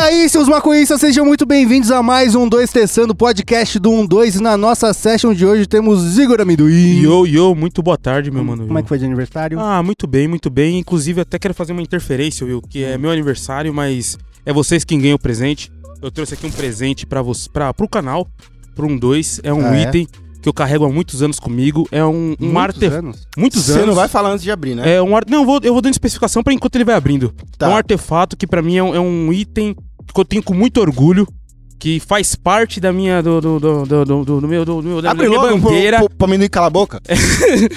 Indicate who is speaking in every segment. Speaker 1: aí, seus maconhistas, sejam muito bem-vindos a mais um 2 Testando, podcast do 12. E na nossa session de hoje temos Igor Amendoim.
Speaker 2: Yo, yo, muito boa tarde, meu mano.
Speaker 1: Como é que foi de aniversário?
Speaker 2: Ah, muito bem, muito bem. Inclusive, até quero fazer uma interferência, viu? Que é meu aniversário, mas é vocês quem ganham o presente. Eu trouxe aqui um presente pra você, pra, pro canal, pro um 2. É um
Speaker 1: Ah, é?
Speaker 2: item que eu carrego há muitos anos comigo. É um, um artefato.
Speaker 1: anos.
Speaker 2: Muitos
Speaker 3: Você
Speaker 2: anos.
Speaker 3: não vai falar antes de abrir, né?
Speaker 2: É um ar... Não, eu vou, eu vou dando especificação pra enquanto ele vai abrindo.
Speaker 3: Tá.
Speaker 2: É um artefato que pra mim é um, é um item que eu tenho com muito orgulho. Que faz parte da minha. do, do, do, do, do, do meu. do meu- da
Speaker 3: Abre
Speaker 2: minha
Speaker 3: logo
Speaker 2: bandeira.
Speaker 3: pro, pro, pro menino calar a boca.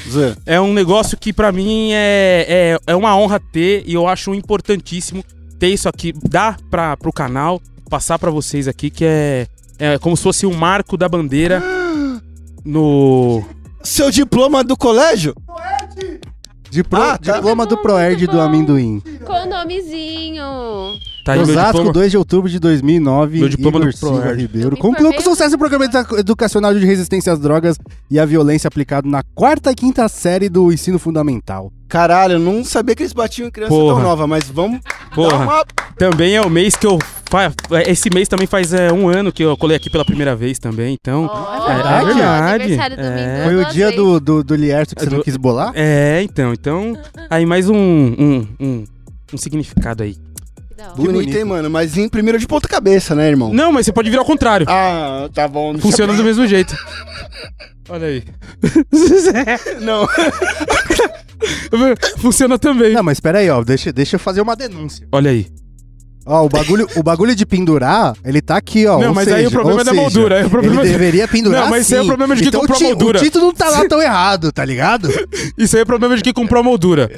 Speaker 3: Zé.
Speaker 2: É um negócio que pra mim é, é, é uma honra ter e eu acho importantíssimo ter isso aqui, dar para pro canal, passar pra vocês aqui que é, é como se fosse um marco da bandeira no
Speaker 3: Seu diploma do colégio?
Speaker 1: Diplo-
Speaker 3: Ah, tá.
Speaker 1: Diploma do Proerd do Amendoim.
Speaker 4: Com o nomezinho.
Speaker 2: tá aí meu
Speaker 1: Osasco,
Speaker 2: diploma.
Speaker 1: 2 de outubro de 2009.
Speaker 2: Meu diploma
Speaker 1: Igor
Speaker 2: do Proerd.
Speaker 1: Silva Ribeiro.
Speaker 4: Me
Speaker 1: Concluiu com
Speaker 4: formei-
Speaker 1: sucesso o programa edu- educacional de resistência às drogas e à violência aplicado na quarta e quinta série do ensino fundamental.
Speaker 3: Caralho, eu não sabia que eles batiam em criança
Speaker 2: Porra.
Speaker 3: tão nova, mas vamos dar
Speaker 2: Porra,
Speaker 3: uma...
Speaker 2: também é o mês que eu fa- esse mês também faz é, um ano que eu colei aqui pela primeira vez também, então
Speaker 4: Ó,
Speaker 1: verdade?
Speaker 4: Aniversário do
Speaker 2: É.
Speaker 4: Mindu,
Speaker 1: Foi o
Speaker 4: duas
Speaker 1: dia
Speaker 4: vezes.
Speaker 1: do, do, do Lierto que você
Speaker 2: É,
Speaker 1: não
Speaker 2: do-
Speaker 1: quis bolar?
Speaker 2: é então então aí mais um um, um, um significado aí.
Speaker 4: Que da hora.
Speaker 3: Bonito,
Speaker 1: bonito.
Speaker 3: hein, mano? Mas em primeiro de ponta cabeça, né, irmão?
Speaker 2: Não, mas você pode virar ao contrário.
Speaker 3: Ah, tá bom.
Speaker 2: Funciona do mesmo jeito. Olha aí.
Speaker 3: Não.
Speaker 2: Funciona também.
Speaker 1: Não, mas espera aí, ó. Deixa, deixa eu fazer uma denúncia.
Speaker 2: Olha aí.
Speaker 1: Ó, o bagulho, o bagulho de pendurar, ele tá aqui, ó.
Speaker 2: Não,
Speaker 1: ou
Speaker 2: mas
Speaker 1: seja-
Speaker 2: aí o problema
Speaker 1: ou
Speaker 2: é da
Speaker 1: seja,
Speaker 2: moldura, é o problema
Speaker 1: ele
Speaker 2: de-
Speaker 1: deveria pendurar
Speaker 2: Não, mas
Speaker 1: sim.
Speaker 2: isso aí é o problema de quem
Speaker 1: então,
Speaker 2: comprou a
Speaker 1: o ti-
Speaker 2: moldura.
Speaker 1: O título não tá lá tão errado, tá ligado?
Speaker 2: Isso aí é problema de quem comprou a moldura.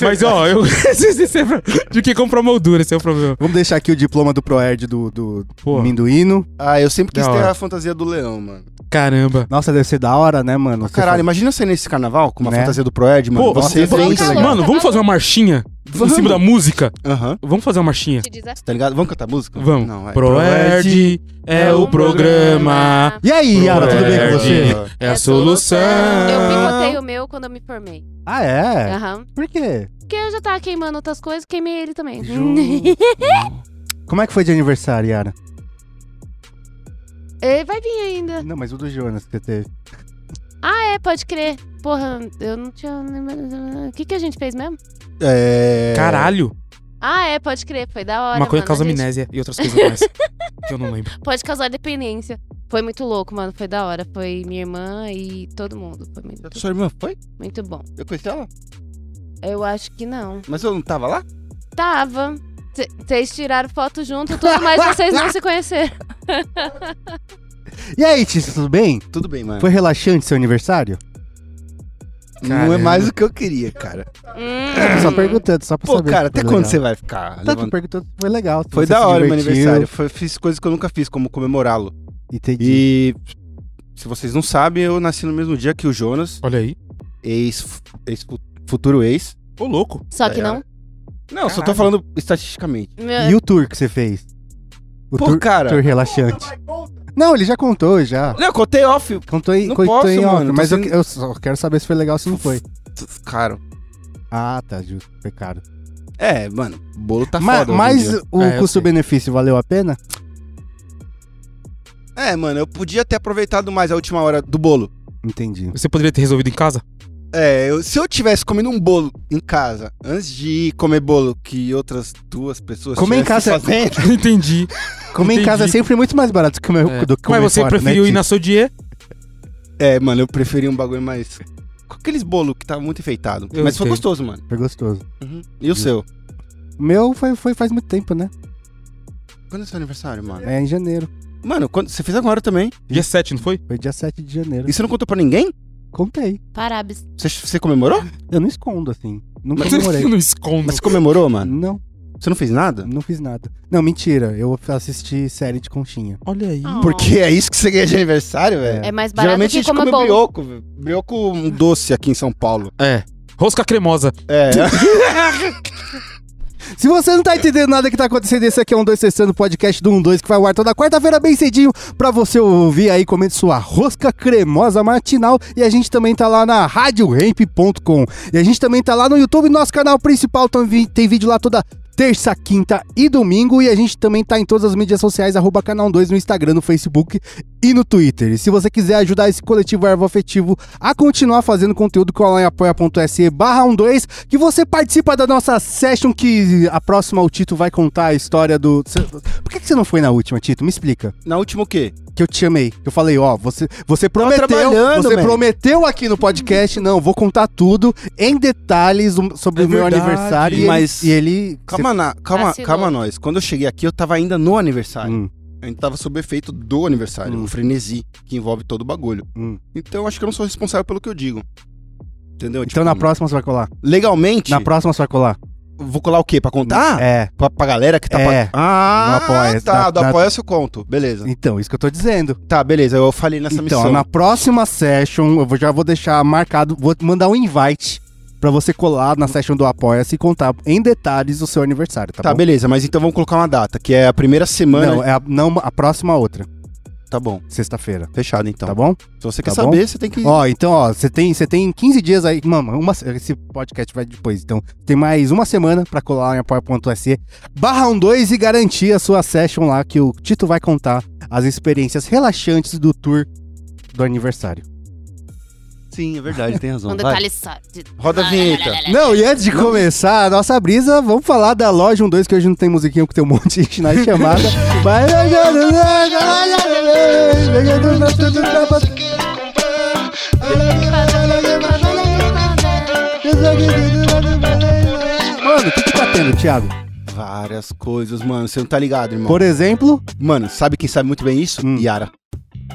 Speaker 2: Mas, ó, eu. Isso é pro- de quem comprou a moldura, esse é o problema.
Speaker 1: Vamos deixar aqui o diploma do Proerd do, do
Speaker 2: Pô.
Speaker 1: Minduíno.
Speaker 3: Ah, eu sempre quis
Speaker 2: Da
Speaker 3: ter
Speaker 2: hora.
Speaker 3: a fantasia do leão, mano.
Speaker 2: Caramba.
Speaker 1: Nossa, deve ser da hora, né, mano? Você
Speaker 3: Caralho,
Speaker 1: fa-
Speaker 3: imagina você nesse carnaval com uma
Speaker 1: Né?
Speaker 3: fantasia do Proed, mano.
Speaker 2: Pô,
Speaker 3: você
Speaker 1: você-
Speaker 3: vence,
Speaker 4: Tá
Speaker 3: legal.
Speaker 4: louco.
Speaker 2: Mano, vamos fazer uma marchinha em cima da música?
Speaker 3: Aham.
Speaker 2: Vamos fazer uma marchinha.
Speaker 4: Te desafio.
Speaker 3: Tá ligado? Vamos cantar música?
Speaker 2: Vamos.
Speaker 3: Não, vai.
Speaker 2: é Proerd é o programa.
Speaker 1: E aí, Yara, tudo bem com
Speaker 2: Proerd.
Speaker 1: você?
Speaker 2: É a solução.
Speaker 4: Eu picotei o meu quando eu me formei.
Speaker 1: Ah, é?
Speaker 4: Aham.
Speaker 1: Por quê?
Speaker 4: Porque eu já tava queimando outras coisas, queimei ele também.
Speaker 1: Como é que foi de aniversário, Yara?
Speaker 4: ele vai vir ainda.
Speaker 1: Não, mas o do Jonas que você teve.
Speaker 4: É, pode crer. Porra, eu não tinha. lembrado. O que, que a gente fez mesmo?
Speaker 3: É...
Speaker 2: Caralho.
Speaker 4: Ah, é, pode crer. Foi da hora.
Speaker 2: Uma coisa
Speaker 4: mano,
Speaker 2: causa
Speaker 4: a gente-
Speaker 2: amnésia e outras coisas mais. que eu não lembro.
Speaker 4: Pode causar dependência. Foi muito louco, mano. Foi da hora. Foi minha irmã e todo mundo. Foi muito,
Speaker 3: Sua irmã foi?
Speaker 4: muito bom.
Speaker 3: Eu conheci ela?
Speaker 4: Eu acho que não.
Speaker 3: Mas eu não tava lá?
Speaker 4: Tava. Vocês tiraram foto junto, tudo, mas vocês não se conheceram.
Speaker 1: E aí, Tícia, tudo bem?
Speaker 3: Tudo bem,
Speaker 2: É.
Speaker 3: mano.
Speaker 1: Foi relaxante seu aniversário?
Speaker 3: Não
Speaker 2: Caramba.
Speaker 3: é mais o que eu queria, cara. É,
Speaker 4: Hum.
Speaker 1: Só perguntando, só pra
Speaker 3: Pô,
Speaker 1: saber.
Speaker 3: cara,
Speaker 1: se foi
Speaker 3: até quando
Speaker 1: legal.
Speaker 3: você vai ficar?
Speaker 1: Tá, tô
Speaker 3: levantando?
Speaker 1: perguntando se foi legal. se
Speaker 3: Ah,
Speaker 1: você
Speaker 3: Foi
Speaker 1: se
Speaker 3: da hora meu
Speaker 1: divertiu.
Speaker 3: aniversário. Foi- fiz coisas que eu nunca fiz, como comemorá-lo.
Speaker 1: Entendi.
Speaker 3: E se vocês não sabem, eu nasci no mesmo dia que o Jonas,
Speaker 2: Olha aí.
Speaker 3: ex, ex futuro ex.
Speaker 2: Ô, louco.
Speaker 4: Só
Speaker 3: tá
Speaker 4: que não.
Speaker 3: Não, só tô
Speaker 2: Caralho.
Speaker 3: falando estatisticamente.
Speaker 4: Meu-
Speaker 1: E o tour que você fez? O
Speaker 3: Pô,
Speaker 1: tour,
Speaker 3: cara.
Speaker 1: tour relaxante. Não, ele já contou, já.
Speaker 3: Não, eu contei off.
Speaker 1: Contou em,
Speaker 3: Não
Speaker 1: contou
Speaker 3: posso,
Speaker 1: em off,
Speaker 3: mano, tô
Speaker 1: mas eu,
Speaker 3: sendo-
Speaker 1: eu só quero saber se foi legal ou se não foi.
Speaker 3: Caro.
Speaker 1: Ah, tá justo, foi caro.
Speaker 3: É, mano, o bolo tá
Speaker 1: Ma-
Speaker 3: foda. hoje em
Speaker 1: mas
Speaker 3: dia.
Speaker 1: o
Speaker 2: É, eu
Speaker 1: custo-benefício valeu a pena?
Speaker 3: É, mano, eu podia ter aproveitado mais a última hora do bolo.
Speaker 1: Entendi.
Speaker 2: Você poderia ter resolvido em casa?
Speaker 3: É, eu- se eu tivesse comido um bolo em casa, antes de comer bolo que outras duas pessoas
Speaker 1: Comer em
Speaker 3: tivessem
Speaker 1: casa- é
Speaker 3: fazendo,
Speaker 2: Entendi.
Speaker 1: Comer em casa é
Speaker 2: Entendi.
Speaker 1: sempre muito mais barato que comer,
Speaker 2: É.
Speaker 1: do que comer
Speaker 2: Mas você
Speaker 1: fora,
Speaker 2: preferiu
Speaker 1: né,
Speaker 2: ir na
Speaker 1: Tito?
Speaker 2: Sodier?
Speaker 3: É, mano, eu preferi um bagulho mais. Com aqueles bolo que tá muito enfeitado.
Speaker 2: Eu
Speaker 3: mas foi
Speaker 2: entendo.
Speaker 3: gostoso, mano.
Speaker 1: Foi gostoso.
Speaker 3: E o seu?
Speaker 1: O meu foi, foi faz muito tempo, né?
Speaker 3: Quando é seu aniversário, mano?
Speaker 1: É em janeiro.
Speaker 3: Mano, quando... você fez agora também.
Speaker 2: Dia 7, não foi?
Speaker 1: Foi dia 7 de janeiro.
Speaker 3: E você não contou pra ninguém?
Speaker 1: Contei.
Speaker 4: Parabéns.
Speaker 3: Você, você comemorou?
Speaker 1: Eu não escondo, assim. Não
Speaker 2: Mas
Speaker 1: comemorei.
Speaker 2: eu não escondo.
Speaker 3: Mas você comemorou, mano?
Speaker 1: Não.
Speaker 3: Você não fez nada?
Speaker 1: Não fiz nada. Não, mentira. Eu assisti série de conchinha.
Speaker 2: Olha aí.
Speaker 4: Ah.
Speaker 3: Porque é isso que você ganha de aniversário, velho?
Speaker 4: É mais barato
Speaker 3: Geralmente a
Speaker 4: que
Speaker 3: gente
Speaker 4: comer
Speaker 3: come
Speaker 4: bolo.
Speaker 3: brioco, velho. Brioco um doce aqui em São Paulo.
Speaker 2: É. Rosca cremosa.
Speaker 3: É.
Speaker 1: Se você não tá entendendo nada que tá acontecendo, esse aqui é um 2 Testando podcast do 12 que vai ao ar toda quarta-feira, bem cedinho, pra você ouvir aí, comendo sua rosca cremosa matinal. E a gente também tá lá na radiohemp.com. E a gente também tá lá no YouTube, nosso canal principal. tam- vi- Tem vídeo lá toda terça, quinta e domingo. E a gente também tá em todas as mídias sociais, arroba canal 2 no Instagram, no Facebook e no Twitter. E se você quiser ajudar esse coletivo arvoafetivo a continuar fazendo conteúdo, cola em apoia.se barra 12, que você participa da nossa session, que a próxima o Tito vai contar a história do... Cê- Por que, que você não foi na última, Tito? Me explica.
Speaker 3: Na última o quê?
Speaker 1: Que eu te chamei. Que eu falei, ó, você, você prometeu...
Speaker 3: trabalhando,
Speaker 1: Você
Speaker 3: man.
Speaker 1: prometeu aqui no podcast, não, vou contar tudo em detalhes um- sobre
Speaker 2: É
Speaker 1: o meu
Speaker 2: verdade.
Speaker 1: aniversário. E
Speaker 3: Mas-
Speaker 1: ele... E ele
Speaker 3: Calma, na, calma,
Speaker 4: Vacilou.
Speaker 3: calma nós. Quando eu cheguei aqui, eu tava ainda no
Speaker 1: cê-
Speaker 3: aniversário.
Speaker 1: Hum,
Speaker 3: A gente tava sob efeito do aniversário,
Speaker 1: Hum.
Speaker 3: um frenesi que envolve todo o bagulho.
Speaker 1: hum.
Speaker 3: Então eu acho que eu não sou responsável pelo que eu digo. Entendeu? Tipo,
Speaker 1: Então na próxima você vai colar.
Speaker 3: Legalmente,
Speaker 1: Na próxima você vai colar.
Speaker 3: vou colar o quê? Pra contar?
Speaker 1: É.
Speaker 3: Pra, pra galera que tá
Speaker 1: É.
Speaker 3: pag- Ah,
Speaker 1: No Apoia,
Speaker 3: tá.
Speaker 1: na-
Speaker 3: do
Speaker 1: na-
Speaker 3: apoia eu conto. Beleza.
Speaker 1: Então, isso que eu tô dizendo.
Speaker 3: Tá, beleza. Eu falei nessa
Speaker 1: então,
Speaker 3: missão.
Speaker 1: na próxima session, eu vou- já vou deixar marcado, vou mandar um invite pra você colar na session do Apoia-se e contar em detalhes o seu aniversário, tá,
Speaker 3: Tá,
Speaker 1: bom?
Speaker 3: beleza, mas então vamos colocar uma data, que é a primeira semana.
Speaker 1: Não, é a, não, a próxima outra,
Speaker 3: Tá bom.
Speaker 1: sexta-feira.
Speaker 3: Fechado então.
Speaker 1: Tá bom?
Speaker 3: Se você quer
Speaker 1: Tá bom?
Speaker 3: saber, você tem que.
Speaker 1: Ó, então, ó, você tem, você tem 15 dias aí. Mano, uma, se- esse podcast vai depois. Então, tem mais uma semana pra colar lá em apoia.se barra 12 e garantir a sua session lá, que o Tito vai contar as experiências relaxantes do tour do aniversário.
Speaker 3: Sim, é verdade, tem razão.
Speaker 4: Um detalhe só.
Speaker 3: Roda a vinheta.
Speaker 1: Não, e antes de começar a nossa brisa, vamos falar da loja 12, que hoje não tem musiquinha porque tem um monte de gente na chamada. Mas- Mano, o que, que tá tendo, Thiago?
Speaker 3: Várias coisas, mano. Você não tá ligado, irmão.
Speaker 1: Por exemplo,
Speaker 3: Mano, sabe quem sabe muito bem isso?
Speaker 1: Hum.
Speaker 3: Yara.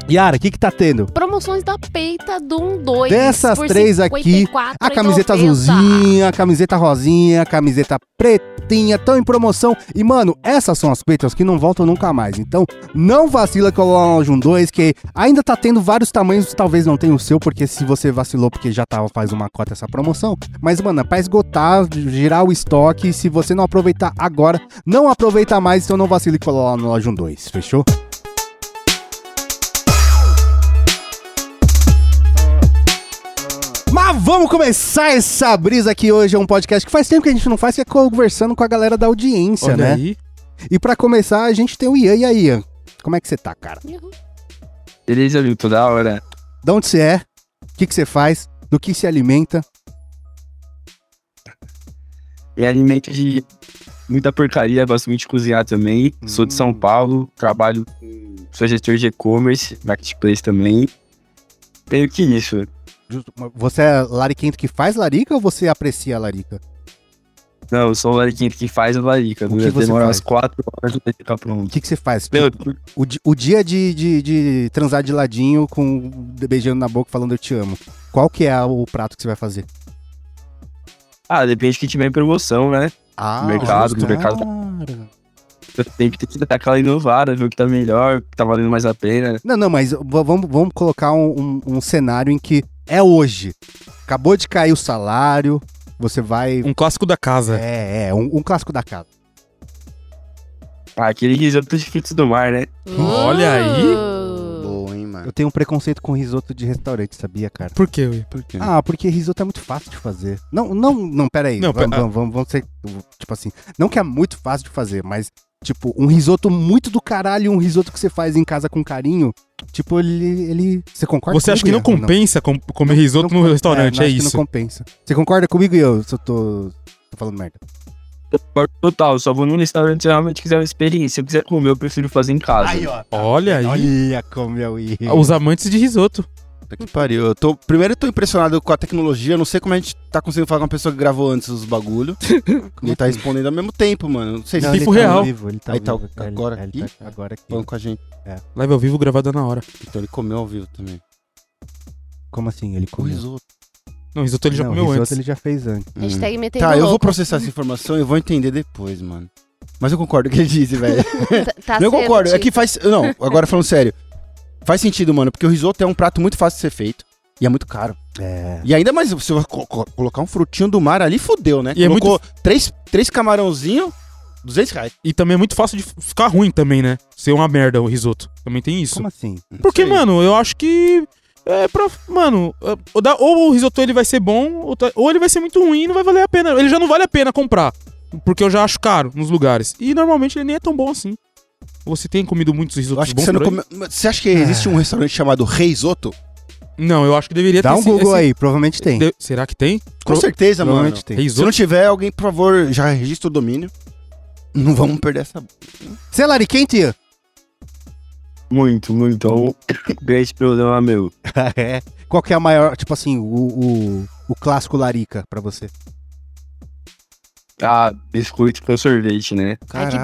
Speaker 1: Yara, o que, que tá tendo?
Speaker 4: Promoções da peita do 1, 2.
Speaker 1: Dessas três aqui, A
Speaker 4: então,
Speaker 1: camiseta
Speaker 4: tá?
Speaker 1: azulzinha, a camiseta rosinha, a camiseta pretinha, estão em promoção. E, mano, essas são as peitas que não voltam nunca mais. Então, não vacila com o Lounge 2, que ainda tá tendo vários tamanhos, talvez não tenha o seu, porque se você vacilou, porque já tava faz uma cota essa promoção. Mas, mano, é pra esgotar, girar o estoque. Se você não aproveitar agora, não aproveita mais, então não vacile e cola lá no Lounge 2, fechou? Mas vamos começar essa brisa aqui hoje. É um podcast que faz tempo que a gente não faz, que é conversando com a galera da audiência,
Speaker 2: Olha
Speaker 1: né?
Speaker 2: aí.
Speaker 1: E pra começar, a gente tem o Ian. E aí, Ian? Como é que você tá, cara?
Speaker 5: Beleza, Milton, da hora.
Speaker 1: De onde você é? O que, que você faz? Do que se alimenta?
Speaker 5: E É alimento de muita porcaria, gosto muito de cozinhar também. Sou de
Speaker 1: Hum.
Speaker 5: São Paulo, trabalho, com- sou gestor de e-commerce, marketplace também. Meio que isso.
Speaker 1: Justo- mas Você é lariquento que faz larica ou você aprecia a larica?
Speaker 5: Não, eu sou o lariquinho que faz a larica.
Speaker 1: O que
Speaker 5: Deve
Speaker 1: você
Speaker 5: demorar
Speaker 1: faz?
Speaker 5: umas 4 horas pra ficar
Speaker 1: O
Speaker 5: pronto.
Speaker 1: que, que você faz?
Speaker 5: Meu,
Speaker 1: O, di- o dia de, de- de transar de ladinho com beijando na boca falando eu te amo. Qual que é o prato que você vai fazer?
Speaker 5: ah, depende do que tiver em promoção, né?
Speaker 1: Ah,
Speaker 5: Mercado,
Speaker 1: olha,
Speaker 5: mercado.
Speaker 1: cara.
Speaker 5: Eu sempre tem que dar aquela inovada, ver o que tá melhor, o que tá valendo mais a pena.
Speaker 1: Não, não, mas v- vamos, vamos colocar um, um- um cenário em que é hoje. Acabou de cair o salário, você vai.
Speaker 2: Um clássico da casa.
Speaker 1: É, é, um, um clássico da casa.
Speaker 5: Ah, aquele risoto de frutos do mar, né?
Speaker 4: Uh!
Speaker 2: Olha
Speaker 4: aí.
Speaker 3: Boa, hein, mano.
Speaker 1: Eu tenho um preconceito com risoto de restaurante, sabia, cara?
Speaker 2: Por quê, Will? Por quê?
Speaker 1: Ah, porque risoto é muito fácil de fazer. Não, não, não, peraí.
Speaker 2: Não,
Speaker 1: vamos,
Speaker 2: pera-
Speaker 1: vamos, vamos, vamos ser, tipo assim, não que é muito fácil de fazer, mas, tipo, um risoto muito do caralho, e um risoto que você faz em casa com carinho, tipo, ele, ele, você concorda
Speaker 2: Você acha que
Speaker 1: comigo,
Speaker 2: não
Speaker 1: Ian?
Speaker 2: compensa com- comer risoto
Speaker 1: Não
Speaker 2: no
Speaker 1: com-
Speaker 2: restaurante?
Speaker 1: não,
Speaker 2: É,
Speaker 1: acho que
Speaker 2: isso.
Speaker 1: não compensa. Você concorda comigo e eu, se eu tô, tô falando merda?
Speaker 5: Concordo Total, só vou num restaurante se eu realmente quiser uma experiência. Se eu quiser comer, eu prefiro fazer em casa.
Speaker 1: ó.
Speaker 2: Olha aí. Ah,
Speaker 1: Olha como eu ia.
Speaker 2: Os amantes de risoto.
Speaker 3: Puta que pariu. Eu tô, primeiro eu tô impressionado com a tecnologia. Eu não sei como a gente tá conseguindo falar com uma pessoa que gravou antes os bagulho. e tá respondendo ao mesmo tempo, mano. Não sei se
Speaker 1: Não,
Speaker 3: ele
Speaker 2: Tipo
Speaker 1: ele tá
Speaker 2: real.
Speaker 1: ao vivo, ele tá
Speaker 3: Aí
Speaker 1: ao
Speaker 3: tá
Speaker 1: vivo, cara,
Speaker 3: agora
Speaker 1: ele- ele
Speaker 3: aqui?
Speaker 1: tá agora
Speaker 3: tá falando
Speaker 1: aqui.
Speaker 3: com a gente.
Speaker 2: Live ao vivo gravada na hora.
Speaker 3: Então ele comeu ao vivo também.
Speaker 1: Como assim? Ele
Speaker 3: O
Speaker 1: comeu?
Speaker 3: risoto.
Speaker 2: Não, risoto ele já
Speaker 1: Não,
Speaker 2: comeu
Speaker 1: risoto
Speaker 2: antes.
Speaker 1: ele já fez antes.
Speaker 3: Hum.
Speaker 4: Hashtag metendo
Speaker 3: Tá, eu vou
Speaker 4: louco.
Speaker 3: processar essa informação e eu vou entender depois, mano. Mas eu concordo com o que ele disse, velho.
Speaker 4: Tá- tá
Speaker 3: eu
Speaker 4: cedo,
Speaker 3: concordo. É
Speaker 4: Ti.
Speaker 3: que faz. Não, agora falando sério. Faz sentido, mano, porque o risoto é um prato muito fácil de ser feito e é muito caro.
Speaker 1: É.
Speaker 3: E ainda mais, se você co- co- colocar um frutinho do mar ali, fodeu, né?
Speaker 2: E é
Speaker 3: Colocou três, três camarãozinho, 200 reais.
Speaker 2: E também é muito fácil de f- ficar ruim também, né? Ser uma merda o risoto. Também tem isso.
Speaker 1: Como assim?
Speaker 2: Porque,
Speaker 3: sei.
Speaker 2: mano, eu acho que. É pra. Mano, é, ou, dá- ou o risoto ele vai ser bom, ou, tá- ou ele vai ser muito ruim e não vai valer a pena. Ele já não vale a pena comprar. Porque eu já acho caro nos lugares. E normalmente ele nem é tão bom assim. Você tem comido muitos
Speaker 3: Eu
Speaker 2: risotos
Speaker 3: acho que
Speaker 2: bons
Speaker 3: você não
Speaker 2: por aí?
Speaker 3: come... Você acha
Speaker 2: É.
Speaker 3: que existe um restaurante chamado Reisoto?
Speaker 2: Não, eu acho que deveria
Speaker 1: Dá
Speaker 2: ter
Speaker 1: um
Speaker 2: esse-
Speaker 1: Google
Speaker 2: esse-
Speaker 1: aí, provavelmente tem.
Speaker 2: de- Será que tem?
Speaker 3: Com
Speaker 2: Pro-
Speaker 3: certeza, mano.
Speaker 1: Provavelmente tem.
Speaker 3: Se não
Speaker 2: Risoto?
Speaker 3: tiver, alguém, por favor, já registra o domínio. Não vamos perder essa.
Speaker 1: Celari quente?
Speaker 6: Muito, muito. Então, grande problema meu.
Speaker 1: é. Qual que é a maior, tipo assim, o, o, o clássico larica pra você?
Speaker 4: É
Speaker 6: Ah, biscoito com sorvete, né?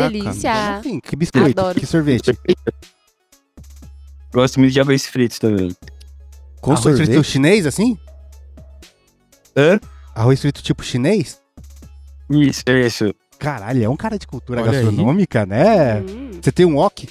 Speaker 4: delícia.
Speaker 1: mano. Enfim, que biscoito,
Speaker 4: Adoro.
Speaker 1: que sorvete.
Speaker 6: Gosto muito de arroz frito também.
Speaker 1: Com Arroz
Speaker 3: sorvete?
Speaker 1: frito chinês, assim?
Speaker 6: Hã?
Speaker 1: Arroz frito tipo chinês?
Speaker 6: Isso, é isso.
Speaker 1: Caralho, é um cara de cultura
Speaker 2: Olha aí.
Speaker 1: gastronômica,
Speaker 3: é.
Speaker 1: né?
Speaker 4: Hum,
Speaker 1: Você tem um ok?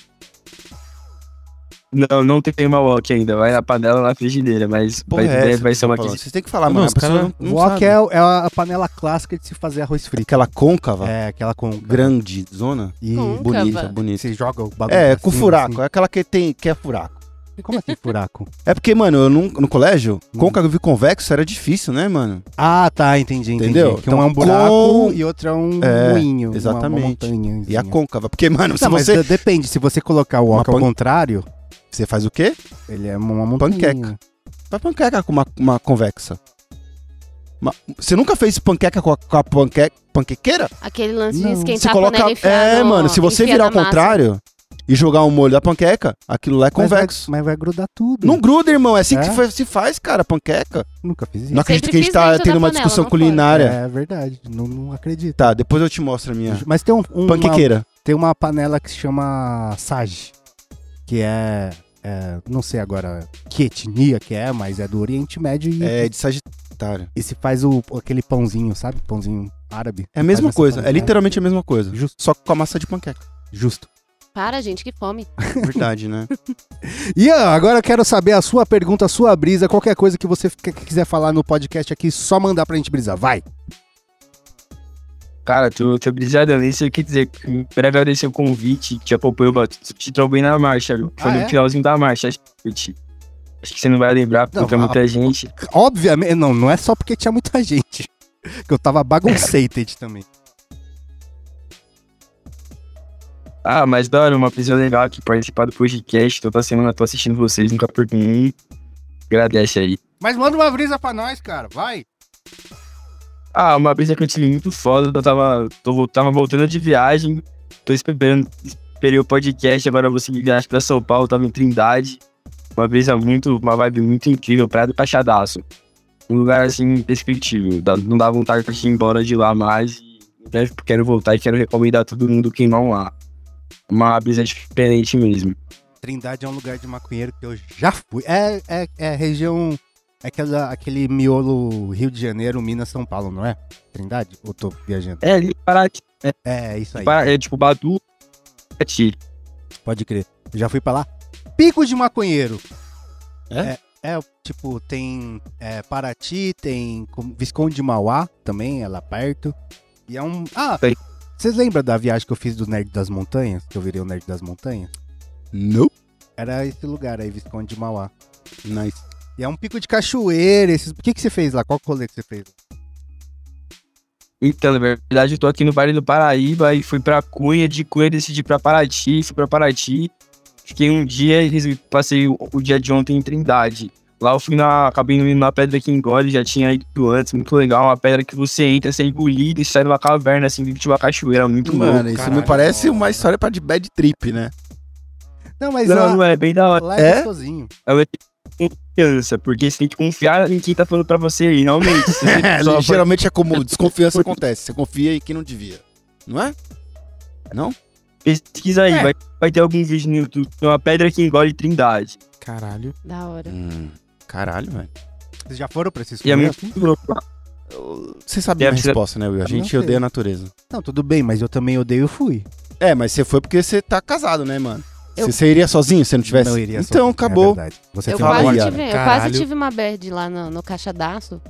Speaker 6: Não, não tem uma wok ainda. Vai na panela ou na frigideira, mas
Speaker 3: Porra,
Speaker 6: vai,
Speaker 3: é
Speaker 6: deve-
Speaker 3: essa
Speaker 6: vai
Speaker 3: que
Speaker 6: ser
Speaker 3: eu tô
Speaker 6: uma
Speaker 3: falando?
Speaker 6: que
Speaker 3: Vocês têm que falar,
Speaker 2: Não,
Speaker 3: mano.
Speaker 2: os
Speaker 3: a pessoa
Speaker 2: cara-
Speaker 3: não, não
Speaker 1: Wok
Speaker 3: sabe.
Speaker 1: é, o- é a panela clássica de se fazer arroz frito.
Speaker 3: Aquela côncava,
Speaker 1: É, aquela com
Speaker 3: grande zona.
Speaker 1: E
Speaker 4: Côncava.
Speaker 3: Bonita,
Speaker 1: e
Speaker 3: bonita.
Speaker 1: você joga o bagulho.
Speaker 3: É,
Speaker 1: pra
Speaker 3: com
Speaker 1: cima,
Speaker 3: furaco.
Speaker 1: assim.
Speaker 3: É aquela que tem que é furaco.
Speaker 1: Como assim furaco?
Speaker 3: É porque, mano, eu não, no colégio,
Speaker 2: Uhum.
Speaker 3: côncavo e convexo era difícil, né, mano?
Speaker 1: Ah, tá, entendi, entendi.
Speaker 3: Entendeu?
Speaker 1: Que
Speaker 3: Então,
Speaker 1: um é um buraco
Speaker 3: com-
Speaker 1: e outro é um
Speaker 3: É,
Speaker 1: moinho, uma- uma,
Speaker 3: exatamente.
Speaker 1: montanha. assim.
Speaker 3: E a côncava. Porque, mano, se
Speaker 1: Não, mas
Speaker 3: você.
Speaker 1: de- depende, se você colocar o
Speaker 3: Uma
Speaker 1: oca ao
Speaker 3: pan-
Speaker 1: contrário,
Speaker 3: Você faz o quê?
Speaker 1: ele é uma montanha.
Speaker 3: Panqueca. Faz panqueca com uma, uma convexa. Uma- Você nunca fez panqueca com a, com a panque- panquequeira?
Speaker 4: aquele lance
Speaker 1: Não.
Speaker 4: de esquentar
Speaker 3: você
Speaker 4: tá a
Speaker 3: coloca.
Speaker 4: panela e enfiar
Speaker 3: É,
Speaker 4: no-
Speaker 3: mano, se você
Speaker 4: enfia
Speaker 3: virar
Speaker 4: na
Speaker 3: ao
Speaker 4: massa.
Speaker 3: contrário e jogar o molho da panqueca, aquilo lá é
Speaker 1: Mas vai-
Speaker 3: convexo.
Speaker 1: Mas vai grudar tudo.
Speaker 3: Não gruda, irmão. É assim que
Speaker 1: É?
Speaker 3: se fa- se faz, cara, panqueca.
Speaker 1: Nunca fiz isso.
Speaker 3: Não acredito
Speaker 4: Sempre
Speaker 3: que a gente
Speaker 4: fiz
Speaker 3: tá
Speaker 4: dentro da
Speaker 3: tendo uma
Speaker 4: panela,
Speaker 3: discussão
Speaker 4: não pode.
Speaker 3: culinária.
Speaker 1: É verdade, não, não acredito.
Speaker 3: Tá, depois eu te mostro a minha.
Speaker 1: Mas tem um, um- uma,
Speaker 3: Panquequeira.
Speaker 1: tem uma panela que se chama Sage, que é, é, não sei agora que etnia que é, mas é do Oriente Médio e,
Speaker 3: É de Sagitário.
Speaker 1: e se faz o, aquele pãozinho, sabe? Pãozinho árabe.
Speaker 3: É a mesma
Speaker 1: Faz essa
Speaker 3: coisa. É
Speaker 1: panqueca.
Speaker 3: literalmente a mesma coisa.
Speaker 1: Justo.
Speaker 3: Só que com a massa de panqueca.
Speaker 1: Justo.
Speaker 4: Para, gente, que fome.
Speaker 3: Verdade, né?
Speaker 1: Ian, agora eu quero saber a sua pergunta, a sua brisa, qualquer coisa que você que- que quiser falar no podcast aqui, só mandar pra gente brisar. Vai!
Speaker 6: Cara, tu tô brisado, eu nem sei o que dizer. Em breve eu deixei o convite, te acompanhou, mas tu te trombei na marcha, viu? Foi
Speaker 1: Ah,
Speaker 6: no
Speaker 1: é?
Speaker 6: finalzinho da marcha, acho que eu te- Acho que você não vai lembrar, porque
Speaker 1: Não,
Speaker 6: tem
Speaker 1: a-
Speaker 6: muita gente.
Speaker 1: Obviamente, não, não é só porque tinha muita gente. Que eu tava bagunceated também.
Speaker 6: Ah, mas da hora, uma prisão legal aqui, participar do podcast. Toda semana eu tô assistindo vocês, nunca perdi um. Agradece aí.
Speaker 1: Mas manda uma brisa pra nós, cara, vai!
Speaker 6: Ah, uma brisa que eu tive muito foda. Eu tava, tô, vol- tava voltando de viagem. Tô esperando. Esperei o podcast. Agora eu vou seguir viagem pra São Paulo. Tava em Trindade. Uma brisa muito. Uma vibe muito incrível. Praia do Pachadaço. Um lugar assim indescritível. Dá- não dá vontade de ir embora de lá mais. E em breve quero voltar e quero recomendar a todo mundo queimar um lá. Uma brisa diferente mesmo.
Speaker 1: Trindade é um lugar de maconheiro que eu já fui. É, é, é região. É aquela, aquele miolo Rio de Janeiro, Minas, São Paulo, não é? Trindade? Ou tô viajando?
Speaker 6: É, ali parar
Speaker 1: É, isso aí.
Speaker 6: é tipo Badu. Paraty.
Speaker 1: Pode crer. Eu já fui pra lá. Pico de maconheiro.
Speaker 3: É?
Speaker 1: É, é, tipo, tem é, Paraty, tem como- Visconde de Mauá também, é lá perto. E é um. Ah!
Speaker 6: Tem.
Speaker 1: Vocês lembram da viagem que eu fiz do Nerd das Montanhas? Que eu virei o Nerd das Montanhas?
Speaker 3: Não.
Speaker 1: Era esse lugar aí, Visconde de Mauá.
Speaker 3: Nice.
Speaker 1: E é um pico de cachoeira. Esses... O que, que você fez lá? Qual rolê que você fez?
Speaker 6: Então, na verdade, eu tô aqui no Vale do Paraíba e fui pra Cunha, de Cunha decidi ir pra Paraty, fui pra Paraty, fiquei um dia e resolvi- passei o, o dia de ontem em Trindade. Lá eu fui na. acabei indo na pedra que engole, já tinha ido antes, muito legal. Uma pedra que você entra, você é engolido e sai numa caverna, assim, de uma cachoeira, muito
Speaker 3: Mano,
Speaker 6: louco.
Speaker 3: isso me
Speaker 2: caralho.
Speaker 3: parece uma história pra de bad trip, né?
Speaker 1: Não, mas
Speaker 6: Não,
Speaker 1: lá,
Speaker 6: não é bem da hora.
Speaker 1: lá é,
Speaker 3: É?
Speaker 1: gostosinho.
Speaker 6: Criança, porque você tem que confiar em quem tá falando pra você, e realmente. se você
Speaker 3: É,
Speaker 6: só for-
Speaker 3: geralmente é como desconfiança acontece. Você confia em quem não devia. Não é?
Speaker 6: pesquisa aí,
Speaker 1: É.
Speaker 6: vai, vai ter algum vídeo no YouTube. tem Uma pedra que engole Trindade.
Speaker 2: Caralho.
Speaker 4: Da hora.
Speaker 3: caralho, velho.
Speaker 1: Vocês já foram pra esses
Speaker 6: E é
Speaker 1: rolês?
Speaker 6: muito louco.
Speaker 3: Você sabe
Speaker 6: Deve
Speaker 3: minha
Speaker 6: ser-
Speaker 3: resposta, né, Will? A
Speaker 1: Eu não
Speaker 3: gente
Speaker 1: sei.
Speaker 3: odeia a natureza.
Speaker 1: Não, tudo bem, mas eu também odeio e fui.
Speaker 3: É, mas você foi porque você tá casado, né, mano?
Speaker 4: Eu-
Speaker 3: Você, você iria sozinho se você não tivesse?
Speaker 1: Não iria
Speaker 3: então,
Speaker 1: sozinho, é
Speaker 3: acabou.
Speaker 1: verdade. Você
Speaker 4: eu
Speaker 1: tem uma
Speaker 3: fala
Speaker 4: quase,
Speaker 3: aí,
Speaker 1: boa-
Speaker 4: tive, eu
Speaker 1: Caralho.
Speaker 4: quase tive uma bad lá no, no caixadaço,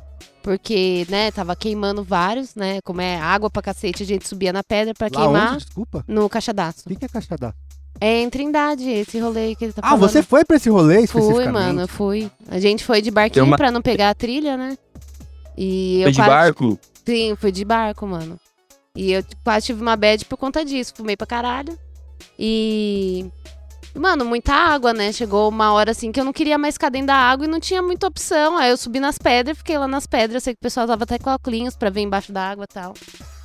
Speaker 4: porque, né, tava queimando vários, né? Como é água pra cacete, a gente subia na pedra pra
Speaker 1: Lá
Speaker 4: queimar
Speaker 1: onde? Desculpa.
Speaker 4: no caixadaço.
Speaker 1: O que que é caixada?
Speaker 4: É em Trindade, esse rolê que ele tá
Speaker 1: Ah,
Speaker 4: falando.
Speaker 1: você foi pra esse rolê
Speaker 4: Fui,
Speaker 1: especificamente?
Speaker 4: mano, eu fui. A gente foi de
Speaker 6: Tem
Speaker 4: barquinho
Speaker 6: uma-
Speaker 4: pra não pegar a trilha, né? E eu
Speaker 6: Foi de
Speaker 4: quase-
Speaker 6: barco?
Speaker 4: Sim, fui de barco, mano. E eu quase tive uma bad por conta disso. Fumei pra caralho. E. Mano, muita água, né? Chegou uma hora assim que eu não queria mais ficar dentro da água e não tinha muita opção. Aí eu subi nas pedras, fiquei lá nas pedras. Eu sei que o pessoal tava até com óculos pra ver embaixo da água e tal.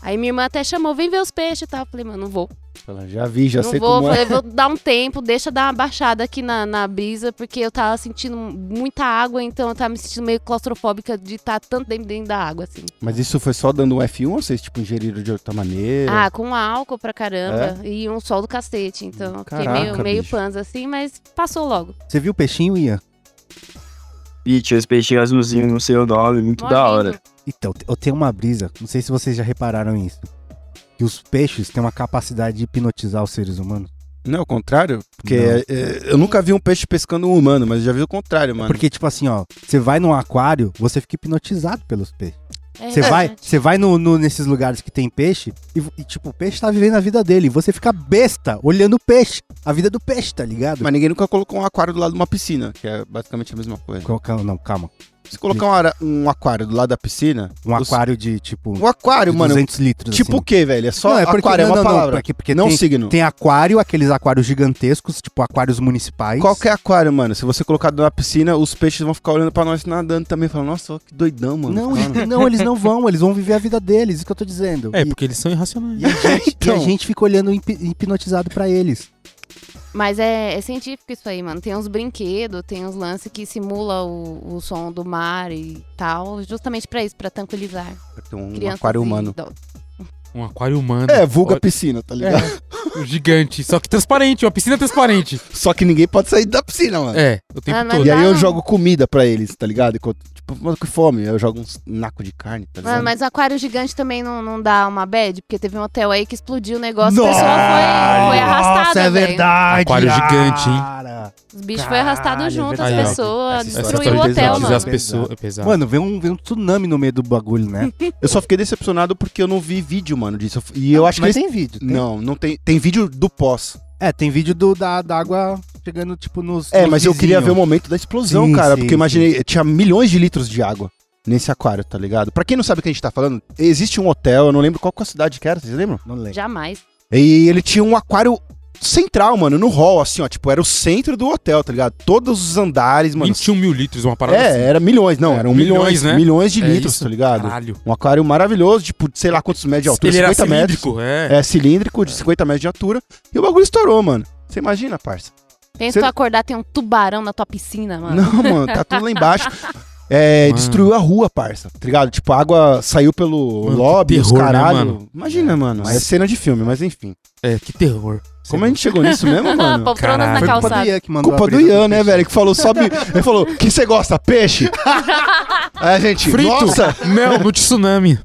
Speaker 4: Aí minha irmã até chamou, vem ver os peixes e tal. Eu falei, mano, não vou.
Speaker 3: Fala, Já vi, já
Speaker 4: não
Speaker 3: sei
Speaker 4: vou,
Speaker 3: como é.
Speaker 4: falei, vou dar um tempo, deixa dar uma baixada aqui na, na brisa, porque eu tava sentindo muita água, então eu tava me sentindo meio claustrofóbica de estar tanto dentro, dentro da água, assim.
Speaker 3: Mas isso foi só dando um F1 ou vocês, tipo, ingeriram de outra maneira?
Speaker 4: Ah, com álcool pra caramba e um sol do cacete, então eu fiquei
Speaker 3: Caraca,
Speaker 4: meio, meio
Speaker 3: bicho.
Speaker 4: panza assim, mas passou logo.
Speaker 1: Você viu o peixinho, Ian?
Speaker 5: E tinha os peixinhos azulzinhos, não é sei o nome, muito
Speaker 4: Mó
Speaker 5: da
Speaker 4: lindo.
Speaker 5: hora.
Speaker 1: Então, eu tenho uma brisa, não sei se vocês já repararam isso. Que os peixes têm uma capacidade de hipnotizar os seres humanos.
Speaker 3: Não, é o contrário? Porque
Speaker 1: Não.
Speaker 3: é, é, eu nunca vi um peixe pescando um humano, mas eu já vi o contrário, mano.
Speaker 1: Porque, tipo assim, ó, você vai num aquário, você fica hipnotizado pelos peixes.
Speaker 4: É
Speaker 1: Você vai,
Speaker 4: verdade.
Speaker 1: você vai no, no- nesses lugares que tem peixe e, vo- e, tipo, o peixe tá vivendo a vida dele. E você fica besta olhando o peixe. A vida do peixe, tá ligado?
Speaker 3: Mas ninguém nunca colocou um aquário do lado de uma piscina, que é basicamente a mesma coisa.
Speaker 1: Qual- calma, não, calma.
Speaker 3: Se colocar um, ara- um aquário do lado da piscina.
Speaker 1: Um
Speaker 3: os-
Speaker 1: aquário de, tipo,
Speaker 3: Um aquário,
Speaker 1: de
Speaker 3: mano.
Speaker 1: 200 litros.
Speaker 3: Tipo
Speaker 1: assim.
Speaker 3: o quê, velho? É só
Speaker 1: Não, é porque-
Speaker 3: aquário, é
Speaker 1: não,
Speaker 3: uma
Speaker 1: não, não,
Speaker 3: palavra. Não,
Speaker 1: porque- porque tem-
Speaker 3: signo.
Speaker 1: Tem aquário, aqueles aquários gigantescos, tipo aquários municipais.
Speaker 3: Qualquer é aquário, mano. Se você colocar na piscina, os peixes vão ficar olhando pra nós nadando também. Falando, nossa, ó, que doidão, mano.
Speaker 1: Não,
Speaker 3: Cara,
Speaker 1: eles, não, eles não vão, eles vão viver a vida deles, isso que eu tô dizendo.
Speaker 2: É,
Speaker 1: e,
Speaker 2: porque eles são irracionais.
Speaker 1: e a gente,
Speaker 3: Então.
Speaker 1: e a gente fica olhando hip- hipnotizado pra eles.
Speaker 4: Mas é, é científico isso aí, mano. Tem uns brinquedos, tem uns lances que simula o, o som do mar e tal, justamente pra isso, pra tranquilizar
Speaker 3: tem um
Speaker 1: assim.
Speaker 4: crianças.
Speaker 3: aquário
Speaker 4: e
Speaker 3: humano.
Speaker 4: idosos.
Speaker 2: Um aquário humano.
Speaker 3: É, vulga piscina, tá ligado?
Speaker 2: Ó, Gigante. Só que transparente, uma piscina transparente.
Speaker 3: É. Só que ninguém pode sair da piscina, mano.
Speaker 2: É, o tempo
Speaker 4: Ah, mas
Speaker 2: todo.
Speaker 3: E aí eu
Speaker 4: Não.
Speaker 3: jogo comida pra eles, tá ligado? Enquanto- Tipo, mano, que fome. Eu jogo uns naco de carne, tá ligado?
Speaker 4: Mano, Ah, mas aquário gigante também não, não dá uma bad, porque teve um hotel aí que explodiu o negócio, o pessoal foi, foi arrastado.
Speaker 1: Nossa, é
Speaker 4: velho.
Speaker 1: verdade.
Speaker 2: Aquário gigante, hein?
Speaker 1: cara.
Speaker 4: Os bichos foi arrastado
Speaker 1: Caralho, é
Speaker 4: junto, as
Speaker 2: verdade.
Speaker 4: pessoas,
Speaker 1: Essa
Speaker 2: Essa
Speaker 4: destruiu
Speaker 2: história
Speaker 4: o
Speaker 2: de
Speaker 4: hotel,
Speaker 1: pesado,
Speaker 2: hipnotizar
Speaker 4: mano.
Speaker 2: as pessoas é pesado.
Speaker 1: Mano, vem um, vem um tsunami no meio do bagulho, né?
Speaker 3: Eu só fiquei decepcionado porque eu não vi vídeo, mano, disso. Eu f- E eu acho que
Speaker 1: Mas
Speaker 3: eles...
Speaker 1: tem vídeo. tem-
Speaker 3: Não, não tem. Tem vídeo do pós.
Speaker 1: É, tem vídeo do, da, da água chegando, tipo, nos.
Speaker 3: É,
Speaker 1: nos
Speaker 3: mas eu queria ver o
Speaker 1: vizinhos.
Speaker 3: momento da explosão,
Speaker 1: Sim,
Speaker 3: cara.
Speaker 1: sim,
Speaker 3: porque imaginei, tinha milhões de litros de água nesse aquário, tá ligado? Pra quem não sabe o que a gente tá falando, existe um hotel, eu não lembro qual que é a cidade que era, vocês lembram?
Speaker 1: Não lembro.
Speaker 4: Jamais.
Speaker 3: E ele tinha um aquário central, mano, no hall, assim, ó. Tipo, era o centro do hotel, tá ligado? Todos os andares, mano.
Speaker 2: 21 mil litros, uma parada
Speaker 3: É,
Speaker 2: um assim.
Speaker 3: era milhões, não,
Speaker 2: É,
Speaker 3: eram milhões,
Speaker 2: milhões,
Speaker 3: milhões,
Speaker 2: né?
Speaker 3: de
Speaker 2: É
Speaker 3: litros,
Speaker 2: isso.
Speaker 3: tá ligado?
Speaker 2: Caralho.
Speaker 3: Um aquário maravilhoso, tipo, sei lá quantos metros de altura,
Speaker 2: Ele era
Speaker 3: 50 metros.
Speaker 2: cilíndrico, é.
Speaker 3: É, cilíndrico, de 50 metros de altura. E o bagulho estourou, mano. Você imagina, parça?
Speaker 4: Pensa
Speaker 3: Cê-
Speaker 4: tu acordar, tem um tubarão na tua piscina, mano.
Speaker 3: Não, mano, tá tudo lá embaixo. É,
Speaker 2: Mano.
Speaker 3: destruiu a rua, parça. Tá ligado? Tipo, a água saiu pelo
Speaker 2: Mano, que
Speaker 3: lobby, os
Speaker 2: terror, né,
Speaker 3: caralho.
Speaker 2: mano?
Speaker 3: Imagina, mano.
Speaker 2: Mas-
Speaker 3: É cena de filme, mas enfim.
Speaker 2: É, que terror.
Speaker 3: Como a gente chegou nisso mesmo, mano?
Speaker 4: Poltronas
Speaker 2: Caralho.
Speaker 4: Ah,
Speaker 2: Foi
Speaker 4: na
Speaker 1: Culpa
Speaker 4: calçada.
Speaker 1: do Ian que mandou a
Speaker 3: Culpa do
Speaker 1: brisa
Speaker 3: Ian, né,
Speaker 1: peixe.
Speaker 3: velho? Que falou, sobe. Ele falou, o que você gosta? Peixe? Aí a gente,
Speaker 2: Frito.
Speaker 3: nossa,
Speaker 2: Mel no tsunami.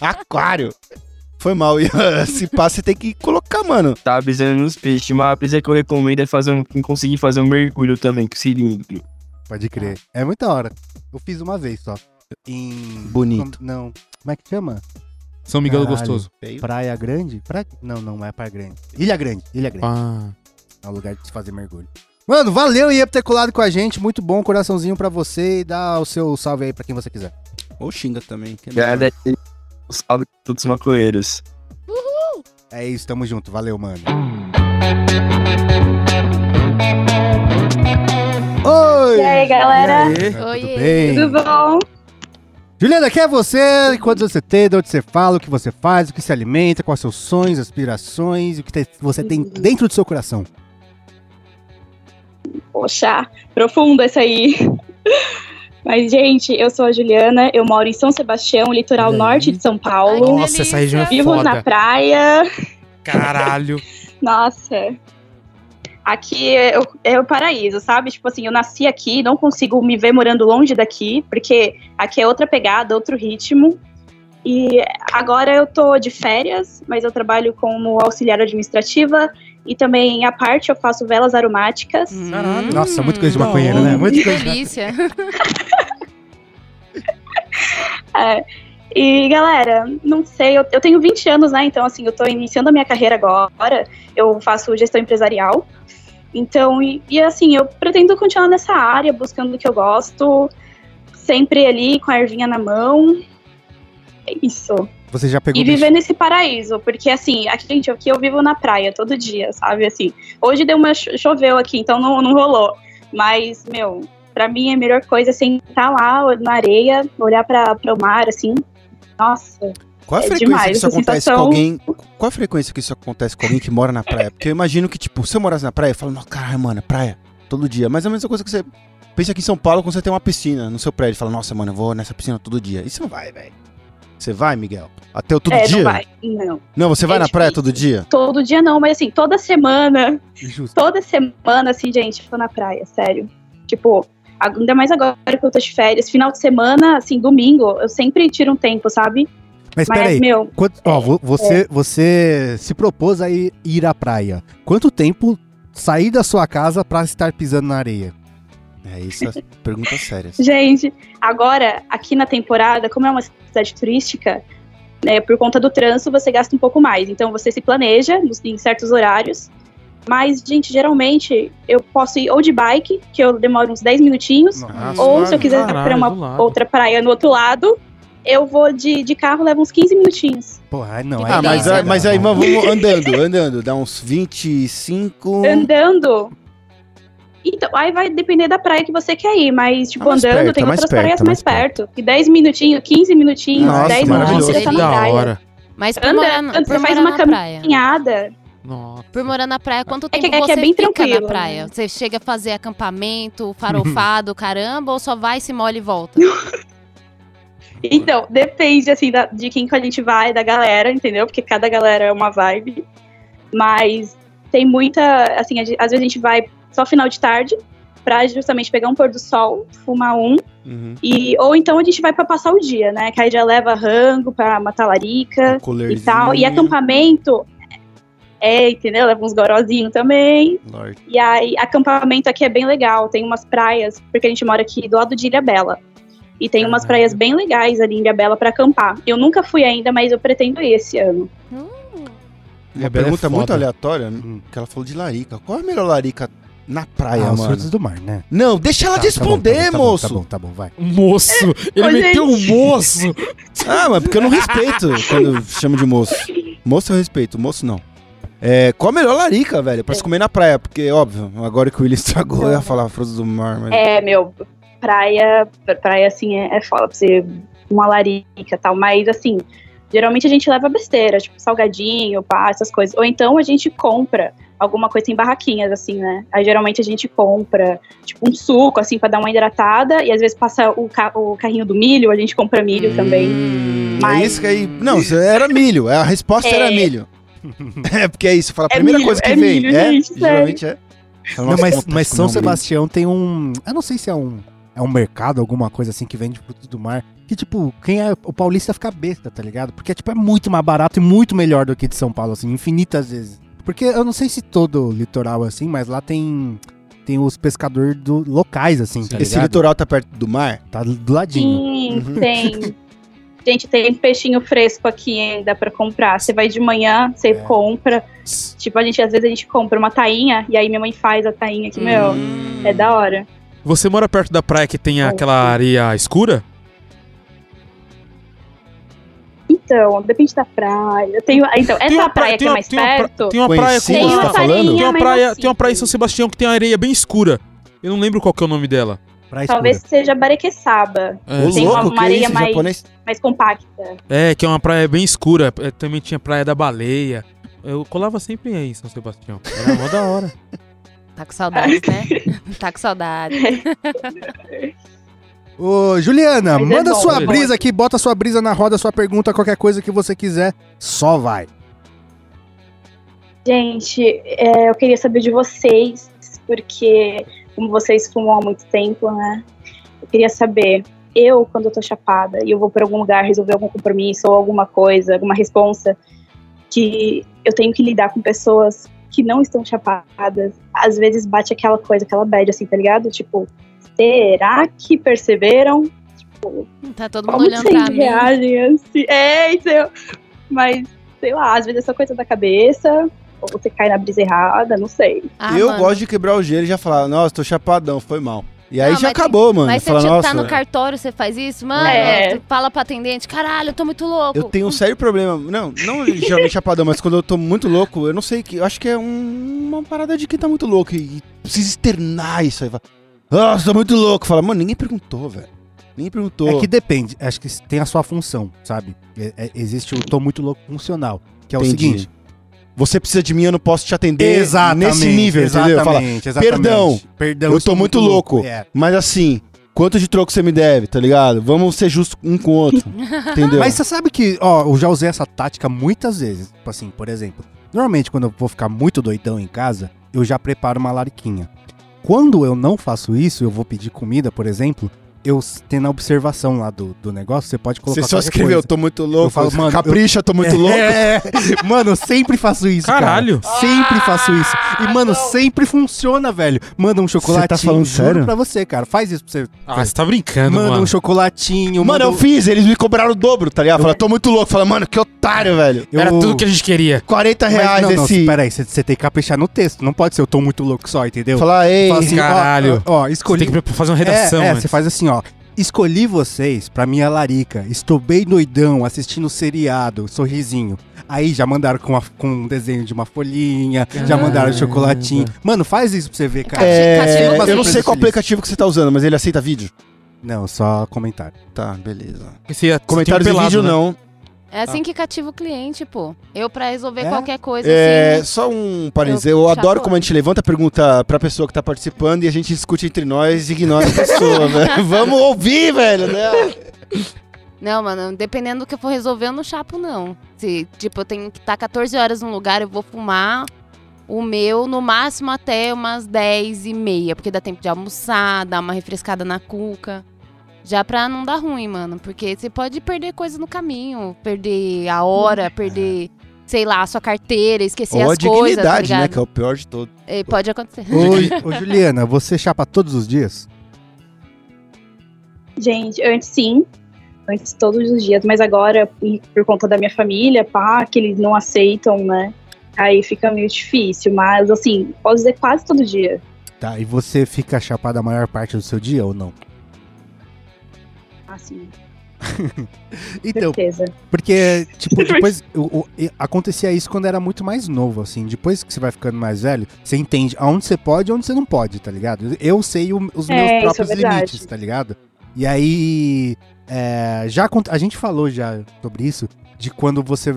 Speaker 3: aquário. Foi mal, Ian. Se passa, você tem que colocar, mano.
Speaker 5: Tava brisando nos Tá peixes. Uma brisa que eu recomendo é fazer um, quem conseguir fazer um mergulho também com cilindro.
Speaker 1: Pode crer. É muita hora. Eu fiz uma vez só. Em.
Speaker 3: Bonito.
Speaker 1: Como- Não. Como é que chama?
Speaker 2: São Miguel do
Speaker 1: Caralho.
Speaker 2: Gostoso.
Speaker 1: Praia Grande? Pra... Não, não é Praia Grande. Ilha Grande. Ilha Grande.
Speaker 2: Ah,
Speaker 1: É um lugar de se fazer mergulho. Mano, valeu, Ian, por ter colado com a gente. Muito bom, coraçãozinho pra você. E dá o seu salve aí pra quem você quiser.
Speaker 3: Ou xinga também. que é
Speaker 6: né?
Speaker 3: melhor.
Speaker 5: Galera, um salve pra todos os maconheiros.
Speaker 1: É isso, tamo junto. Valeu, mano. Oi!
Speaker 7: E aí, galera?
Speaker 1: E aí?
Speaker 4: Oiê.
Speaker 1: Tudo bem?
Speaker 7: Tudo bom?
Speaker 1: Juliana, quem é você? Quantos você tem? De onde você fala? O que você faz? O que se alimenta? Quais seus sonhos, aspirações? O que te- você tem dentro do seu coração?
Speaker 7: Poxa, profundo essa aí. Mas, gente, eu sou a Juliana, eu moro em São Sebastião, litoral
Speaker 2: Olha aí.
Speaker 7: norte de São
Speaker 4: Ai, que
Speaker 7: Paulo.
Speaker 2: Nossa, essa região é
Speaker 4: delícia.
Speaker 7: Vivo na
Speaker 2: foda.
Speaker 7: praia.
Speaker 2: Caralho.
Speaker 7: Nossa. Aqui é, o- é o paraíso, sabe? Tipo assim, eu nasci aqui, não consigo me ver morando longe daqui, porque aqui é outra pegada, outro ritmo. E agora eu tô de férias, mas eu trabalho como auxiliar administrativa e também à parte eu faço velas aromáticas.
Speaker 2: Caralho.
Speaker 1: Nossa, muita coisa de
Speaker 2: Hum,
Speaker 1: maconheiro, né?
Speaker 2: não.
Speaker 1: Muita
Speaker 4: Que
Speaker 1: coisa.
Speaker 4: delícia.
Speaker 7: É. E galera, não sei, eu, eu tenho 20 anos, né? Então, assim, eu tô iniciando a minha carreira agora. Eu faço gestão empresarial. Então, e, e, assim, eu pretendo continuar nessa área, buscando o que eu gosto, sempre ali com a ervinha na mão. É isso.
Speaker 1: Você já pegou
Speaker 7: E
Speaker 1: bicho?
Speaker 7: viver nesse paraíso, porque assim, aqui, gente, aqui eu vivo na praia todo dia, sabe? Assim, hoje deu uma cho- choveu aqui, então não, não rolou. Mas, meu, pra mim a melhor coisa é sentar lá na areia, olhar pra, pro mar, assim. Nossa,
Speaker 3: Qual a
Speaker 7: É
Speaker 3: frequência
Speaker 7: demais,
Speaker 3: que isso
Speaker 7: essa
Speaker 3: acontece
Speaker 7: sensação.
Speaker 3: com alguém? Qual a frequência que isso acontece com alguém que mora na praia? Porque eu imagino que, tipo, se eu morasse na praia, eu falo, nossa, caralho, mano, é praia, todo dia. Mas é a mesma coisa que você. Pensa aqui em São Paulo quando você tem uma piscina no seu prédio. Fala, nossa, mano, eu vou nessa piscina todo dia. E você não vai, velho. Você vai, Miguel? Até o todo
Speaker 7: é,
Speaker 3: dia?
Speaker 7: não vai. Não.
Speaker 3: Não, você
Speaker 7: É
Speaker 3: vai na praia
Speaker 7: difícil.
Speaker 3: todo dia?
Speaker 7: Todo dia não, mas assim, toda semana
Speaker 1: Justo.
Speaker 7: toda semana, assim, gente, eu tô na praia, sério. Tipo, ainda mais agora que eu tô de férias, final de semana, assim, domingo, eu sempre tiro um tempo, sabe?
Speaker 1: Mas
Speaker 7: Mas,
Speaker 1: peraí,
Speaker 7: meu,
Speaker 1: quanto, ó, vo-
Speaker 3: É.
Speaker 1: você, você se propôs a ir, ir à praia. Quanto tempo sair da sua casa pra estar pisando na areia?
Speaker 3: É isso, é perguntas sérias.
Speaker 7: gente, agora, aqui na temporada, como é uma cidade turística, né, por conta do trânsito, você gasta um pouco mais. Então, você se planeja nos- em certos horários. Mas, gente, geralmente eu posso ir ou de bike, que eu demoro uns 10 minutinhos,
Speaker 1: Nossa,
Speaker 7: ou se
Speaker 1: suave.
Speaker 7: eu quiser ir pra
Speaker 2: Caralho,
Speaker 7: uma
Speaker 2: do lado.
Speaker 7: outra praia no outro lado, eu vou de, de carro, leva uns 15 minutinhos.
Speaker 1: Porra, aí não.
Speaker 4: Ah,
Speaker 1: aí
Speaker 3: Ah,
Speaker 1: não,
Speaker 3: mas,
Speaker 1: aí
Speaker 3: aí-
Speaker 1: não.
Speaker 3: mas aí, mano, vamos andando, andando. Dá uns 25.
Speaker 7: Andando. Então, aí vai depender da praia que você quer ir, mas, tipo,
Speaker 3: Ah, mais
Speaker 7: andando,
Speaker 3: perto,
Speaker 7: tem
Speaker 3: mais
Speaker 7: outras
Speaker 3: perto, tá
Speaker 7: praias
Speaker 3: mais
Speaker 7: mais perto. E 10 minutinhos, 15 minutinhos,
Speaker 3: Nossa,
Speaker 7: 10 minutinhos,
Speaker 3: maravilhoso.
Speaker 7: você tá
Speaker 2: Que
Speaker 7: na
Speaker 2: da
Speaker 7: praia.
Speaker 2: hora.
Speaker 4: Mas por
Speaker 7: Anda,
Speaker 4: morar, na-
Speaker 7: anda,
Speaker 4: por
Speaker 7: você faz
Speaker 4: morar
Speaker 7: uma
Speaker 4: na praia.
Speaker 7: Caminhada.
Speaker 2: Nossa.
Speaker 4: Por morar na praia, quanto tempo
Speaker 7: que- é que é
Speaker 4: você
Speaker 7: bem
Speaker 4: fica
Speaker 7: tranquilo,
Speaker 4: na
Speaker 7: né?
Speaker 4: praia? Você chega a fazer acampamento, farofado, caramba, ou só vai, se molha e volta?
Speaker 7: Então, depende, assim, da- de quem que a gente vai, da galera, entendeu? Porque cada galera é uma vibe. Mas tem muita, assim, a gen- às vezes a gente vai só final de tarde pra justamente pegar um pôr do sol, fumar um,
Speaker 3: Uhum.
Speaker 7: e ou então a gente vai pra passar o dia, né? Que aí já leva rango pra matar larica.
Speaker 3: um
Speaker 7: e
Speaker 3: Colorzinho.
Speaker 7: tal. E acampamento é, entendeu? Leva uns gorozinhos também.
Speaker 3: Lorde.
Speaker 7: E aí, acampamento aqui é bem legal. Tem umas praias, porque a gente mora aqui do lado de Ilha Bela. E tem umas
Speaker 2: Caralho.
Speaker 7: praias bem legais ali em Ilha Bela pra acampar. Eu nunca fui ainda, mas eu pretendo ir esse ano.
Speaker 3: Uma
Speaker 1: Rebelo é
Speaker 3: pergunta
Speaker 1: foda.
Speaker 3: muito aleatória, né?
Speaker 1: Hum.
Speaker 3: que ela falou de larica. Qual é a melhor larica na praia,
Speaker 1: Ah, os
Speaker 3: mano?
Speaker 1: frutos do mar, né?
Speaker 3: Não, deixa ela
Speaker 1: Tá, tá bom,
Speaker 3: responder,
Speaker 1: tá bom, tá bom,
Speaker 3: moço.
Speaker 1: Tá bom, tá bom, vai.
Speaker 2: Moço! Ele
Speaker 7: Ô,
Speaker 2: meteu um moço!
Speaker 3: Ah, mas porque eu não respeito quando chamo de moço. Moço eu respeito, moço não. É, qual a melhor larica, velho? Pra se comer na praia, porque, óbvio, agora que o Willi estragou, eu ia falar frutos do mar, mas...
Speaker 7: É, meu, praia, praia assim, é, é foda pra você uma larica e tal, mas assim, geralmente a gente leva besteira, tipo salgadinho, pá, essas coisas. Ou então a gente compra alguma coisa em barraquinhas, assim, né? Aí geralmente a gente compra, tipo, um suco, assim, pra dar uma hidratada, e às vezes passa o, ca- o carrinho do milho, a gente compra milho também.
Speaker 3: Hum,
Speaker 7: Mas-
Speaker 3: É isso que aí... Não, isso era milho. A resposta
Speaker 7: É.
Speaker 3: era milho. É, porque é isso. Fala a
Speaker 7: É
Speaker 3: primeira
Speaker 7: milho,
Speaker 3: coisa que
Speaker 7: é
Speaker 3: vem.
Speaker 7: milho,
Speaker 3: é,
Speaker 7: gente,
Speaker 3: geralmente é.
Speaker 1: Não, mas,
Speaker 3: tá
Speaker 1: mas São
Speaker 3: Sebastião.
Speaker 1: Sebastião tem um. Eu não sei se é um. É um mercado, alguma coisa assim que vende frutos do mar. Que, tipo, quem é. O paulista fica besta, tá ligado? Porque, tipo, é muito mais barato e muito melhor do que de São Paulo, assim, infinitas vezes. Porque eu não sei se todo litoral é assim, mas lá tem. Tem os pescadores do, locais, assim, tá
Speaker 3: Esse
Speaker 1: ligado?
Speaker 3: litoral tá perto do mar?
Speaker 1: Tá do ladinho.
Speaker 7: Sim,
Speaker 2: Uhum.
Speaker 7: tem. Gente, tem peixinho fresco aqui ainda pra comprar. Você vai de manhã,
Speaker 2: É.
Speaker 7: você compra. Tipo, a gente, às vezes a gente compra uma tainha e aí minha mãe faz a tainha aqui, meu.
Speaker 2: Hum.
Speaker 7: É da hora.
Speaker 2: Você mora perto da praia que tem aquela areia escura?
Speaker 7: Então, depende da praia. Tem, então, essa
Speaker 2: uma
Speaker 7: praia, que é mais
Speaker 2: tem uma pra-
Speaker 7: perto.
Speaker 2: Tem uma praia
Speaker 3: Conhecida,
Speaker 2: com
Speaker 3: você
Speaker 7: uma
Speaker 3: tá
Speaker 7: farinha,
Speaker 3: falando?
Speaker 2: Tem uma,
Speaker 7: mas
Speaker 2: praia,
Speaker 7: assim,
Speaker 2: tem uma praia em São Sebastião que tem uma areia bem escura. Eu não lembro qual que é o nome dela.
Speaker 1: Pra
Speaker 7: Talvez seja Barequeçaba,
Speaker 2: É,
Speaker 3: Ô,
Speaker 7: Tem uma- uma
Speaker 3: que
Speaker 7: areia
Speaker 3: isso,
Speaker 7: mais-
Speaker 3: japonês?
Speaker 7: mais compacta.
Speaker 2: é, que é uma praia bem escura. É, também tinha praia da baleia. Eu colava sempre aí em São Sebastião. Era mó da hora.
Speaker 4: Tá com saudade, né? tá com saudade.
Speaker 1: Ô, Juliana,
Speaker 7: Mas é
Speaker 1: manda
Speaker 7: bom,
Speaker 1: sua
Speaker 2: né?
Speaker 1: brisa aqui, bota sua brisa na roda, sua pergunta, qualquer coisa que você quiser, só vai.
Speaker 7: Gente, é, eu queria saber de vocês, porque como vocês fumam há muito tempo, né? Eu queria saber, eu, quando eu tô chapada e eu vou pra algum lugar resolver algum compromisso ou alguma coisa, alguma responsa, que eu tenho que lidar com pessoas que não estão chapadas, às vezes bate aquela coisa, aquela bad, assim, tá ligado? Tipo, será que perceberam?
Speaker 4: Tá todo mundo
Speaker 7: Como
Speaker 4: olhando pra
Speaker 7: vocês
Speaker 4: mim.
Speaker 7: reagem assim? É, então, mas, sei lá, às vezes é só coisa da cabeça, ou você cai na brisa errada, não sei.
Speaker 4: Ah,
Speaker 3: eu
Speaker 4: mano,
Speaker 3: gosto de quebrar o gelo e já falar, nossa, tô chapadão, foi mal. E aí
Speaker 4: Não,
Speaker 3: já
Speaker 4: mas tem-
Speaker 3: acabou, mano.
Speaker 4: Mas você
Speaker 3: Fala,
Speaker 4: tipo,
Speaker 3: nossa,
Speaker 4: tá no cartório, você faz isso? Mano,
Speaker 7: É.
Speaker 4: tu fala pra atendente, caralho, eu tô muito louco.
Speaker 3: eu tenho um sério problema. Não, não geralmente chapadão, mas quando eu tô muito louco, eu não sei que. Eu acho que é um- uma parada de quem tá muito louco e, e precisa externar isso aí. Fala, nossa, tô muito louco. Fala, mano, ninguém perguntou, velho. Ninguém perguntou.
Speaker 1: É que depende. Acho que tem a sua função, sabe? É- é- existe o tô muito louco funcional, que é o
Speaker 3: Entendi.
Speaker 1: seguinte.
Speaker 3: Você precisa de mim, eu não posso te atender nesse nível, entendeu? Fala,
Speaker 1: exatamente, exatamente.
Speaker 3: "Perdão,
Speaker 1: perdão,
Speaker 3: eu
Speaker 1: estou
Speaker 3: tô muito louco."
Speaker 1: É.
Speaker 3: mas assim, quanto de troco você me deve, tá ligado? Vamos ser justos um com o outro. entendeu?
Speaker 1: Mas você sabe que, ó, eu já usei essa tática muitas vezes. Tipo assim, por exemplo, normalmente quando eu vou ficar muito doidão em casa, eu já preparo uma lariquinha. Quando eu não faço isso, eu vou pedir comida, por exemplo, eu s- tenho na observação lá do, do negócio, você pode colocar
Speaker 3: Você só
Speaker 1: qualquer
Speaker 3: escreveu,
Speaker 1: coisa.
Speaker 3: tô muito louco.
Speaker 1: Eu falo, mano,
Speaker 3: capricha, tô muito louco.
Speaker 1: É, mano, eu sempre faço isso, cara.
Speaker 2: Caralho.
Speaker 1: Sempre faço isso.
Speaker 3: Ah,
Speaker 1: E, mano, sempre funciona, velho. Manda um chocolatinho.
Speaker 3: tá falando
Speaker 1: juro
Speaker 3: sério?
Speaker 1: pra você, cara. Faz isso pra você.
Speaker 2: Ah, você tá brincando,
Speaker 1: manda
Speaker 2: mano.
Speaker 1: um chocolatinho.
Speaker 3: Mano,
Speaker 1: manda
Speaker 3: eu
Speaker 1: um-
Speaker 3: fiz, eles me cobraram o dobro, tá ligado? Fala, tô muito louco. Fala, mano, que otário, velho.
Speaker 1: eu-
Speaker 2: Era tudo que a gente queria.
Speaker 3: 40
Speaker 1: Mas,
Speaker 3: reais
Speaker 1: não, não,
Speaker 3: esse.
Speaker 1: peraí, você- você tem que caprichar no texto. Não pode ser eu tô muito louco só, entendeu?
Speaker 3: Fala, ei.
Speaker 1: Fala assim, ó,
Speaker 2: caralho.
Speaker 1: Ó, ó,
Speaker 2: Você
Speaker 1: escolhi.
Speaker 2: tem que pre- fazer uma redação, né?
Speaker 1: é, é,
Speaker 2: antes.
Speaker 1: você faz assim, ó. Escolhi vocês pra minha larica. Estou bem doidão, assistindo seriado, sorrisinho. Aí já mandaram com, a- com um desenho de uma folhinha, já mandaram chocolatinho. Mano, faz isso pra você ver, cara.
Speaker 4: É,
Speaker 1: Castigo, mas
Speaker 3: eu não
Speaker 1: eu
Speaker 3: sei qual
Speaker 1: preciso.
Speaker 3: aplicativo que você tá usando, mas ele aceita vídeo?
Speaker 1: Não, só comentário.
Speaker 3: Tá, beleza.
Speaker 2: Você ia- você
Speaker 3: Comentários
Speaker 2: tinha um
Speaker 3: e vídeo
Speaker 2: pelado, né?
Speaker 3: não.
Speaker 4: É assim que cativa o cliente, pô. Eu pra resolver
Speaker 1: É?
Speaker 4: qualquer coisa,
Speaker 3: É,
Speaker 4: assim.
Speaker 3: só um parênteses. Eu,
Speaker 4: Eu
Speaker 3: adoro
Speaker 4: chapou.
Speaker 3: como a gente levanta a pergunta pra pessoa que tá participando e a gente discute entre nós e ignora a pessoa, velho. Vamos ouvir, velho, né?
Speaker 4: Não, mano, dependendo do que eu for resolver, eu não chapo, não. Se, tipo, eu tenho que estar 14 horas num lugar, eu vou fumar o meu no máximo até umas 10 e meia, porque dá tempo de almoçar, dar uma refrescada na cuca. Já pra não dar ruim, mano, porque você pode perder coisa no caminho, perder a hora, perder, sei lá, a sua carteira, esquecer
Speaker 3: Hum, é. Ou a
Speaker 4: as coisas, tá
Speaker 3: dignidade, né?
Speaker 4: ligado?
Speaker 3: Que é o pior de todo.
Speaker 4: É, Pode acontecer.
Speaker 1: Ô, ô, Juliana, você chapa todos os dias?
Speaker 7: Gente, antes sim, antes todos os dias, mas agora, e por conta da minha família, pá, que eles não aceitam, né? Aí fica meio difícil, mas assim, posso dizer quase todo dia.
Speaker 1: Tá, e você fica chapada a maior parte do seu dia ou não?
Speaker 7: Assim,
Speaker 1: Então,
Speaker 7: certeza.
Speaker 1: Porque, tipo, depois. o- o- e- acontecia isso quando era muito mais novo, assim. Depois que você vai ficando mais velho, você entende aonde você pode e onde você não pode, tá ligado? Eu sei o- os
Speaker 7: É,
Speaker 1: meus
Speaker 7: isso é
Speaker 1: próprios
Speaker 7: verdade.
Speaker 1: limites, tá ligado? E aí. é, já acon- A gente falou já sobre isso, de quando você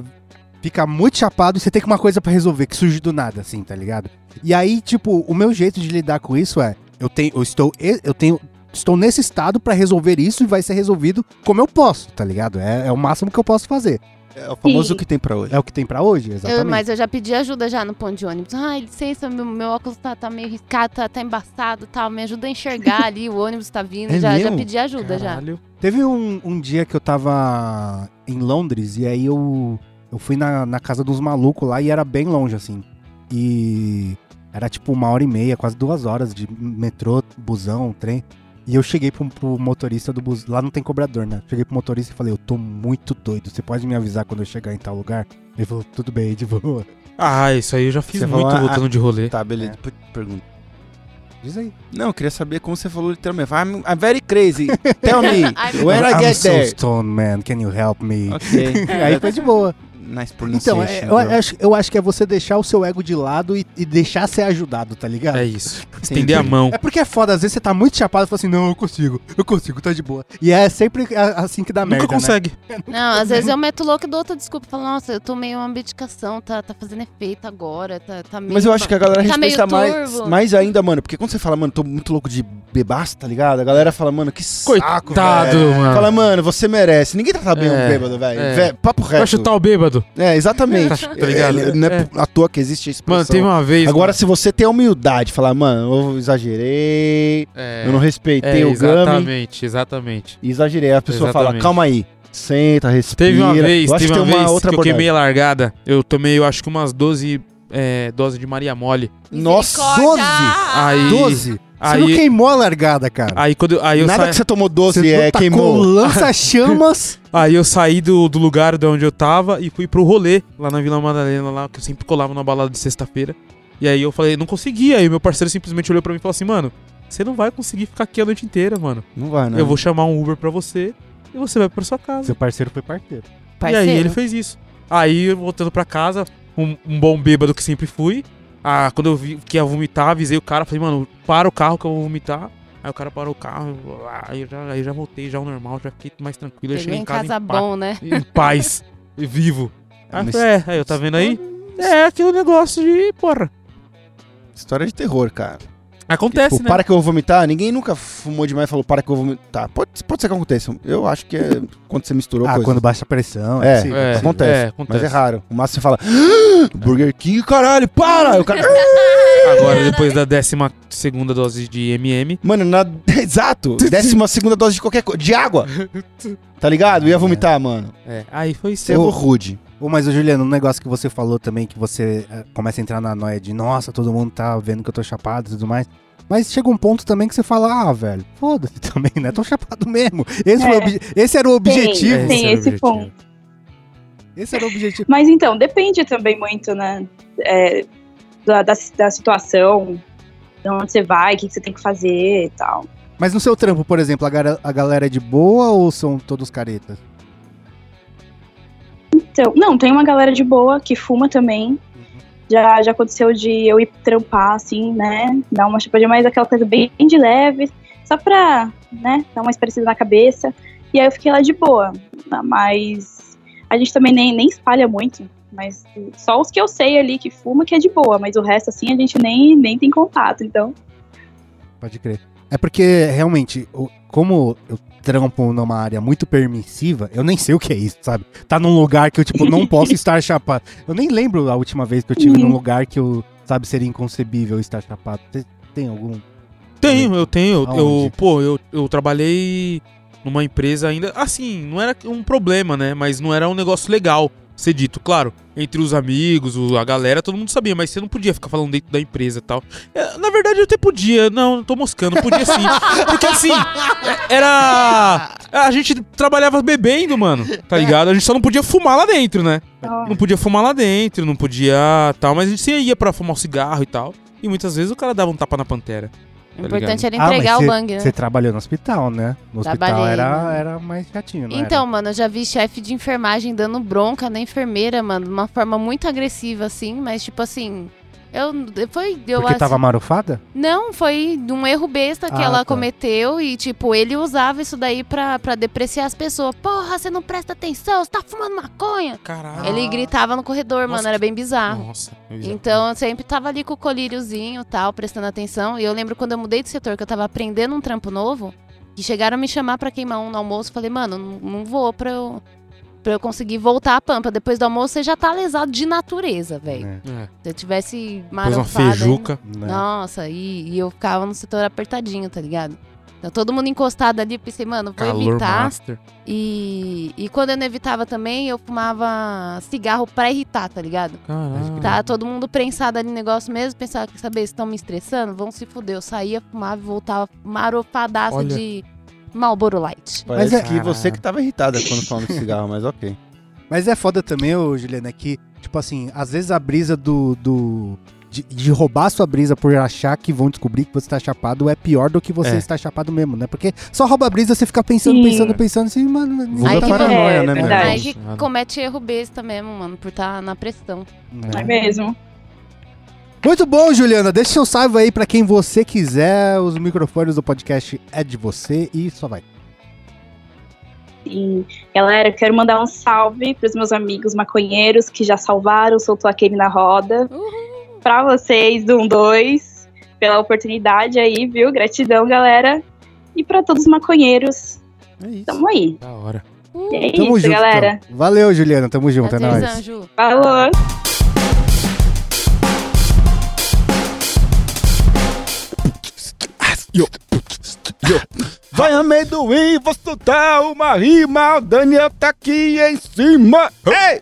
Speaker 1: fica muito chapado e você tem que uma coisa pra resolver, que surge do nada, assim, tá ligado? E aí, tipo, o meu jeito de lidar com isso é. Eu tenho. Eu estou. Eu tenho. Estou nesse estado pra resolver isso e vai ser resolvido como eu posso, tá ligado? É- é o máximo que eu posso fazer.
Speaker 3: É o famoso
Speaker 7: Sim.
Speaker 3: que tem pra hoje.
Speaker 1: É o que tem pra hoje, exatamente.
Speaker 4: Eu- mas eu já pedi ajuda já no ponto de ônibus. Ai, licença, meu, meu óculos tá, tá meio riscado, tá, tá embaçado e tal. Me ajuda a enxergar ali, o ônibus tá vindo.
Speaker 3: É
Speaker 4: já, já
Speaker 3: mesmo?
Speaker 4: pedi ajuda já.
Speaker 2: Caralho.
Speaker 1: Teve um, um dia que eu tava em Londres e aí eu, eu fui na, na casa dos malucos lá e era bem longe, assim. E era tipo uma hora e meia, quase duas horas de metrô, busão, trem. E eu cheguei pro, pro motorista do bus. Lá não tem cobrador, né? Cheguei pro motorista e falei, eu tô muito doido. Você pode me avisar quando eu chegar em tal lugar? Ele falou, tudo bem, de boa.
Speaker 2: Ah, isso aí eu já fiz
Speaker 3: Você
Speaker 2: muito
Speaker 3: falou, ah,
Speaker 2: voltando de rolê.
Speaker 3: Tá, beleza. Pergunta.
Speaker 1: Diz aí.
Speaker 3: Não, eu queria saber como você falou literalmente. I'm, I'm very crazy. Tell me.
Speaker 4: Ai, meu
Speaker 3: when I
Speaker 1: I'm
Speaker 3: get
Speaker 1: so
Speaker 3: there.
Speaker 1: stoned, man. Can you help me?
Speaker 3: Ok.
Speaker 1: Aí foi de boa.
Speaker 3: Nice
Speaker 1: Então,
Speaker 3: pronunciation.
Speaker 1: é,
Speaker 2: né,
Speaker 1: eu, eu acho, eu acho que é você deixar o seu ego de lado e, e deixar ser ajudado, tá ligado?
Speaker 2: É
Speaker 1: É.
Speaker 2: isso. Estender a mão.
Speaker 1: porque é foda, às vezes você tá muito chapado e fala assim, não, eu consigo, eu consigo, tá de boa. E é sempre a- assim que dá merda,
Speaker 3: né?
Speaker 2: Nunca consegue.
Speaker 4: Não, às vezes eu meto o louco e dou outra desculpa. Falo, nossa, eu tô meio uma medicação, tá, tá fazendo efeito agora, tá, tá meio...
Speaker 3: Mas eu acho que a galera
Speaker 4: Tá meio
Speaker 3: respeita mais,
Speaker 4: turvo.
Speaker 3: mais ainda, mano. Porque quando você fala, mano, tô muito louco de bebaço, tá ligado? A galera fala, mano, que saco,
Speaker 2: Coitado,
Speaker 3: velho.
Speaker 2: mano.
Speaker 3: É. Fala, mano, você merece. Ninguém trata bem
Speaker 2: É,
Speaker 3: um bêbado, velho.
Speaker 2: é.
Speaker 3: Vé- Papo reto.
Speaker 2: Vai chutar o bêbado.
Speaker 3: É, exatamente.
Speaker 2: Tá ligado?
Speaker 3: É, não é,
Speaker 2: É.
Speaker 3: à toa que existe a expressão.
Speaker 2: Mano, teve uma vez.
Speaker 3: Agora, se você tem a humildade, de falar, mano, eu exagerei,
Speaker 2: É,
Speaker 3: eu não respeitei
Speaker 2: é,
Speaker 3: o Gami,
Speaker 2: Exatamente, exatamente.
Speaker 3: e exagerei. A pessoa fala,
Speaker 2: Exatamente.
Speaker 3: calma aí, senta, respira.
Speaker 2: Teve uma vez,
Speaker 3: eu acho
Speaker 2: teve
Speaker 3: que
Speaker 2: uma
Speaker 3: tem
Speaker 2: vez
Speaker 3: uma outra
Speaker 2: que eu
Speaker 3: abordagem.
Speaker 2: queimei a largada. Eu tomei, eu acho que umas 12 é, doses de Maria Mole.
Speaker 3: Nossa,
Speaker 4: Misericórdia!
Speaker 2: Aí,
Speaker 1: 12. Você não
Speaker 2: aí,
Speaker 1: queimou a largada, cara.
Speaker 2: aí quando aí eu,
Speaker 3: Nada
Speaker 2: sa-
Speaker 3: que você tomou doce
Speaker 1: Você
Speaker 3: é
Speaker 1: tacou
Speaker 3: queimou.
Speaker 1: lança-chamas.
Speaker 2: aí eu saí do, do lugar de onde eu tava e fui pro rolê lá na Vila Madalena, lá que eu sempre colava na balada de sexta-feira. E aí eu falei, não consegui. Aí meu parceiro simplesmente olhou pra mim e falou assim, mano, Você não vai conseguir ficar aqui a noite inteira, mano.
Speaker 3: Não vai, né?
Speaker 2: Eu vou chamar um Uber pra você e você vai pra sua casa.
Speaker 6: Seu parceiro foi parceiro.
Speaker 2: E
Speaker 4: Parceiro.
Speaker 2: aí ele fez isso. Aí, voltando pra casa, um, um bom bêbado que sempre fui. Ah, quando eu vi que ia vomitar, avisei o cara, falei, mano, para o carro que eu vou vomitar. Aí o cara parou o carro, ah, aí eu já, aí eu já voltei, já ao normal, já fiquei mais tranquilo. Eu
Speaker 4: Chegou
Speaker 2: cheguei
Speaker 4: em casa
Speaker 2: em, pa-
Speaker 4: bom, né?
Speaker 2: em paz, e vivo. Aí eu
Speaker 3: Mas-
Speaker 2: falei, é, aí eu tá vendo aí? É aquele negócio de, porra,
Speaker 3: História de terror, cara.
Speaker 2: acontece,
Speaker 3: tipo,
Speaker 2: né?
Speaker 3: para que eu vou vomitar. Ninguém nunca fumou demais e falou, para que eu vou vomitar. Pode, pode ser que aconteça. Eu acho que é quando você misturou
Speaker 1: Ah,
Speaker 3: coisas.
Speaker 1: quando baixa a pressão.
Speaker 3: É.
Speaker 1: possível,
Speaker 2: É,
Speaker 1: possível.
Speaker 3: Acontece.
Speaker 2: é, acontece.
Speaker 3: Mas é raro. O máximo você fala, "Ah, Burger King, caralho, para! Aí o cara, "Ah!"
Speaker 2: Agora, depois da 12 segunda dose de MM,
Speaker 3: Mano, na... exato. Décima segunda dose de qualquer coisa. De água. Tá ligado? Eu ia vomitar, mano.
Speaker 2: é, aí foi isso.
Speaker 3: Cerro rude.
Speaker 1: Ô, mas, ô, Juliano, um negócio que você falou também, que você eh, começa a entrar na noia de, nossa, todo mundo tá vendo que eu tô chapado e tudo mais. Mas chega um ponto também que você fala, ah, velho, foda-se também, né? Tô chapado mesmo. Esse,
Speaker 7: É.
Speaker 1: foi o obje- esse era o objetivo.
Speaker 7: Sim, tem
Speaker 2: era o
Speaker 7: esse
Speaker 2: objetivo.
Speaker 7: ponto.
Speaker 1: Esse era o objetivo.
Speaker 7: Mas então, depende também muito, né? é, da, da, da situação, de onde você vai, o que, que você tem que fazer e tal.
Speaker 1: Mas no seu trampo, por exemplo, a, gara- a galera é de boa ou são todos caretas?
Speaker 7: Então, não, tem uma galera de boa que fuma também. Já, já aconteceu de eu ir trampar, assim, né? Dar uma chupadinha, mas aquela coisa bem de leve, só pra, né, dar uma esparecida na cabeça. E aí eu fiquei lá de boa. Ah, Mas a gente também nem, nem espalha muito. Mas só os que eu sei ali que fuma que é de boa, mas o resto, assim, a gente nem, nem tem contato, então.
Speaker 1: Pode crer. É porque, realmente, o- como eu trampo numa área muito permissiva, eu nem sei o que é isso, sabe? Tá num lugar que eu, tipo, não posso estar chapado. Eu nem lembro a última vez que eu
Speaker 4: Uhum.
Speaker 1: tive num lugar que eu, sabe, seria inconcebível estar chapado. Cê tem algum?
Speaker 2: Tenho, eu tenho. Eu,
Speaker 1: Aonde?
Speaker 2: pô, eu, eu trabalhei numa empresa ainda. Assim, não era um problema, né? Mas não era um negócio legal ser dito. Claro, entre os amigos, o- a galera, todo mundo sabia, mas você não podia ficar falando dentro da empresa e tal. É, na verdade, eu até podia. Não, não tô moscando, podia sim. Porque assim, é- era. A gente trabalhava bebendo, mano, tá ligado? A gente só não podia fumar lá dentro, né? Não podia fumar lá dentro, não podia tal, mas a gente sempre ia pra fumar um cigarro e tal. E muitas vezes o cara dava um tapa na pantera.
Speaker 4: O importante era
Speaker 1: Ah, mas
Speaker 4: entregar
Speaker 1: cê-
Speaker 4: o bang, né?
Speaker 1: Você trabalhou no hospital, né? No hospital
Speaker 4: Trabalhei,
Speaker 1: era,
Speaker 4: mano.
Speaker 1: era mais chatinho, né?
Speaker 4: Então, mano, eu já vi chefe de enfermagem dando bronca na enfermeira, mano, de uma forma muito agressiva, assim, mas tipo assim. Eu. Foi. Eu
Speaker 1: Porque
Speaker 4: acho-
Speaker 1: tava marufada?
Speaker 4: Não, foi de um erro besta que
Speaker 1: Ah,
Speaker 4: ela
Speaker 1: tá.
Speaker 4: cometeu e, tipo, ele usava isso daí pra, pra depreciar as pessoas. Porra, você não presta atenção, você tá fumando maconha.
Speaker 2: Caralho.
Speaker 4: Ele gritava no corredor,
Speaker 2: Ah. Nossa,
Speaker 4: mano, era
Speaker 2: que-
Speaker 4: bem bizarro.
Speaker 2: Nossa.
Speaker 4: Então, eu sempre tava ali com o colíriozinho e tal, prestando atenção. E eu lembro quando eu mudei de setor, que eu tava aprendendo um trampo novo, que chegaram a me chamar pra queimar um no almoço. Falei, mano, não, não vou pra eu, pra eu conseguir voltar a pampa. Depois do almoço, você já tá lesado de natureza, velho.
Speaker 1: Né?
Speaker 2: É,
Speaker 4: Se eu tivesse
Speaker 2: pôs uma
Speaker 4: marofado... aí-
Speaker 2: feijuca.
Speaker 1: Né?
Speaker 4: Nossa, e, e eu ficava no setor apertadinho, tá ligado? Então, todo mundo encostado ali, eu pensei, mano, vou
Speaker 2: Calor
Speaker 4: evitar.
Speaker 2: master.
Speaker 4: E, e quando eu não evitava também, eu fumava cigarro pra irritar, tá ligado?
Speaker 2: Caralho.
Speaker 4: Tá todo mundo prensado ali no negócio mesmo, pensava, quer saber, estão me estressando? Vão se fuder. Eu saía, fumava e voltava marofadaço
Speaker 2: Olha.
Speaker 4: de Marlboro Light.
Speaker 1: Mas
Speaker 3: Parece
Speaker 1: é-
Speaker 3: que você que tava irritada quando falando de cigarro, mas ok.
Speaker 1: Mas é foda também, ô, Juliana, que, tipo assim, às vezes a brisa do. do de, de roubar sua brisa por achar que vão descobrir que você tá chapado é pior do que você
Speaker 2: É.
Speaker 1: está chapado mesmo, né? Porque só rouba a brisa, você fica pensando,
Speaker 7: Sim.
Speaker 1: pensando, pensando assim, mano. ninguém
Speaker 4: Aí
Speaker 3: Vulga
Speaker 4: que-
Speaker 3: paranoia,
Speaker 7: é,
Speaker 3: né, meu?
Speaker 7: verdade.
Speaker 4: Aí que comete erro besta mesmo, mano, por estar na pressão.
Speaker 1: né?
Speaker 7: É mesmo.
Speaker 1: Muito bom, Juliana. Deixa seu salve aí pra quem você quiser. Os microfones do podcast é de você e só vai.
Speaker 7: E, galera, eu quero mandar um salve pros meus amigos maconheiros que já salvaram, soltou aquele na roda. Pra vocês do 1, 2, pela oportunidade aí, viu? Gratidão, galera. E pra todos os maconheiros,
Speaker 3: É isso.
Speaker 7: tamo aí.
Speaker 2: Da hora.
Speaker 7: E é
Speaker 1: Tamo
Speaker 7: isso,
Speaker 1: junto.
Speaker 7: galera.
Speaker 1: então. Valeu, Juliana. Tamo junto, é
Speaker 4: Adeus,
Speaker 1: nóis.
Speaker 4: Anjo.
Speaker 7: Falou!
Speaker 3: Vai amendoim, vou soltar uma rima. O Daniel tá aqui em cima. Ei!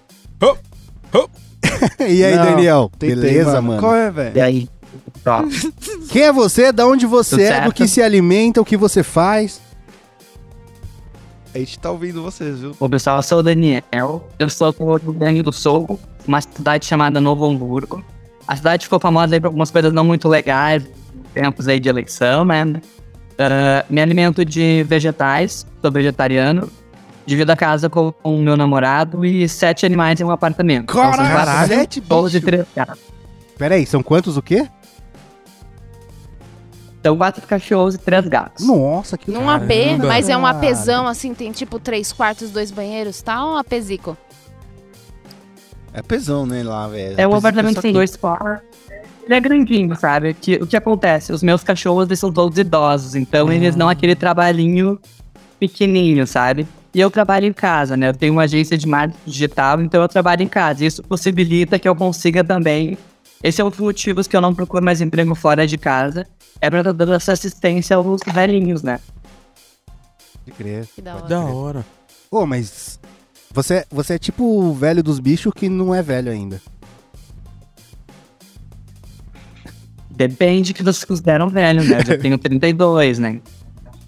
Speaker 1: E aí,
Speaker 3: Não,
Speaker 1: Daniel?
Speaker 3: Tentei,
Speaker 1: beleza, mano?
Speaker 3: Qual é, velho?
Speaker 5: E aí? Tá.
Speaker 1: Quem é você? Da onde você
Speaker 5: Tudo
Speaker 1: é? Do
Speaker 5: certo.
Speaker 1: que se alimenta? O que você faz?
Speaker 3: A gente tá ouvindo vocês, viu?
Speaker 5: Ô pessoal, eu sou o Daniel, eu sou do Rio Grande do Sul, uma cidade chamada Novo Hamburgo. A cidade ficou famosa aí por algumas coisas não muito legais,
Speaker 6: tempos aí de eleição, né? Ah, me alimento de vegetais, sou vegetariano. Divido a casa com o meu namorado e sete animais em um apartamento. Então, são
Speaker 1: Caralho,
Speaker 6: baratos,
Speaker 1: sete
Speaker 6: todos de
Speaker 1: bichos.
Speaker 6: três gatos.
Speaker 1: Peraí, são quantos o quê?
Speaker 6: Então, quatro cachorros e três gatos.
Speaker 1: Nossa, que
Speaker 4: Num
Speaker 1: caramba.
Speaker 4: AP, mas é um
Speaker 1: Caralho.
Speaker 4: APzão, assim, tem tipo três quartos, dois banheiros, tá? Um APzico.
Speaker 3: É pesão, né, lá, velho.
Speaker 6: É um
Speaker 3: Pes-
Speaker 6: apartamento
Speaker 3: pessoa-
Speaker 6: com dois quartos. Ele é grandinho, sabe? Que, o que acontece? Os meus cachorros, eles são todos idosos. Então, eles dão aquele trabalhinho pequenininho, sabe? E eu trabalho em casa, né? Eu tenho uma agência de marketing digital, então eu trabalho em casa. Isso possibilita que eu consiga também... Esse é um dos motivos que eu não procuro mais emprego fora de casa. É pra dar toda essa assistência aos velhinhos, né?
Speaker 1: Pode crer.
Speaker 4: Que da
Speaker 1: Pode
Speaker 4: hora.
Speaker 2: Da hora.
Speaker 1: Ô, mas. Você, você é tipo o velho dos bichos que não é velho ainda.
Speaker 6: Depende que vocês consideram velho, né? Eu já tenho 32, né?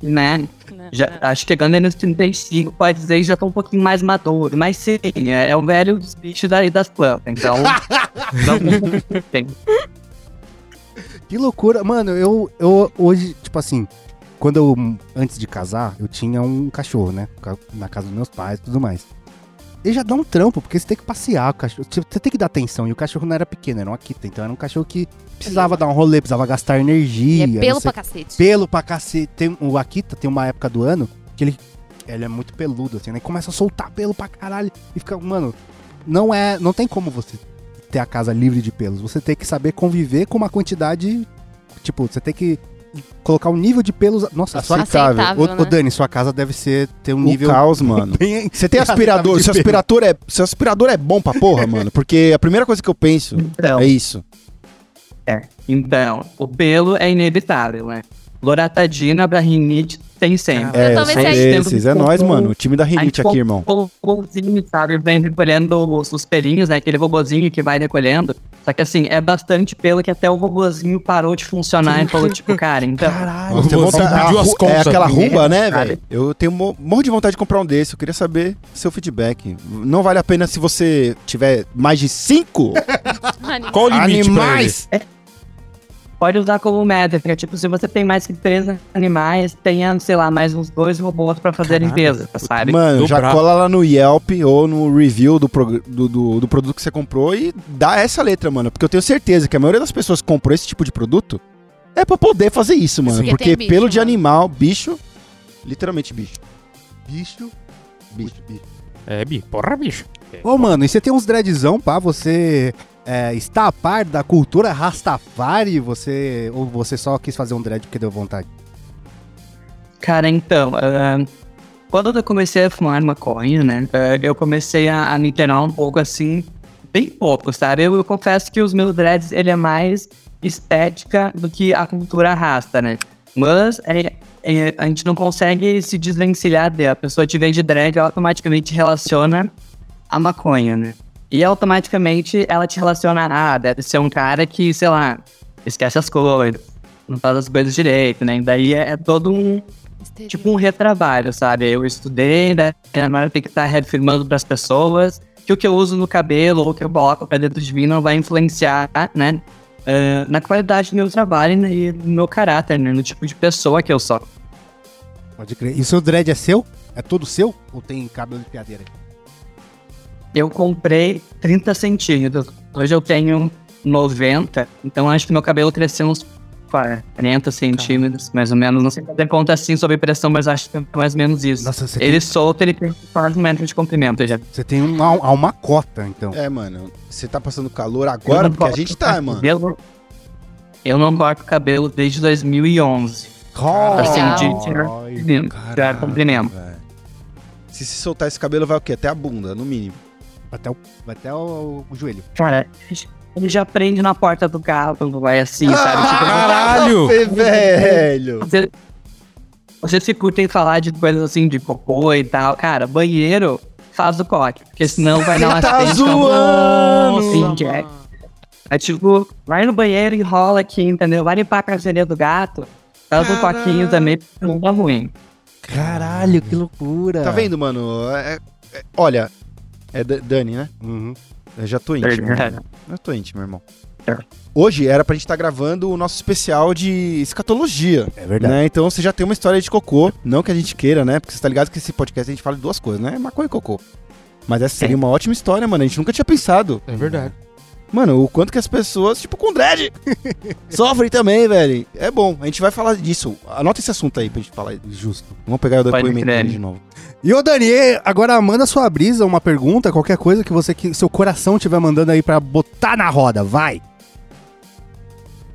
Speaker 6: Né? Já, acho que chegando aí nos 35, pode dizer que já tô um pouquinho mais maduro. Mas sim, é, é o velho dos bichos daí das plantas. Então. não tem.
Speaker 1: Que loucura. Mano, eu, eu hoje, tipo assim, quando eu. Antes de casar, eu tinha um cachorro, né? Ca- Na casa dos meus pais e tudo mais. Ele já dá um trampo, porque você tem que passear o cachorro. Tipo, Você tem que dar atenção. E o cachorro não era pequeno, era um Akita. Então era um cachorro que precisava dar um rolê, precisava gastar
Speaker 4: E
Speaker 1: energia.
Speaker 4: é
Speaker 1: não
Speaker 4: pelo
Speaker 1: sei
Speaker 4: pra cacete.
Speaker 1: pelo pra cacete. Tem, o Akita tem uma época do ano que ele, ele é muito peludo, assim, né? Começa a soltar pelo pra caralho e fica, mano, não é, não tem como você ter a casa livre de pelos. Você tem que saber conviver com uma quantidade, tipo, você tem que colocar um nível de pelos, nossa, sua,
Speaker 4: Aceitável,
Speaker 1: ô,
Speaker 4: né?
Speaker 1: ô, Dani, sua casa deve ser ter um
Speaker 3: O
Speaker 1: nível
Speaker 3: caos, mano.
Speaker 1: bem
Speaker 3: Você tem aspirador, seu aspirador é, seu aspirador é bom pra porra, mano, porque a primeira coisa que eu penso
Speaker 6: Então,
Speaker 3: é isso.
Speaker 6: então, o pelo é inevitável, né? Loratadina pra rinite tem sempre.
Speaker 3: É,
Speaker 4: talvez
Speaker 3: são
Speaker 4: seja-
Speaker 3: esses, é nós, mano, o time da
Speaker 6: A gente
Speaker 3: Rinite aqui, irmão.
Speaker 6: com- com o Robôzinho, sabe? Vem recolhendo os, os pelinhos, né? Aquele robôzinho que vai recolhendo. Só que assim, é bastante pelo que até o robôzinho parou de funcionar e falou, tipo, cara, então.
Speaker 1: Caralho.
Speaker 3: Nossa, tem
Speaker 2: Você
Speaker 3: vontade-
Speaker 2: pediu
Speaker 3: a
Speaker 2: as
Speaker 3: ru- é
Speaker 2: contas.
Speaker 3: aquela rumba, né,
Speaker 6: Cara.
Speaker 3: velho? Eu tenho um monte de vontade de comprar um desse. Eu queria saber seu feedback. Não vale a pena se você tiver mais de cinco
Speaker 2: Qual o limite pra ele?
Speaker 3: animais.
Speaker 6: Pode usar como métrica. Tipo, se você tem mais que três animais, tenha, sei lá, mais uns dois robôs pra fazer a
Speaker 2: Caralho.
Speaker 6: limpeza, sabe?
Speaker 3: Mano,
Speaker 2: Tô
Speaker 3: já
Speaker 2: bravo.
Speaker 3: cola lá no Yelp ou no review do, prog- do, do- do produto que você comprou e dá essa letra, mano. Porque eu tenho certeza que a maioria das pessoas que comprou esse tipo de produto é pra poder fazer isso, mano.
Speaker 4: Sim. Porque
Speaker 3: Porque,
Speaker 4: tem bicho,
Speaker 3: pelo de
Speaker 4: mano.
Speaker 3: animal, bicho, literalmente bicho.
Speaker 1: bicho. Bicho, bicho.
Speaker 2: É, bi, porra, bicho.
Speaker 1: Ô, mano, e você tem uns dreadzão, pá? Você é, está a par da cultura Rastafari? Você, ou você só quis fazer um dread porque deu vontade?
Speaker 6: Cara, então, ahn, quando eu comecei a fumar maconha, né, ahn, eu comecei a, a me internar um pouco assim, bem pouco, sabe? Eu, eu confesso que os meus dreads, ele é mais estética do que a cultura arrasta, né? Mas é- é, a gente não consegue se desvencilhar dela. A pessoa te vende dread, ela automaticamente relaciona a maconha, né? E automaticamente ela te relaciona, ah, deve ser um cara que, sei lá, esquece as coisas, não faz as coisas direito, né? E daí é- é todo um
Speaker 4: Misterioso.
Speaker 6: tipo um retrabalho, sabe? Eu estudei, né? E Agora tem que estar reafirmando para as pessoas que o que eu uso no cabelo ou o que eu coloco pra dentro de mim não vai influenciar, né? eh, na qualidade do meu trabalho né, e no meu caráter, né? No tipo de pessoa que eu sou.
Speaker 1: Pode crer. E o seu dread é seu? É todo seu? Ou tem cabelo de piadeira?
Speaker 6: Eu comprei 30 centímetros. Hoje eu tenho 90, então acho que meu cabelo cresceu uns 40 centímetros, mais ou menos. Não sei fazer conta assim sobre pressão, mas acho que é mais ou menos isso.
Speaker 1: Nossa, você
Speaker 6: Ele solto, ele tem quase um metro de comprimento. eu já
Speaker 1: tem, você tem uma, uma cota, então.
Speaker 3: É, mano, você tá passando calor
Speaker 6: Eu
Speaker 3: agora
Speaker 6: não
Speaker 3: porque a
Speaker 6: corto
Speaker 3: gente tá, mano.
Speaker 6: cabelo- eu não corto cabelo desde 2011. Entendeu? Já compreendemos.
Speaker 3: velho. Se se soltar esse cabelo, vai o quê? Até a bunda, no mínimo.
Speaker 1: Até o, até o, o joelho.
Speaker 6: Cara, ele já prende na porta do carro, vai assim,
Speaker 3: Ah!
Speaker 6: sabe? Tipo,
Speaker 2: Caralho!
Speaker 3: Nossa, Tá velho!
Speaker 6: você, vocês se curtem falar de coisas assim, de cocô e tal. Cara, banheiro faz o coque, porque senão vai dar uma
Speaker 3: Tá zoando!
Speaker 6: assim, É tipo, vai no banheiro, enrola aqui, entendeu? Vai limpar a carteirinha do gato, faz um
Speaker 3: Caralho.
Speaker 6: coquinho também, porque não dá ruim. tá
Speaker 1: Caralho, que loucura.
Speaker 3: Tá vendo, mano? É- é- olha, é D- Dani, né?
Speaker 1: Uhum.
Speaker 3: Eu já tô íntimo.
Speaker 6: Verdade. É.
Speaker 3: Eu tô íntimo, irmão. Hoje era pra gente estar gravando o nosso especial de escatologia.
Speaker 1: É verdade.
Speaker 3: né? Então você já tem uma história de cocô. Não que a gente queira, né? Porque você tá ligado que esse podcast a gente fala de duas coisas, né? Maconha e cocô. Mas essa seria uma ótima história, mano. A gente nunca tinha pensado.
Speaker 2: É verdade.
Speaker 3: Mano, o quanto que as pessoas, tipo, com dread, sofrem também, velho. É bom, a gente vai falar disso. Anota esse assunto aí pra gente falar. Justo. Vamos pegar o
Speaker 6: Pode
Speaker 3: depoimento
Speaker 6: crer.
Speaker 3: dele de novo.
Speaker 1: né? E ô Daniel, agora manda sua brisa, uma pergunta, qualquer coisa que você que seu coração tiver mandando aí pra botar na roda, vai.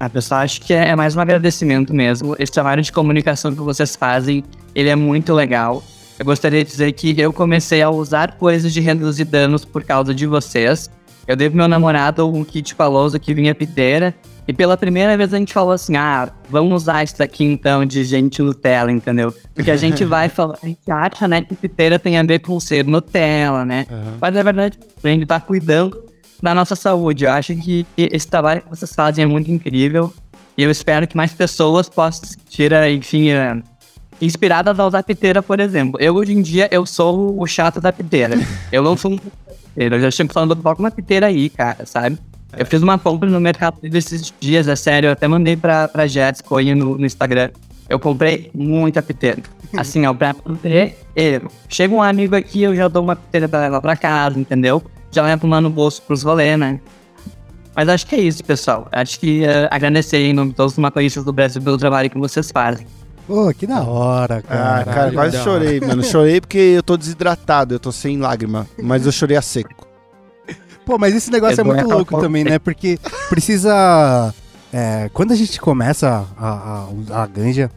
Speaker 6: Ah, pessoal, acho que é é mais um agradecimento mesmo. Esse trabalho de comunicação que vocês fazem, ele é muito legal. Eu gostaria de dizer que eu comecei a usar coisas de reduzir danos por causa de vocês. Eu dei pro meu namorado um kit paloso que vinha piteira. E pela primeira vez a gente falou assim, ah, vamos usar isso daqui então de gente Nutella, entendeu? Porque a gente vai falar, a gente acha, né, que piteira tem a ver com ser Nutella, né? Mas na verdade, a gente tá cuidando da nossa saúde. Eu acho que esse trabalho que vocês fazem é muito incrível. E eu espero que mais pessoas possam se sentir, eh, enfim, eh, inspiradas a usar piteira, por exemplo. Eu, hoje em dia, eu sou o chato da piteira. eu não sou um piteira. Eu já chego falando, coloca uma piteira aí, cara, sabe? Eu fiz uma compra no Mercado Livre esses dias, é sério. Eu até mandei pra, pra Jets Cohen no, no Instagram. Eu comprei muita piteira. Assim, ó, pra poder. eh, Chega um amigo aqui, eu já dou uma piteira pra levar pra casa, entendeu? Já leva uma no bolso pros rolê, né? Mas acho que é isso, pessoal. Acho que eh, agradecer em nome de todos os maconhistas do Brasil pelo trabalho que vocês fazem.
Speaker 1: Pô, que da hora,
Speaker 3: Ah,
Speaker 1: cara.
Speaker 3: cara, quase
Speaker 2: da hora.
Speaker 3: chorei, mano. Chorei porque eu tô desidratado, eu tô sem lágrima. Mas eu chorei a seco.
Speaker 1: Pô, mas esse negócio é,
Speaker 6: É bom,
Speaker 1: muito
Speaker 6: né?
Speaker 1: louco também, né? Porque precisa. é, quando a gente começa a, a, a ganja,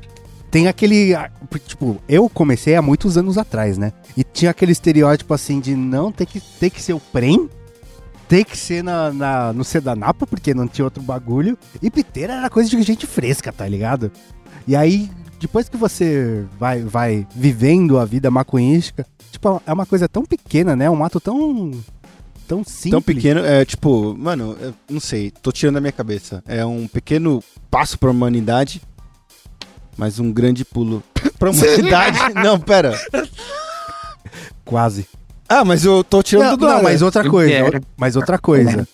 Speaker 1: tem aquele. a- Tipo, eu comecei há muitos anos atrás, né? E tinha aquele estereótipo assim de não tem que, tem que ser o prem, tem que ser na, na, no Sedanapa, porque não tinha outro bagulho. E piteira era coisa de gente fresca, tá ligado? E aí, depois que você vai, vai vivendo a vida maconhística, tipo, é uma coisa tão pequena, né? Um ato tão. Tão simples.
Speaker 3: Tão pequeno, é tipo, mano, eu não sei, tô tirando da minha cabeça. É um pequeno passo pra humanidade, mas um grande pulo pra humanidade. não, pera.
Speaker 1: Quase.
Speaker 3: Ah, mas eu tô tirando
Speaker 1: Não,
Speaker 3: do é. né?
Speaker 1: não,
Speaker 3: nada.
Speaker 1: mas outra coisa.
Speaker 6: Inteira.
Speaker 1: o- Mas outra coisa.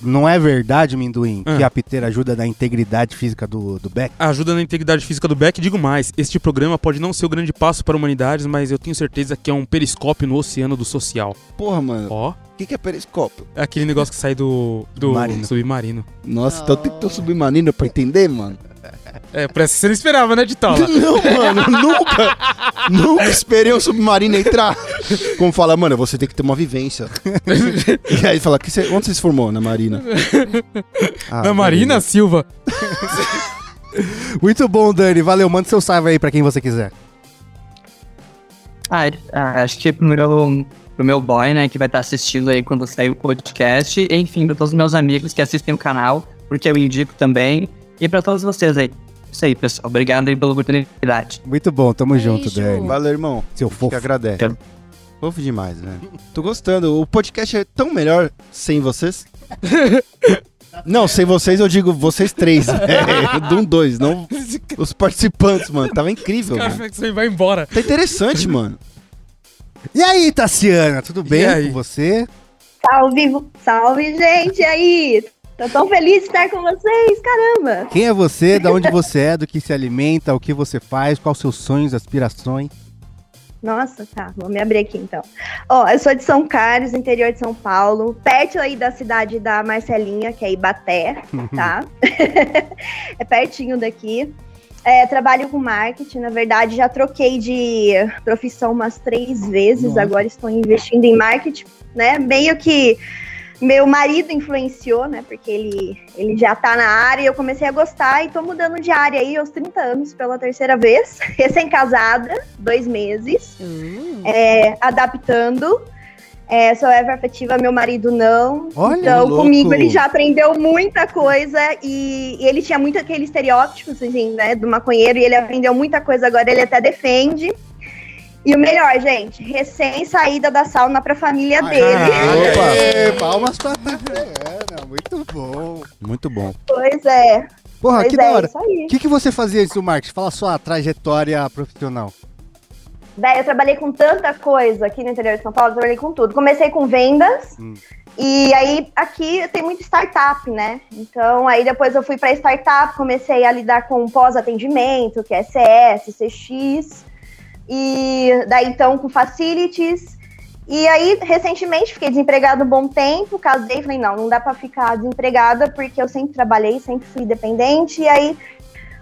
Speaker 1: Não é verdade, Minduim,
Speaker 3: Ah.
Speaker 1: que a piteira ajuda na integridade física do, do Beck?
Speaker 2: Ajuda na integridade física do Beck. Digo mais, este programa pode não ser o grande passo para a humanidade, mas eu tenho certeza que é um periscópio no oceano do social.
Speaker 3: Porra, mano,
Speaker 2: Ó,
Speaker 3: o que, que é periscópio?
Speaker 2: é aquele negócio que sai do, do
Speaker 1: Submarino.
Speaker 2: submarino.
Speaker 3: Nossa, então tem que ter um submarino pra entender, mano.
Speaker 2: É, parece que você não esperava, né, de Tola?
Speaker 3: Não, mano, nunca. Nunca esperei um submarino entrar. Como fala, mano, você tem que ter uma vivência. e aí fala, que você- onde você se formou? Na Marina. Ah,
Speaker 2: Na Marina Silva.
Speaker 1: Muito bom, Dani. Valeu. Manda seu salve aí pra quem você quiser.
Speaker 6: Ah, e- ah, acho que primeiro pro meu boy, né, que vai estar assistindo aí quando sair o podcast. E, enfim, pra todos os meus amigos que assistem o canal, porque eu indico também. E pra todos vocês aí. É Isso aí, pessoal. Obrigado aí pela oportunidade.
Speaker 1: Muito bom. Tamo
Speaker 4: Beijo.
Speaker 1: um junto, Dani.
Speaker 3: Valeu, irmão.
Speaker 1: Seu
Speaker 3: Que
Speaker 1: fofo.
Speaker 3: agradece.
Speaker 6: Quero-
Speaker 3: Fofo demais, né? Tô gostando. O podcast é tão melhor sem vocês. Não, sem vocês eu digo vocês três. É, de um, dois, não os participantes, mano. Tava incrível, mano.
Speaker 2: Cara, você vai embora.
Speaker 3: Tá interessante, mano.
Speaker 1: E aí, Tassiana? Tudo
Speaker 2: E
Speaker 1: bem
Speaker 2: aí?
Speaker 1: com você?
Speaker 8: Salve, salve, gente aí! Tô tão feliz de estar com vocês, caramba!
Speaker 1: Quem é você? Da onde você é? Do que se alimenta? O que você faz? Quais os seus sonhos, aspirações?
Speaker 8: Nossa, tá, vou me abrir aqui então. Ó, eu sou de São Carlos, interior de São Paulo, perto aí da cidade da Marcelinha, que é Ibaté, tá? é pertinho daqui. É, trabalho com marketing, na verdade já troquei de profissão umas três vezes,
Speaker 1: Nossa.
Speaker 8: agora estou investindo em marketing, né? Meio que meu marido influenciou, né? Porque ele, ele já tá na área e eu comecei a gostar e tô mudando de área aí aos 30 anos pela terceira vez, recém-casada, dois meses
Speaker 4: Hum,
Speaker 8: é, adaptando. É, sou afetiva, meu marido não.
Speaker 1: Olha,
Speaker 8: então,
Speaker 3: louco.
Speaker 8: comigo ele já aprendeu muita coisa e, e ele tinha muito aquele estereótipo, assim, né, do maconheiro, e ele aprendeu muita coisa agora, ele até defende. E o melhor, gente, recém saída da sauna pra família
Speaker 1: Ah,
Speaker 8: dele.
Speaker 1: é?
Speaker 3: Opa.
Speaker 1: Aê, palmas pra Tassiana. Muito bom.
Speaker 3: Muito bom.
Speaker 8: Pois é.
Speaker 1: Porra,
Speaker 8: pois
Speaker 1: Ah, que
Speaker 8: é,
Speaker 1: da hora.
Speaker 8: isso aí.
Speaker 1: O que, que você fazia antes do marketing? Fala sua trajetória profissional.
Speaker 8: Daí eu trabalhei com tanta coisa aqui no interior de São Paulo, eu trabalhei com tudo. Comecei com vendas,
Speaker 1: Hum.
Speaker 8: E aí aqui tem muito startup, né? Então aí depois eu fui para startup, comecei a lidar com pós-atendimento, que é CS, CX, e daí então com facilities. E aí recentemente fiquei desempregada um bom tempo, casei, falei não, não dá para ficar desempregada porque eu sempre trabalhei, sempre fui dependente. E aí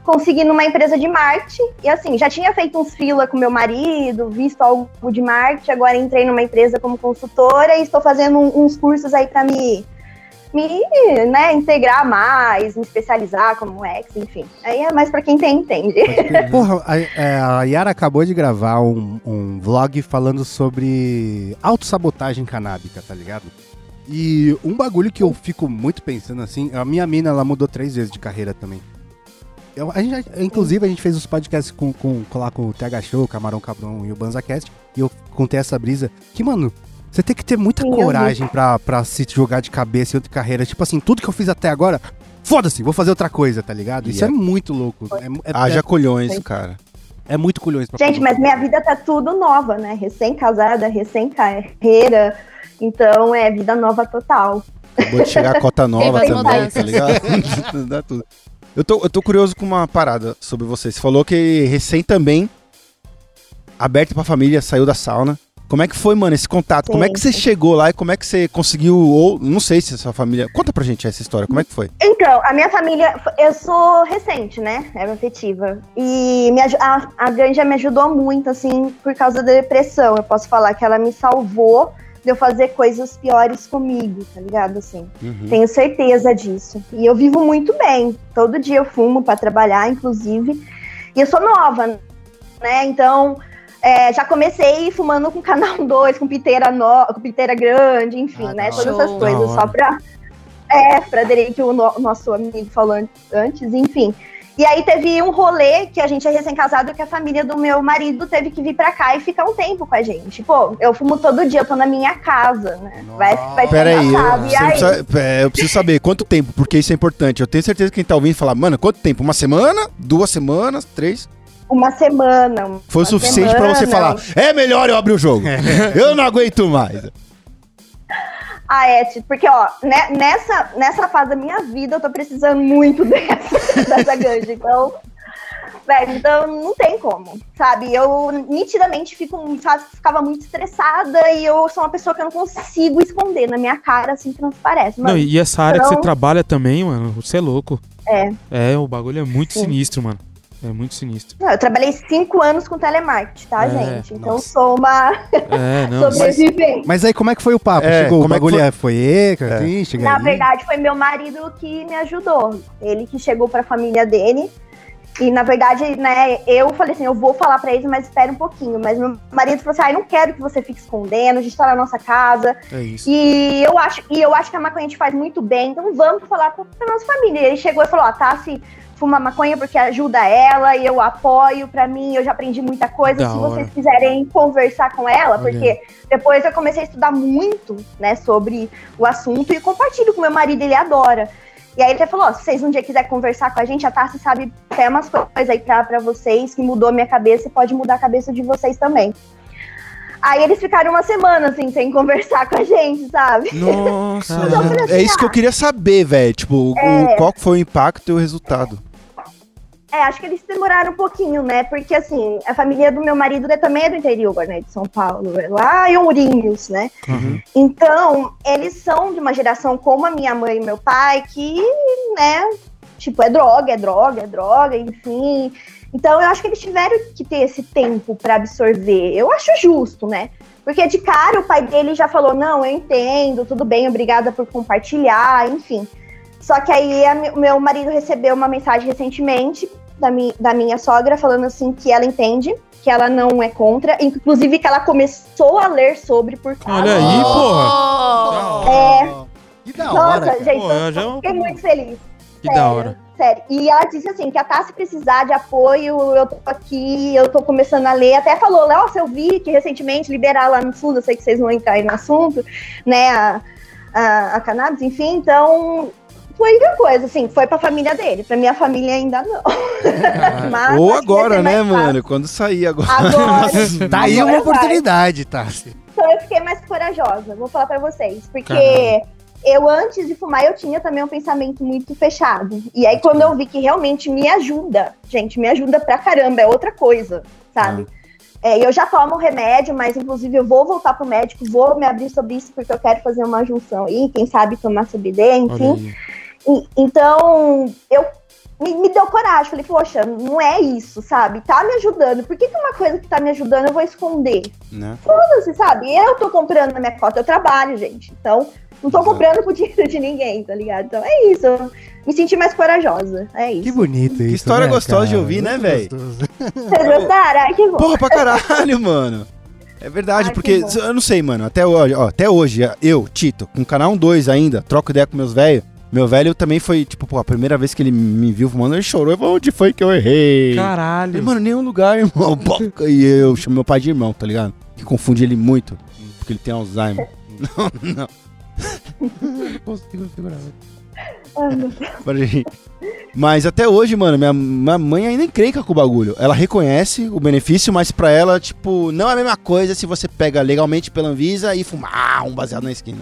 Speaker 8: consegui numa empresa de marketing. E assim, já tinha feito uns fila com meu marido, visto algo de marketing, agora entrei numa empresa como consultora e estou fazendo um- uns cursos aí para me, me né, integrar mais, me especializar como ex, enfim. Aí é mais para quem tem, entende.
Speaker 1: Porra, a, é, a Yara acabou de gravar um, um vlog falando sobre autossabotagem canábica, tá ligado? E um bagulho que eu fico muito pensando assim, a minha mina, ela mudou três vezes de carreira também. Eu- a gente, inclusive, a gente fez uns podcasts com, com, com, lá com o TH Show, Camarão Cabrão e o BanzaCast, e eu contei essa brisa, que, mano, você tem que ter muita
Speaker 8: Sim, eu vi.
Speaker 1: coragem pra, pra se jogar de cabeça em outra carreira. Tipo assim, tudo que eu fiz até agora, foda-se, vou fazer outra coisa, tá ligado? Isso
Speaker 3: Yeah.
Speaker 1: é muito louco. É, é- é-
Speaker 3: Haja colhões, cara.
Speaker 1: é muito culhões pra
Speaker 8: Gente,
Speaker 1: falar.
Speaker 8: mas minha vida tá tudo nova, né? Recém-casada, recém-carreira. Então é vida nova total.
Speaker 3: Acabou de chegar a cota nova
Speaker 4: Teve as
Speaker 3: também, tá
Speaker 4: mudanças.
Speaker 3: ligado? Dá tudo. Eu tô, eu tô curioso com uma parada sobre você. Você falou que recém também, aberto pra família, saiu da sauna. Como é que foi, mano, esse contato? Como é que você chegou lá e como é que você conseguiu, ou não sei se a sua família... Conta pra gente essa história, como é que foi?
Speaker 8: Então, a minha família, eu sou recente, né? Era afetiva. E me aju- a, a Ganja me ajudou muito, assim, por causa da depressão. Eu posso falar que ela me salvou de eu fazer coisas piores comigo, tá ligado? Assim, tenho certeza disso. E eu vivo muito bem. Todo dia eu fumo pra trabalhar, inclusive. E eu sou nova, né? Então, é, já comecei fumando com canal 2, com piteira, no... com piteira grande, enfim,
Speaker 1: Ah,
Speaker 8: né?
Speaker 1: da
Speaker 8: Todas
Speaker 4: hora.
Speaker 8: essas coisas,
Speaker 3: Da
Speaker 8: só
Speaker 3: hora.
Speaker 8: pra. É, pra aderir que o no- nosso amigo falou an- antes, enfim. E aí teve um rolê que a gente é recém-casado, que a família do meu marido teve que vir pra cá e ficar um tempo com a gente. Pô, eu fumo todo dia, eu tô na minha casa, né? Vai, vai ficar
Speaker 3: Peraí,
Speaker 8: engraçado.
Speaker 3: eu,
Speaker 8: E
Speaker 3: você
Speaker 8: aí?
Speaker 3: precisa- é, eu preciso saber quanto tempo, porque isso é importante. Eu tenho certeza que quem tá ouvindo fala, mano, quanto tempo? Uma semana? Duas semanas? Três?
Speaker 8: Uma semana.
Speaker 3: Foi o
Speaker 8: Uma
Speaker 3: suficiente pra você falar,
Speaker 8: semana.
Speaker 3: é melhor eu abrir o jogo. eu não aguento mais.
Speaker 8: Ah, é, tipo, porque, ó, né, nessa, nessa fase da minha vida eu tô precisando muito dessa, dessa ganja. Então, velho, então não tem como, sabe? Eu nitidamente fico, sabe, ficava muito estressada e eu sou uma pessoa que eu não consigo esconder na minha cara, assim, transparece. Mas
Speaker 2: Não, e essa área que você
Speaker 8: Então-
Speaker 2: trabalha também, mano, você é louco.
Speaker 8: É.
Speaker 2: É, o bagulho é muito
Speaker 8: Sim.
Speaker 2: sinistro, mano. É muito sinistro.
Speaker 8: não, eu trabalhei cinco anos com telemarketing, tá,
Speaker 2: É,
Speaker 8: gente? Então
Speaker 1: nossa.
Speaker 8: sou uma
Speaker 2: É, não.
Speaker 8: sobrevivente.
Speaker 1: Mas aí, como é que foi o papo?
Speaker 3: É,
Speaker 1: Chegou, o
Speaker 3: como é que
Speaker 1: bagulho
Speaker 3: foi?
Speaker 1: é- foi eca, assim, chega
Speaker 8: Na
Speaker 1: aí.
Speaker 8: verdade, foi meu marido que me ajudou. Ele que chegou pra família dele. E na verdade, né, eu falei assim, eu vou falar pra eles, mas espera um pouquinho. Mas meu marido falou assim: "Ah, eu não quero que você fique escondendo, a gente tá na nossa casa".
Speaker 2: É isso.
Speaker 8: E eu acho, e eu acho que a maconha a gente faz muito bem, então vamos falar pra, pra nossa família. E ele chegou e falou: "Ó, tá se fuma maconha porque ajuda ela e eu apoio pra mim, eu já aprendi muita coisa.
Speaker 2: Da
Speaker 8: se
Speaker 2: hora.
Speaker 8: vocês quiserem conversar com ela,
Speaker 1: Olha
Speaker 8: porque depois eu comecei a estudar muito, né, sobre o assunto e compartilho com meu marido, ele adora. E aí ele até falou, ó, se vocês um dia quiserem conversar com a gente, a Tassi sabe até umas coisas aí pra, pra vocês que mudou a minha cabeça e pode mudar a cabeça de vocês também. Aí eles ficaram uma semana, assim, sem conversar com a gente, sabe?
Speaker 3: Nossa,
Speaker 2: Caralho.
Speaker 3: é-
Speaker 8: assim,
Speaker 3: é
Speaker 8: "Ah,
Speaker 3: isso que eu queria saber, velho. Tipo, o- qual que foi o impacto e o resultado?
Speaker 8: É, acho que eles demoraram um pouquinho, né? Porque, assim, a família do meu marido é também é do interior, né? De São Paulo, é lá em Ourinhos, né?
Speaker 2: Uhum.
Speaker 8: Então, eles são de uma geração como a minha mãe e meu pai, que, né, tipo, é droga, é droga, é droga, enfim. Então, eu acho que eles tiveram que ter esse tempo pra absorver. Eu acho justo, né? Porque de cara o pai dele já falou: não, eu entendo, tudo bem, obrigada por compartilhar, enfim. Só que aí a mi- o meu marido recebeu uma mensagem recentemente da, mi- da minha sogra falando assim que ela entende, que ela não é contra, inclusive que ela começou a ler sobre por causa.
Speaker 2: Olha aí, porra.
Speaker 1: Oh, Que da
Speaker 8: é. Nossa,
Speaker 1: hora. cara.
Speaker 8: gente,
Speaker 2: Pô,
Speaker 8: eu
Speaker 2: já é um-
Speaker 8: fiquei muito feliz.
Speaker 2: Que da hora.
Speaker 8: Sério. E ela disse assim, que a Tassi precisar de apoio, eu tô aqui, eu tô começando a ler. Até falou, nossa, eu vi que recentemente liberaram lá no sul, eu sei que vocês vão entrar aí no assunto, né, a, a, a cannabis, enfim. Então, única coisa, assim, foi pra família dele. Pra minha família ainda não. Mas
Speaker 3: Ou
Speaker 8: acho que vai
Speaker 3: agora,
Speaker 8: ser
Speaker 3: né,
Speaker 8: mais fácil. é
Speaker 3: mano? Quando sair agora.
Speaker 8: Agora.
Speaker 1: Tá aí
Speaker 8: agora
Speaker 1: uma
Speaker 8: vai.
Speaker 1: oportunidade, Tassi.
Speaker 8: Então eu fiquei mais corajosa, vou falar pra vocês. Porque
Speaker 2: Caralho.
Speaker 8: eu, antes de fumar, eu tinha também um pensamento muito fechado. E aí, quando eu vi que realmente me ajuda, gente, me ajuda pra caramba, é outra coisa, sabe? É, eu já tomo remédio, mas inclusive eu vou voltar pro médico, vou me abrir sobre isso, porque eu quero fazer uma junção. E quem sabe tomar CBD, enfim. E- então, eu me, me deu coragem. Falei, poxa, não é isso, sabe? Tá me ajudando. Por que, que uma coisa que tá me ajudando eu vou esconder?
Speaker 3: Né?
Speaker 8: Foda-se, sabe? Eu tô comprando na minha cota, eu trabalho, gente. Então, não tô
Speaker 3: Exato.
Speaker 8: comprando com dinheiro de ninguém, tá ligado? Então é isso. Eu me senti mais corajosa. É
Speaker 1: Que
Speaker 8: isso.
Speaker 1: bonito isso.
Speaker 3: história
Speaker 1: né,
Speaker 3: gostosa
Speaker 1: cara?
Speaker 3: de ouvir, né,
Speaker 1: Muito
Speaker 3: véi?
Speaker 1: gostoso.
Speaker 8: Vocês gostaram? Ai, que bom.
Speaker 3: Porra, pra caralho, mano. É verdade,
Speaker 8: Ai,
Speaker 3: porque
Speaker 8: que bom.
Speaker 3: eu não sei, mano. Até hoje, ó, até hoje, eu, Tito, com canal 2 ainda, troco ideia com meus velhos. Meu velho também foi, tipo, pô, a primeira vez que ele me viu fumando, ele chorou. Eu falei, onde foi que eu errei? Ele,
Speaker 2: Caralho.
Speaker 3: mano, nenhum lugar, irmão. Boca. E eu chamo meu pai de irmão, tá ligado? Que confunde ele muito, porque ele tem Alzheimer. Não, não. não consigo segurar.
Speaker 8: Ai, meu
Speaker 3: Para de rir. Mas até hoje, mano, minha, minha mãe ainda encrenca com o bagulho. Ela reconhece o benefício, mas pra ela, tipo, não é a mesma coisa se você pega legalmente pela Anvisa e fumar um baseado na esquina.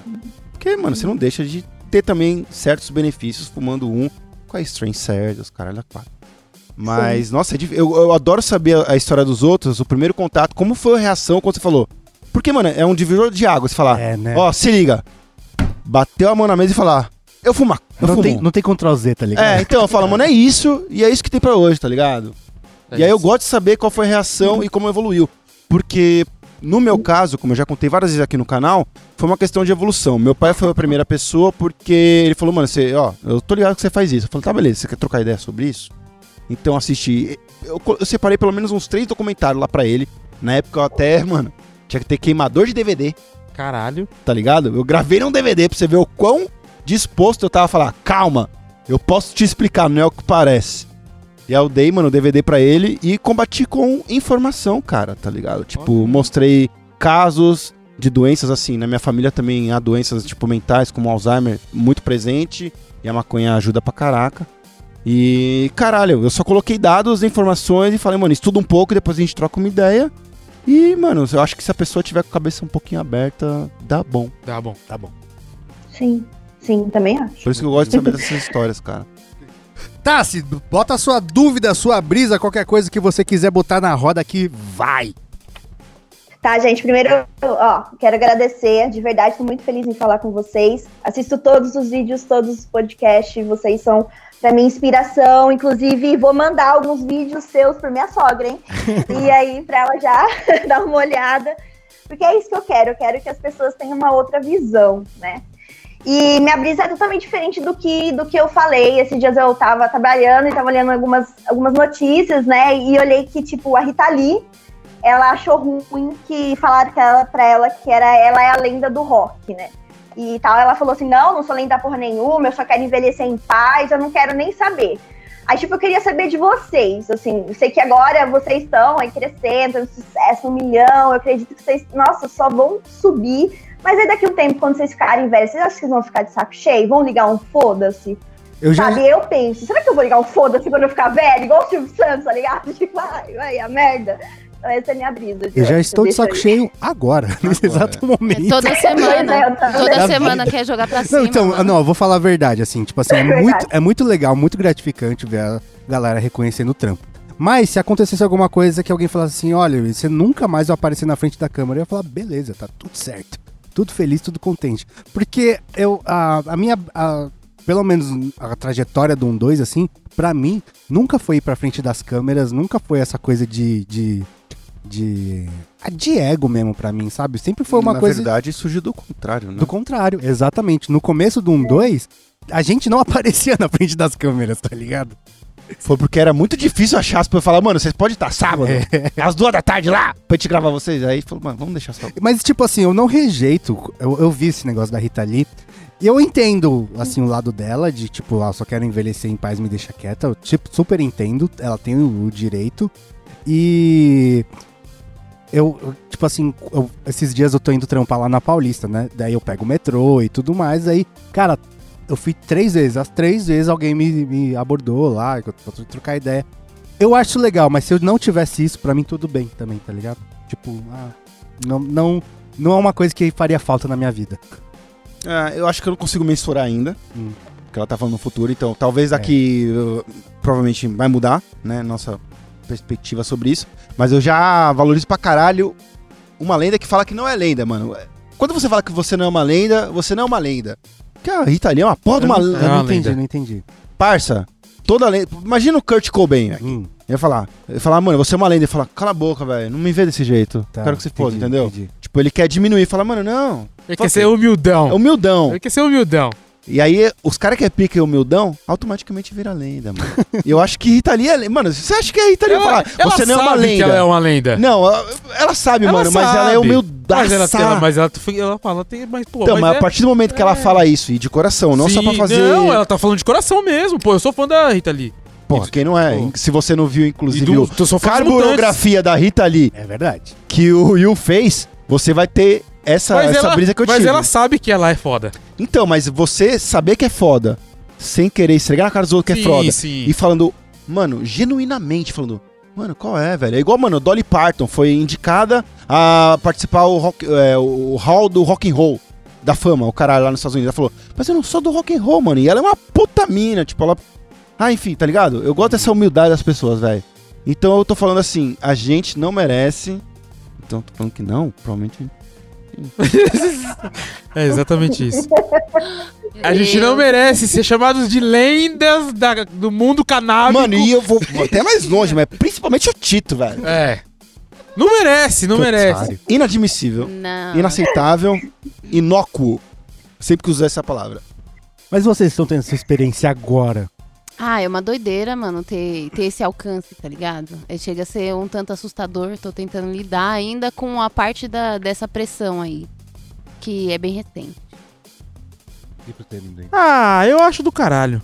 Speaker 3: Porque, mano, você não deixa de ter também certos benefícios fumando um com a Strange Serge, os caralho, a quatro. Mas, nossa, é dif- eu, eu adoro saber a, a história dos outros, o primeiro contato, como foi a reação quando você falou. Porque, mano, é um divisor de água você falar,
Speaker 1: É, né?
Speaker 3: ó, se liga, bateu a mão na mesa e falar, eu fumar, eu
Speaker 1: não,
Speaker 3: fumo.
Speaker 1: tem, não tem Ctrl Z, tá ligado?
Speaker 3: É, então eu falo, mano, é isso, e é isso que tem pra hoje, tá ligado? e aí eu gosto de saber qual foi a reação e como evoluiu. Porque, no meu caso, como eu já contei várias vezes aqui no canal, foi uma questão de evolução. Meu pai foi a primeira pessoa porque ele falou, mano, você, ó, eu tô ligado que você faz isso. Eu falei, tá, beleza, você quer trocar ideia sobre isso? Então assisti. Eu, co- eu separei pelo menos uns três documentários lá pra ele. Na época eu até, mano, tinha que ter queimador de DVD
Speaker 2: Caralho.
Speaker 3: tá ligado? Eu gravei num DVD pra você ver o quão disposto eu tava a falar, calma, eu posso te explicar, não é o que parece. E aí eu dei, mano, o DVD pra ele e combati com informação, cara, tá ligado? Tipo, mostrei casos de doenças assim, na minha família também há doenças, tipo, mentais, como Alzheimer, muito presente, e a maconha ajuda pra caraca. E, caralho, eu só coloquei dados, informações e falei, mano, estuda um pouco, depois a gente troca uma ideia. E, mano, eu acho que se a pessoa tiver com a cabeça um pouquinho aberta, dá bom.
Speaker 2: Tá bom.
Speaker 1: Tá bom.
Speaker 8: Sim, sim, também acho.
Speaker 3: Por isso que eu gosto de saber dessas histórias, cara.
Speaker 1: Tassi, bota a sua dúvida, a sua brisa, qualquer coisa que você quiser botar na roda aqui, vai.
Speaker 8: Tá, gente, primeiro, ó, quero agradecer, de verdade, tô muito feliz em falar com vocês. Assisto todos os vídeos, todos os podcasts, vocês são pra minha inspiração, inclusive vou mandar alguns vídeos seus pra minha sogra, hein? E aí, pra ela já dar uma olhada, porque é isso que eu quero, eu quero que as pessoas tenham uma outra visão, né? E minha brisa é totalmente diferente do que, do que eu falei. Esses dias eu tava trabalhando e tava olhando algumas, algumas notícias, né? E olhei que, tipo, a Rita Lee, ela achou ruim que falaram que ela, pra ela que era ela é a lenda do rock, né? E tal, ela falou assim: não, não sou lenda porra nenhuma, eu só quero envelhecer em paz, eu não quero nem saber. Aí, tipo, eu queria saber de vocês, assim, eu sei que agora vocês estão aí crescendo, um sucesso, um milhão, eu acredito que vocês, nossa, só vão subir. Mas aí daqui a um tempo, quando vocês ficarem velhos, vocês acham que vocês vão ficar de saco cheio? Vão ligar um foda-se?
Speaker 1: Eu já,
Speaker 8: Sabe, eu penso, será que eu vou ligar um foda-se quando eu ficar velho? Igual o Silvio Santos, tá ligado? Tipo, ai, vai, a merda. Então, essa é a minha brisa.
Speaker 1: eu já
Speaker 8: gente.
Speaker 1: estou de
Speaker 8: Deixa
Speaker 1: saco
Speaker 8: aí.
Speaker 1: cheio agora, nesse exato momento.
Speaker 4: É toda
Speaker 8: Pois é,
Speaker 4: semana.
Speaker 8: eu tava
Speaker 4: Toda
Speaker 1: Da
Speaker 4: semana quer jogar pra cima.
Speaker 1: Não, então,
Speaker 4: mano.
Speaker 1: não, eu vou falar a verdade, assim, tipo assim, é,
Speaker 8: Verdade.
Speaker 1: muito, é muito legal, muito gratificante ver a galera reconhecendo o trampo. Mas se acontecesse alguma coisa que alguém falasse assim, olha, você nunca mais vai aparecer na frente da câmera, eu ia falar, beleza, tá tudo certo. Tudo feliz, tudo contente. Porque eu, a, a minha, a- pelo menos a trajetória do 1-2, assim, pra mim, nunca foi ir pra frente das câmeras, nunca foi essa coisa de... de de, ah, de ego mesmo pra mim, sabe? Sempre foi uma
Speaker 3: Na
Speaker 1: coisa
Speaker 3: verdade, surgiu do contrário, né?
Speaker 1: do contrário, exatamente. No começo do 1-2, a gente não aparecia na frente das câmeras, tá ligado?
Speaker 3: Foi porque era muito difícil achar as pessoas falar, mano, vocês podem estar sábado, às duas da tarde lá, pra gente gravar vocês. Aí falou, mano, vamos deixar só.
Speaker 1: Mas, tipo assim, eu não rejeito. Eu, eu vi esse negócio da Rita Lee. E eu entendo, assim, o lado dela, de tipo, ah, só quero envelhecer em paz, me deixa quieta. Eu, tipo, super entendo. Ela tem o, o direito. E. Eu, eu, tipo assim, eu- esses dias eu tô indo trampar lá na Paulista, né? Daí eu pego o metrô e tudo mais. Aí, cara, eu fui três vezes. As três vezes alguém me, me abordou lá, que eu tô tro- trocar ideia. Eu acho legal, mas se eu não tivesse isso, pra mim tudo bem também, tá ligado? Tipo, ah, não, não, não é uma coisa que faria falta na minha vida.
Speaker 3: Ah, eu acho que eu não consigo mensurar ainda.
Speaker 1: Hum.
Speaker 3: Porque ela tá falando no futuro, então talvez daqui eu- provavelmente vai mudar, né? Nossa perspectiva sobre isso. Mas eu já valorizo pra caralho uma lenda que fala que não é lenda, mano. Quando você fala que você não é uma lenda, você não é uma lenda. Porque a Rita Lee é uma porra de uma
Speaker 1: eu não, eu
Speaker 3: lenda.
Speaker 1: não
Speaker 2: uma
Speaker 1: entendi,
Speaker 2: lenda.
Speaker 1: não entendi.
Speaker 3: Parça, toda lenda. Imagina o Kurt Cobain, velho.
Speaker 1: Hum,
Speaker 3: Ele ia falar, ele ia falar, mano, você é uma lenda. Ele ia falar, cala a boca, velho, não me vê desse jeito.
Speaker 1: tá,
Speaker 3: Quero que você foda,
Speaker 1: entendi,
Speaker 3: entendeu?
Speaker 1: entendi.
Speaker 3: Tipo, ele quer diminuir, fala, mano, não,
Speaker 2: Ele quer ser humildão.
Speaker 3: é humildão.
Speaker 2: Ele quer ser humildão.
Speaker 3: E aí, os caras que é pica e humildão, automaticamente vira lenda, mano. E eu acho que Rita Lee é lenda. Mano, você acha que a Rita Lee vai falar, você não é uma
Speaker 2: sabe que
Speaker 3: lenda.
Speaker 2: ela é uma lenda.
Speaker 3: Não, ela, ela sabe,
Speaker 2: Ela
Speaker 3: mano, mas ela é
Speaker 2: sabe.
Speaker 3: humildaça.
Speaker 2: Mas ela, ela, mas ela, ela fala, ela tem, mas pô,
Speaker 3: então, mas,
Speaker 2: mas é-
Speaker 3: a partir do momento que ela
Speaker 2: é.
Speaker 3: fala isso, e de coração, não só
Speaker 2: Sim,
Speaker 3: pra fazer...
Speaker 2: Não, ela tá falando de coração mesmo. Pô, eu sou fã da Rita Lee.
Speaker 3: Pô, quem não é?
Speaker 2: Pô.
Speaker 3: Se você não viu, inclusive, o
Speaker 2: eu sou fã dos Mutantes.
Speaker 3: carburografia da Rita Lee
Speaker 1: É verdade.
Speaker 3: que o Yu fez, você vai ter essa,
Speaker 2: Mas
Speaker 3: essa
Speaker 2: ela-
Speaker 3: brisa é que eu
Speaker 2: Mas
Speaker 3: tive.
Speaker 2: ela sabe que ela é foda.
Speaker 3: Então, mas você saber que é foda, sem querer esfregar na cara dos outros que é foda,
Speaker 2: sim.
Speaker 3: e falando, mano, genuinamente falando, mano, qual é, velho? É igual, mano, Dolly Parton foi indicada a participar o, rock, é, o hall do rock and roll da fama, o cara lá nos Estados Unidos. Ela falou, mas eu não sou do rock and roll, mano. E ela é uma puta mina, tipo, ela. Ah, enfim, tá ligado? Eu gosto dessa humildade das pessoas, velho. Então eu tô falando assim, a gente não merece. Então tô falando que não, provavelmente.
Speaker 2: É exatamente isso. A gente
Speaker 4: É.
Speaker 2: não merece ser chamados de lendas da- do mundo canábico.
Speaker 3: Mano, e eu vou vou até mais longe, mas principalmente o Tito, velho.
Speaker 2: É. Não merece, não merece.
Speaker 3: Inadmissível,
Speaker 4: Não.
Speaker 3: Ah. inaceitável, inócuo. Sempre que usar essa palavra.
Speaker 1: Mas vocês estão tendo essa experiência agora.
Speaker 4: Ah, é uma doideira, mano, ter, ter esse alcance, tá ligado? É, chega a ser um tanto assustador. Tô tentando lidar ainda com a parte da, dessa pressão aí. Que é bem recente.
Speaker 2: Ah, eu acho do caralho.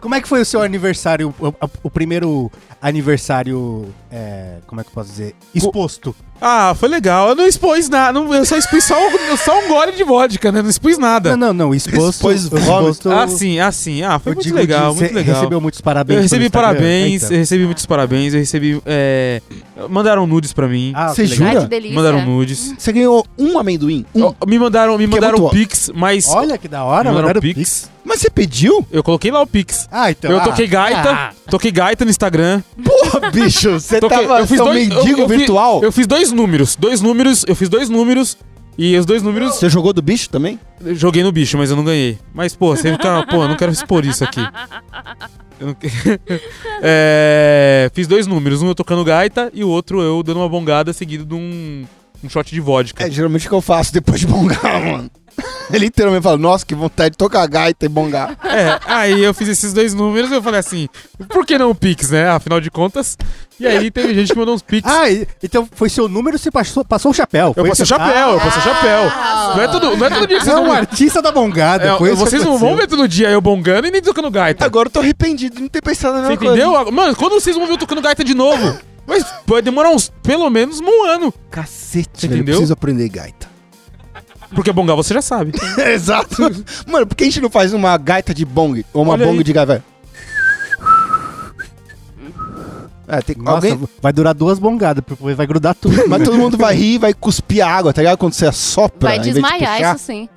Speaker 1: Como é que foi o seu aniversário, o, o- o primeiro aniversário, é, como é que eu posso dizer, exposto?
Speaker 2: Ah, foi legal. Eu não expus nada. não- Eu só expus só, um- só um gole de vodka, né? Não expus nada.
Speaker 1: Não, não, não, exposto.
Speaker 3: Expôs
Speaker 1: eu
Speaker 3: vômito.
Speaker 1: exposto-
Speaker 2: Ah, sim, ah, sim. Ah, foi
Speaker 1: eu
Speaker 2: muito
Speaker 1: digo
Speaker 2: legal,
Speaker 1: de-
Speaker 2: muito
Speaker 1: você
Speaker 2: legal.
Speaker 1: recebeu muitos parabéns.
Speaker 2: eu
Speaker 1: pelo
Speaker 2: recebi
Speaker 1: Instagram?
Speaker 2: parabéns,
Speaker 1: Eita.
Speaker 2: eu recebi muitos parabéns, eu recebi. é, mandaram nudes pra mim.
Speaker 1: Ah,
Speaker 3: Você
Speaker 1: que legal.
Speaker 4: Ai,
Speaker 3: Jura?
Speaker 4: que delícia. Hum.
Speaker 2: mandaram nudes.
Speaker 3: Você ganhou um amendoim? Um.
Speaker 2: Ó, Me mandaram, me
Speaker 3: Que é
Speaker 2: mandaram
Speaker 3: muito ó-
Speaker 2: Pix, mas.
Speaker 1: Olha que da hora,
Speaker 2: me mandaram
Speaker 1: mandaram
Speaker 2: Pix.
Speaker 1: pix.
Speaker 3: Mas você pediu?
Speaker 2: Eu coloquei lá o Pix.
Speaker 1: Ah, então.
Speaker 2: eu
Speaker 1: ah,
Speaker 2: toquei gaita, toquei gaita no Instagram.
Speaker 3: Porra, bicho, você
Speaker 2: Toquei-
Speaker 3: tava.
Speaker 2: eu fiz
Speaker 3: você é um
Speaker 2: dois- eu-
Speaker 3: mendigo
Speaker 2: eu fiz-
Speaker 3: virtual?
Speaker 2: Eu fiz dois números, dois números, eu fiz dois números e os dois números
Speaker 3: Você jogou do bicho também?
Speaker 2: eu joguei no bicho, mas eu não ganhei. Mas, pô, você fica, pô, eu não quero expor isso aqui. Eu não que- É, fiz dois números, um eu tocando gaita e o outro eu dando uma bongada seguido de um, um shot de vodka.
Speaker 3: É geralmente o que eu faço depois de bongar, mano. Ele literalmente fala, nossa, que vontade de tocar gaita e bongar.
Speaker 2: É, aí eu fiz esses dois números e eu falei assim, por que não o Pix, né? Afinal de contas. E aí teve gente que mandou uns Pix.
Speaker 1: Ah, e- então foi seu número, você passou, passou o chapéu.
Speaker 2: eu
Speaker 1: foi
Speaker 2: passei o
Speaker 1: isso?
Speaker 2: chapéu, eu passei o chapéu. Não é todo, não é todo dia
Speaker 1: Ah,
Speaker 2: que
Speaker 1: você
Speaker 2: vocês
Speaker 1: é um
Speaker 2: vão
Speaker 1: artista da bongada.
Speaker 2: É,
Speaker 1: foi isso que
Speaker 2: vocês não vão ver todo dia eu bongando e nem tocando gaita.
Speaker 3: Agora eu tô arrependido de não ter pensado na
Speaker 2: Você
Speaker 3: mesma coisa.
Speaker 2: entendeu? Mano, quando vocês vão ver eu tocando gaita de novo? Mas vai demorar uns, pelo menos um ano.
Speaker 3: Cacete,
Speaker 2: Você
Speaker 3: velho, eu
Speaker 2: entendeu?
Speaker 3: preciso aprender gaita.
Speaker 2: Porque bongar você já sabe.
Speaker 3: Exato. Mano, por que a gente não faz uma gaita de bong? Ou uma
Speaker 2: Olha
Speaker 3: bong
Speaker 2: aí.
Speaker 3: de gaita? É, tem que.
Speaker 1: Nossa,
Speaker 3: Alguém...
Speaker 1: vai durar duas bongadas, porque vai grudar tudo.
Speaker 3: Mas todo mundo vai rir e vai cuspir água, tá ligado? Quando você assopra.
Speaker 4: Vai
Speaker 3: em vez de
Speaker 4: desmaiar,
Speaker 3: puxar.
Speaker 4: isso sim.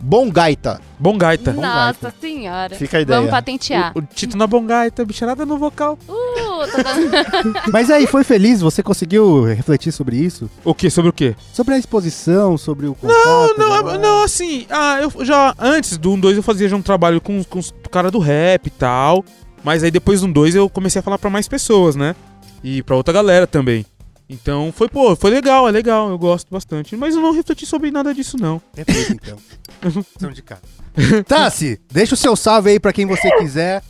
Speaker 3: Bom gaita.
Speaker 2: Bom gaita.
Speaker 4: Nossa senhora.
Speaker 3: Fica a ideia.
Speaker 4: Vamos patentear.
Speaker 2: O, o Tito na bongaita, bicharada no vocal.
Speaker 4: Uh, tô dando-
Speaker 1: Mas aí, foi feliz? Você conseguiu refletir sobre isso?
Speaker 2: O que? Sobre o quê?
Speaker 1: Sobre a exposição, sobre o contato?
Speaker 2: Não,
Speaker 1: blá,
Speaker 2: é-
Speaker 1: blá.
Speaker 2: não, assim, ah, eu já antes do 1-2 eu fazia já um trabalho com, os- com os cara do rap e tal. Mas aí depois do 1-2 eu comecei a falar pra mais pessoas, né? E pra outra galera também. Então foi, pô, foi legal, é legal, eu gosto bastante. Mas eu não refleti sobre nada disso, não.
Speaker 1: Reflita, então. São de cara. Tassi, deixa o seu salve aí pra quem você quiser.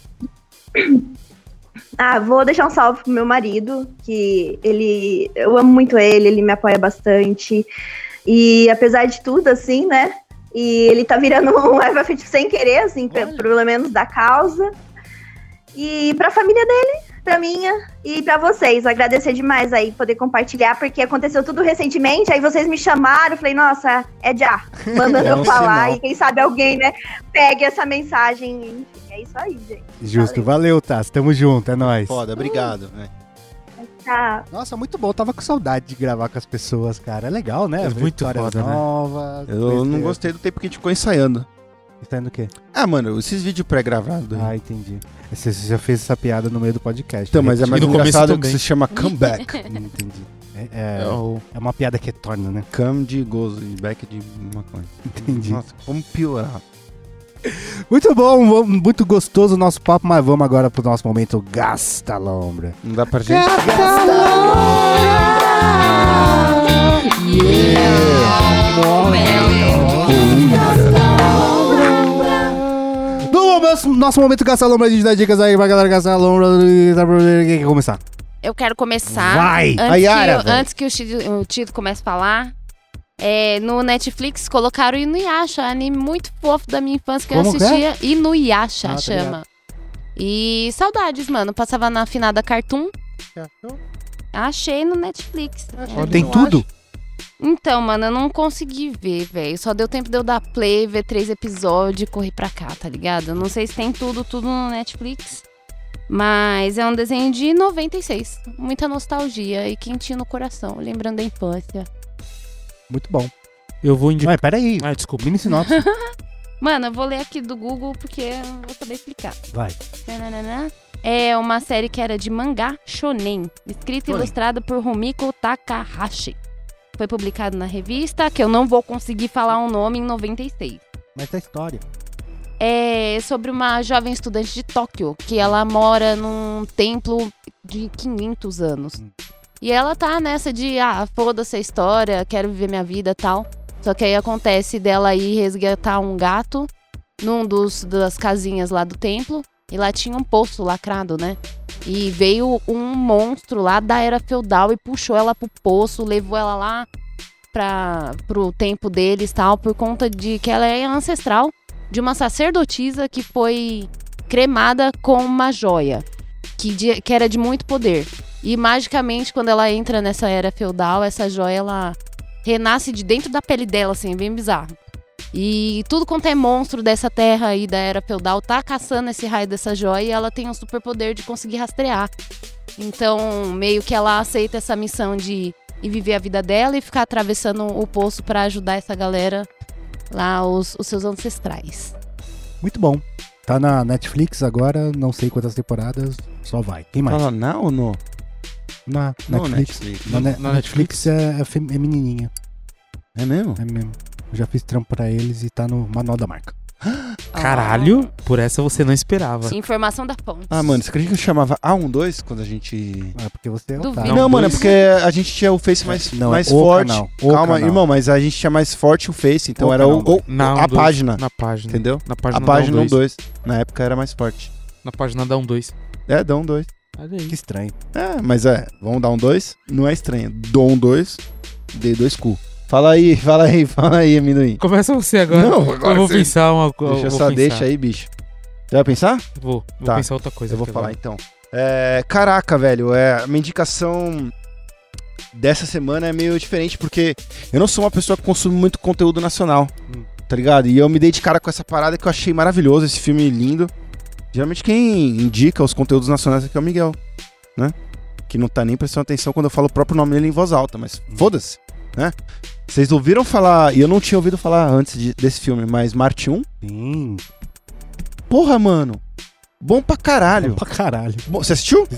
Speaker 8: Ah, vou deixar um salve pro meu marido, que ele. Eu amo muito ele, ele me apoia bastante. E apesar de tudo, assim, né? E ele tá virando um leva afetivo sem querer, assim, pe- pelo menos da causa. E pra família dele, pra minha e pra vocês. Agradecer demais aí poder compartilhar, porque aconteceu tudo recentemente, aí vocês me chamaram, eu falei, nossa, é já. Mandando
Speaker 3: É um
Speaker 8: eu falar.
Speaker 3: sinal.
Speaker 8: E quem sabe alguém, né, pegue essa mensagem. Enfim, é isso aí, gente.
Speaker 1: Justo, valeu, Tassi. Tamo junto, é nóis.
Speaker 3: Foda, obrigado. né?
Speaker 8: Tá.
Speaker 1: Nossa, muito bom. Tava com saudade de gravar com as pessoas, cara. É legal, né?
Speaker 2: É
Speaker 1: As
Speaker 2: muito
Speaker 1: vitórias
Speaker 2: foda, né?
Speaker 1: novas.
Speaker 3: Eu não gostei do tempo que a gente ficou ensaiando.
Speaker 1: Está indo o quê?
Speaker 3: Ah, mano, esses vídeos pré-gravados.
Speaker 1: Ah, entendi. Você você já fez essa piada no meio do podcast. né? Tipo,
Speaker 3: então, mas é
Speaker 1: Repetindo.
Speaker 3: mais
Speaker 2: E no começo
Speaker 3: engraçado que
Speaker 2: também.
Speaker 3: se chama comeback.
Speaker 1: Entendi. É, é-
Speaker 2: É o-
Speaker 1: é uma piada que torna, né?
Speaker 3: Cam de gozo e back de maconha.
Speaker 1: Entendi.
Speaker 3: Nossa, como piorar.
Speaker 1: Muito bom, vamos- muito gostoso o nosso papo, mas vamos agora pro nosso momento Gasta Lombra.
Speaker 3: Não dá pra gente.
Speaker 1: No nosso, nosso momento Gasta Lombra, a gente dá dicas aí pra galera Gasta Lombra. Quem quer começar?
Speaker 4: Eu quero começar.
Speaker 1: Vai!
Speaker 4: Antes,
Speaker 1: A Yara,
Speaker 4: que,
Speaker 1: velho.
Speaker 4: o- antes que o Tito, o Tito comece a falar, é, no Netflix colocaram Inuyasha, anime muito fofo da minha infância que
Speaker 1: Como
Speaker 4: eu
Speaker 1: que é?
Speaker 4: assistia. Inuyasha
Speaker 1: Ah, tá
Speaker 4: chama. E saudades, mano. Passava na afinada Cartoon. Achei no Netflix.
Speaker 1: Tem tudo?
Speaker 4: Então, mano, eu não consegui ver, velho. Só deu tempo de eu dar play, ver três episódios e correr pra cá, tá ligado? Eu não sei se tem tudo, tudo no Netflix. Mas é um desenho de 96. Muita nostalgia e quentinho no coração, lembrando da infância.
Speaker 1: Muito bom.
Speaker 2: Eu vou indicar.
Speaker 1: Ué, peraí.
Speaker 2: Ah, desculpa.
Speaker 1: Mini sinopse.
Speaker 4: Mano, eu vou ler aqui do Google porque eu não vou saber explicar.
Speaker 1: Vai.
Speaker 4: Nananana. É uma série que era de mangá shonen, escrita e ilustrada por Rumiko Takahashi. Foi publicado na revista, que eu não vou conseguir falar o nome, em 96.
Speaker 1: Mas a história.
Speaker 4: é sobre uma jovem estudante de Tóquio, que ela mora num templo de 500 anos.
Speaker 1: Hum.
Speaker 4: E ela tá nessa de, ah, foda-se a história, quero viver minha vida tal. Só que aí acontece dela ir resgatar um gato num dos das casinhas lá do templo. E lá tinha um poço lacrado, né? E veio um monstro lá da era feudal e puxou ela pro poço, levou ela lá pra, pro tempo deles tal, por conta de que ela é ancestral de uma sacerdotisa que foi cremada com uma joia, que, de- que era de muito poder. E magicamente, quando ela entra nessa era feudal, essa joia ela renasce de dentro da pele dela, assim, é bem bizarro. E tudo quanto é monstro dessa terra aí da era feudal tá caçando esse raio dessa joia e ela tem o superpoder de conseguir rastrear. Então, meio que ela aceita essa missão de ir viver a vida dela e ficar atravessando o poço pra ajudar essa galera lá, os, os seus ancestrais.
Speaker 1: Muito bom. Tá na Netflix agora, não sei quantas temporadas, só vai. Quem mais?
Speaker 3: Fala na ou no?
Speaker 1: Na
Speaker 3: No
Speaker 1: Netflix.
Speaker 3: Netflix.
Speaker 1: Na, ne-
Speaker 2: Na
Speaker 1: Netflix, é, é fem- é menininha,
Speaker 3: É mesmo?
Speaker 1: é mesmo. Eu já fiz trampo pra eles e tá no manual da marca.
Speaker 2: Ah. Caralho, por essa você não esperava.
Speaker 4: Informação da fonte.
Speaker 3: Ah, mano, você acredita que eu chamava A12 quando a gente.
Speaker 1: É porque você é
Speaker 4: Duvido.
Speaker 1: otário.
Speaker 3: Não,
Speaker 2: Não,
Speaker 3: mano, é
Speaker 2: dois.
Speaker 3: porque a gente tinha o Face mais,
Speaker 1: Não, é
Speaker 3: mais
Speaker 1: o
Speaker 3: forte.
Speaker 1: canal, o
Speaker 3: Calma,
Speaker 1: canal.
Speaker 3: irmão, mas a gente tinha mais forte o Face, então
Speaker 1: O
Speaker 3: era o,
Speaker 1: canal.
Speaker 3: o-
Speaker 2: Na
Speaker 3: a
Speaker 2: 1-2.
Speaker 3: página,
Speaker 2: Na página.
Speaker 3: entendeu?
Speaker 2: Na
Speaker 3: A
Speaker 2: página,
Speaker 3: página
Speaker 2: da 1-2.
Speaker 3: 1-2. Na época era mais forte.
Speaker 2: Na página da 1-2.
Speaker 3: É, dá um 2.
Speaker 2: Olha
Speaker 1: Que
Speaker 2: aí.
Speaker 1: estranho.
Speaker 3: É, mas é, vamos dar um 2? Não é estranho. Dou um 2, dei dois cu. Fala aí, fala aí, fala aí, amendoim.
Speaker 2: Começa você agora.
Speaker 3: Não, agora
Speaker 2: Eu vou
Speaker 3: você-
Speaker 2: pensar uma coisa.
Speaker 3: Deixa eu só, deixa aí, bicho. Você vai pensar?
Speaker 2: Vou, vou
Speaker 3: Tá.
Speaker 2: pensar outra coisa.
Speaker 3: Eu vou
Speaker 2: aqui
Speaker 3: falar
Speaker 2: agora.
Speaker 3: então. É, caraca, velho, é, a minha indicação dessa semana é meio diferente, porque eu não sou uma pessoa que consome muito conteúdo nacional,
Speaker 2: Hum.
Speaker 3: tá ligado? E eu me dei de cara com essa parada que eu achei maravilhoso, esse filme lindo. Geralmente quem indica os conteúdos nacionais aqui é o Miguel, né? Que não tá nem prestando atenção quando eu falo o próprio nome dele em voz alta, mas foda-se, né? Vocês ouviram falar, e eu não tinha ouvido falar antes de- desse filme, mas Marte 1?
Speaker 1: Sim.
Speaker 3: Porra, mano! Bom pra caralho!
Speaker 1: Bom É pra caralho.
Speaker 3: Bom, você assistiu?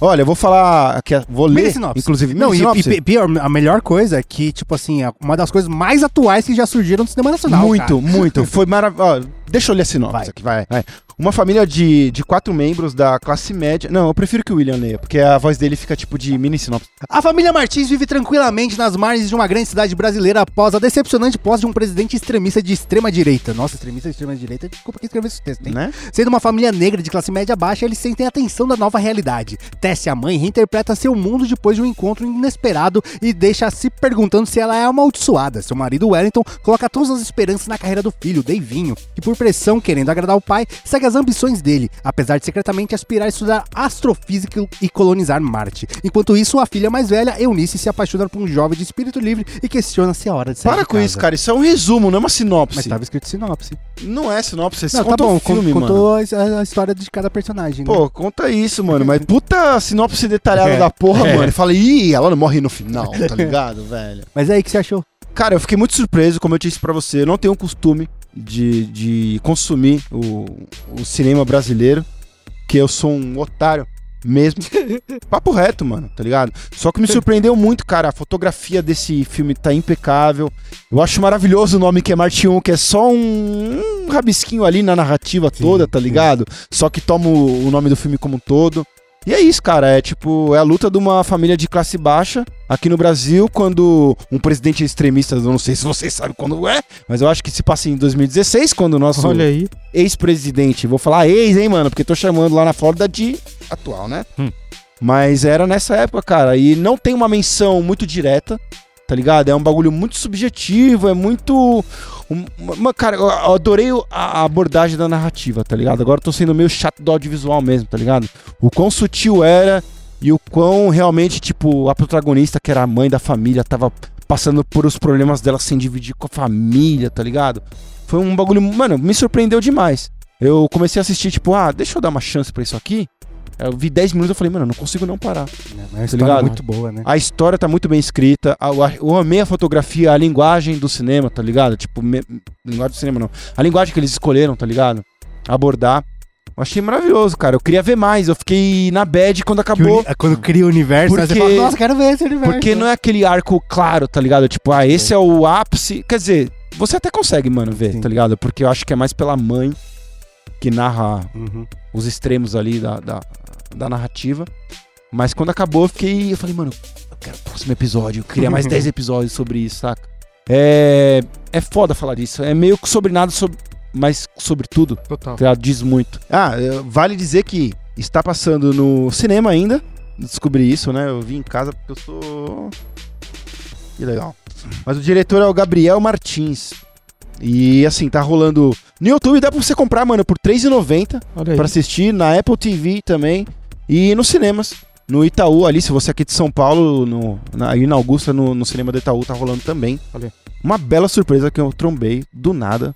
Speaker 3: Olha, eu vou falar aqui, vou ler,
Speaker 1: Mini sinopse.
Speaker 3: inclusive.
Speaker 1: Não,
Speaker 3: Mini
Speaker 1: e,
Speaker 3: sinopse.
Speaker 1: e pi- pior, a melhor coisa é que, tipo assim, é uma das coisas mais atuais que já surgiram no cinema nacional.
Speaker 3: muito, muito. Foi maravilhoso. Deixa eu ler a sinopse
Speaker 1: Vai.
Speaker 3: aqui, vai, vai. Uma família de, de quatro membros da classe média. Não, eu prefiro que o William leia, porque a voz dele fica tipo de mini sinopse.
Speaker 1: A família Martins vive tranquilamente nas margens de uma grande cidade brasileira após a decepcionante posse de um presidente extremista de extrema direita. Nossa, extremista de extrema direita, desculpa quem escreveu esse texto, hein?
Speaker 3: Né?
Speaker 1: Sendo uma família negra de classe média baixa, eles sentem a tensão da nova realidade. Tess, a mãe, reinterpreta seu mundo depois de um encontro inesperado e deixa se perguntando se ela é amaldiçoada. Seu marido, Wellington, coloca todas as esperanças na carreira do filho, Deivinho, que por pressão, querendo agradar o pai, segue as das ambições dele, apesar de secretamente aspirar a estudar astrofísica e colonizar Marte. Enquanto isso, a filha mais velha, Eunice, se apaixona por um jovem de espírito livre e questiona se é hora de sair
Speaker 3: Para
Speaker 1: de
Speaker 3: com
Speaker 1: casa.
Speaker 3: isso, cara. Isso é um resumo, não é uma sinopse.
Speaker 1: Mas tava escrito sinopse.
Speaker 3: Não é sinopse, você
Speaker 1: Não,
Speaker 3: conta
Speaker 1: tá bom,
Speaker 3: o filme,
Speaker 1: con-
Speaker 3: mano.
Speaker 1: contou a, a história de cada personagem. né?
Speaker 3: Pô, conta isso, mano. Mas puta sinopse detalhada
Speaker 1: É.
Speaker 3: da porra,
Speaker 1: É.
Speaker 3: mano. E Fala, ih, ela não morre no final, tá ligado, velho?
Speaker 1: Mas é aí, o que você achou?
Speaker 3: Cara, eu fiquei muito surpreso, como eu disse pra você. Eu não tenho costume de, de consumir o, o cinema brasileiro, que eu sou um otário mesmo. Papo reto, mano, tá ligado? Só que me surpreendeu muito, cara. A fotografia desse filme tá impecável. Eu acho maravilhoso o nome que é Marte 1, que é só um, um rabisquinho ali na narrativa toda, tá ligado? Só que toma o, o nome do filme como um todo. E é isso, cara. É tipo, é a luta de uma família de classe baixa aqui no Brasil quando um presidente extremista, eu não sei se vocês sabem quando é, mas eu acho que se passa em 2016, quando o nosso
Speaker 2: Olha aí.
Speaker 1: É
Speaker 3: ex-presidente, vou falar ex, hein, mano, porque tô chamando lá na Flórida de atual, né?
Speaker 2: Hum.
Speaker 3: Mas era nessa época, cara, e não tem uma menção muito direta, tá ligado? É um bagulho muito subjetivo, é muito. um- uma- cara, eu eu adorei o- a a abordagem da narrativa, tá ligado? Agora eu tô sendo meio chato do audiovisual mesmo, tá ligado? O quão sutil era e o quão realmente, tipo, a protagonista, que era a mãe da família, tava passando por os problemas dela sem dividir com a família, tá ligado? Foi um bagulho, mano, me surpreendeu demais. Eu comecei a assistir, tipo, ah, deixa eu dar uma chance pra isso aqui. Eu vi 10 minutos e falei, mano, eu não consigo não parar.
Speaker 1: É uma história
Speaker 3: ligado?
Speaker 1: muito boa, né?
Speaker 3: A história tá muito bem escrita. a- Eu, eu amei a fotografia, a linguagem do cinema, tá ligado? Tipo, me- linguagem do cinema não. A linguagem que eles escolheram, tá ligado? Abordar. Eu achei maravilhoso, cara. Eu queria ver mais. Eu fiquei na bad quando
Speaker 1: Que
Speaker 3: acabou.
Speaker 1: uni- É Quando cria o universo, aí você
Speaker 3: Porque-
Speaker 1: fala, nossa, quero ver esse universo.
Speaker 3: Porque não é aquele arco claro, tá ligado? Tipo, ah, esse é o ápice. Quer dizer, você até consegue, mano, ver,
Speaker 1: Sim.
Speaker 3: tá ligado? Porque eu acho que é mais pela mãe que narra
Speaker 1: Uhum.
Speaker 3: os extremos ali da, da, da narrativa. Mas quando acabou, eu fiquei. Eu falei, mano, eu quero o próximo episódio. Eu queria mais 10 episódios sobre isso, saca? É. É foda falar disso. É meio que sobre nada, sobre, mas sobre tudo.
Speaker 2: Total.
Speaker 3: Tá ligado? Diz muito. Ah, eh, vale dizer que está passando no cinema ainda. Descobri isso, né? Eu vim em casa porque eu sou. Que legal. Mas o diretor é o Gabriel Martins. E assim, tá rolando. No YouTube dá pra você comprar, mano, por R$3,90
Speaker 2: Olha aí.
Speaker 3: pra assistir, na Apple TV também e nos cinemas. No Itaú ali, se você é aqui de São Paulo, no, na, aí na Augusta, no, no cinema do Itaú, tá rolando também.
Speaker 2: Olha aí.
Speaker 3: Uma bela surpresa que eu trombei do nada,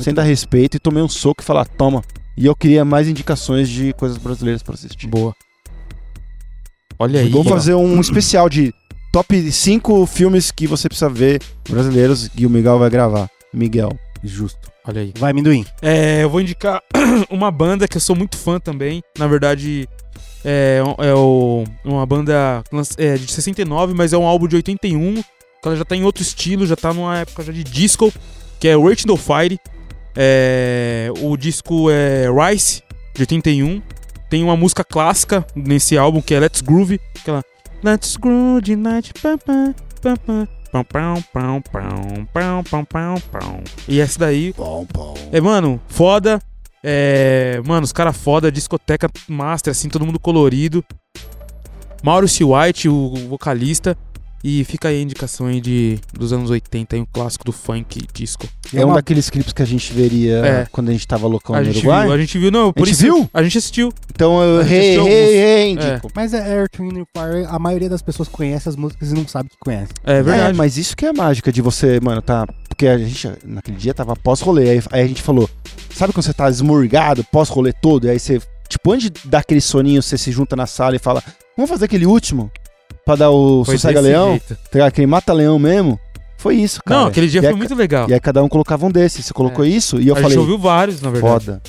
Speaker 3: sem dar respeito, e tomei um soco e falar, toma. E eu queria mais indicações de coisas brasileiras pra assistir.
Speaker 2: Boa. Olha aí.
Speaker 3: Vamos fazer um especial de top 5 filmes que você precisa ver brasileiros e o Miguel vai gravar. Miguel.
Speaker 1: Justo.
Speaker 2: Olha aí.
Speaker 1: Vai, amendoim.
Speaker 2: É, eu vou indicar uma banda que eu sou muito fã também. Na verdade, é, é o- uma banda lanç- é, de 69, mas é um álbum de 81. que Ela já tá em outro estilo, já tá numa época já de disco, que é Waiting No Fire. É, o disco é Rice, de 81. Tem uma música clássica nesse álbum, que é Let's Groove. Aquela... Let's Groove de Night, pam, pam, pam, pam. Pão, pão, pão, pão, pão, pão, pão, pão. E essa daí é, mano, foda. É, mano, os caras foda, discoteca master, assim, todo mundo colorido. Maurice White, o vocalista. E fica aí a indicação aí de, dos anos 80, aí, um clássico do funk e disco.
Speaker 3: É, um
Speaker 1: uma-
Speaker 3: daqueles clipes que a gente veria
Speaker 2: É.
Speaker 3: quando a gente tava loucão
Speaker 2: a
Speaker 3: no
Speaker 2: gente
Speaker 3: Uruguai.
Speaker 2: viu, a gente viu, não, por
Speaker 3: gente
Speaker 2: isso.
Speaker 3: viu?
Speaker 2: A gente assistiu.
Speaker 3: Então eu
Speaker 2: A gente
Speaker 3: re,
Speaker 2: assistiu
Speaker 3: re, re,
Speaker 2: alguns.
Speaker 3: indico.
Speaker 1: Mas é Earth, Wind and Fire, a maioria das pessoas conhece as músicas e não sabe que conhece.
Speaker 2: É
Speaker 3: É,
Speaker 2: verdade.
Speaker 3: mas isso que é a mágica de você, mano, tá. Porque a gente, naquele dia, tava pós-rolê. Aí, aí a gente falou, sabe quando você tá esmurgado, pós-rolê todo? E aí você, tipo, antes de dar aquele soninho, você se junta na sala e fala, vamos fazer aquele último? Pra dar o
Speaker 2: Foi desse
Speaker 3: sossega-leão?
Speaker 2: jeito.
Speaker 3: tá ligado? Aquele mata-leão mesmo? Foi isso, cara.
Speaker 2: Não, aquele dia
Speaker 3: É. E
Speaker 2: foi
Speaker 3: aí,
Speaker 2: muito legal.
Speaker 3: E aí cada um colocava um desses. Você colocou isso e eu
Speaker 2: a
Speaker 3: falei,
Speaker 2: gente ouviu né? vários, na verdade.
Speaker 3: foda.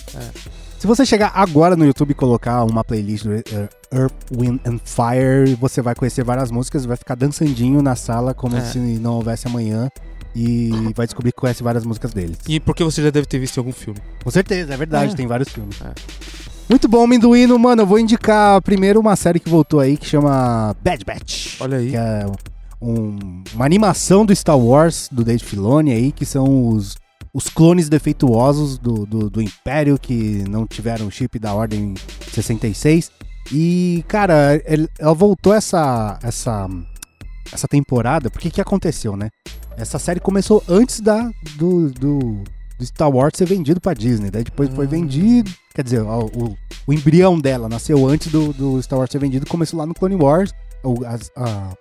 Speaker 1: Se você chegar agora no YouTube e colocar uma playlist do eh, Earth, Wind and Fire, você vai conhecer várias músicas, vai ficar dançandinho na sala como
Speaker 2: É.
Speaker 1: se não houvesse amanhã e vai descobrir que conhece várias músicas deles.
Speaker 2: E porque você já deve ter visto em algum filme.
Speaker 1: Com certeza, é verdade,
Speaker 2: É.
Speaker 1: tem vários filmes.
Speaker 2: É.
Speaker 1: Muito bom, Minduíno, mano. Eu vou indicar primeiro uma série que voltou aí que chama Bad Batch.
Speaker 2: Olha aí.
Speaker 1: que é um- uma animação do Star Wars, do Dave Filoni aí, que são os, os clones defeituosos do, do, do Império que não tiveram o chip da Ordem 66. E, cara, ele- ela voltou essa, essa, essa temporada, porque que aconteceu, né? Essa série começou antes da, do, do, do Star Wars ser vendido pra Disney. Daí depois foi vendido. Quer dizer, ó, o, o embrião dela nasceu antes do, do Star Wars ser vendido, começou lá no Clone Wars. o- as- a-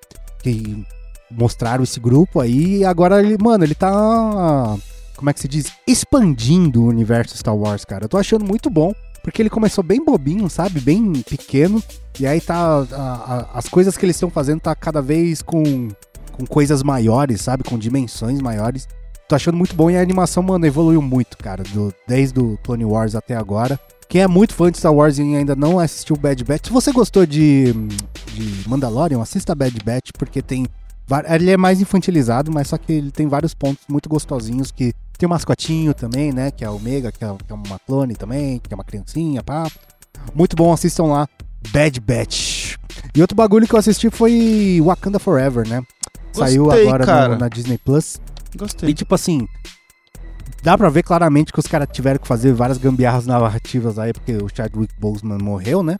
Speaker 1: que mostraram esse grupo aí. E agora, ele, mano, ele tá. Como é que se diz? Expandindo o universo Star Wars, cara. Eu tô achando muito bom. Porque ele começou bem bobinho, sabe? Bem pequeno. E aí tá. a- a- as coisas que eles estão fazendo tá cada vez com, com coisas maiores, sabe? Com dimensões maiores. Tô achando muito bom e a animação, mano, evoluiu muito, cara. Do, desde o Clone Wars até agora. Quem é muito fã de Star Wars e ainda não assistiu Bad Batch, se você gostou de, de Mandalorian, assista Bad Batch, porque tem. va- Ele é mais infantilizado, mas só que ele tem vários pontos muito gostosinhos que. Tem o mascotinho também, né? Que é o Omega, que é, que é uma clone também, que é uma criancinha, pá. Muito bom, assistam lá. Bad Batch. E outro bagulho que eu assisti foi Wakanda Forever, né? Saiu
Speaker 3: Gostei,
Speaker 1: agora no-
Speaker 3: cara.
Speaker 1: na Disney Plus. E
Speaker 3: Gostei.
Speaker 1: tipo assim, dá pra ver claramente que os caras tiveram que fazer várias gambiarras narrativas aí, porque o Chadwick Boseman morreu, né?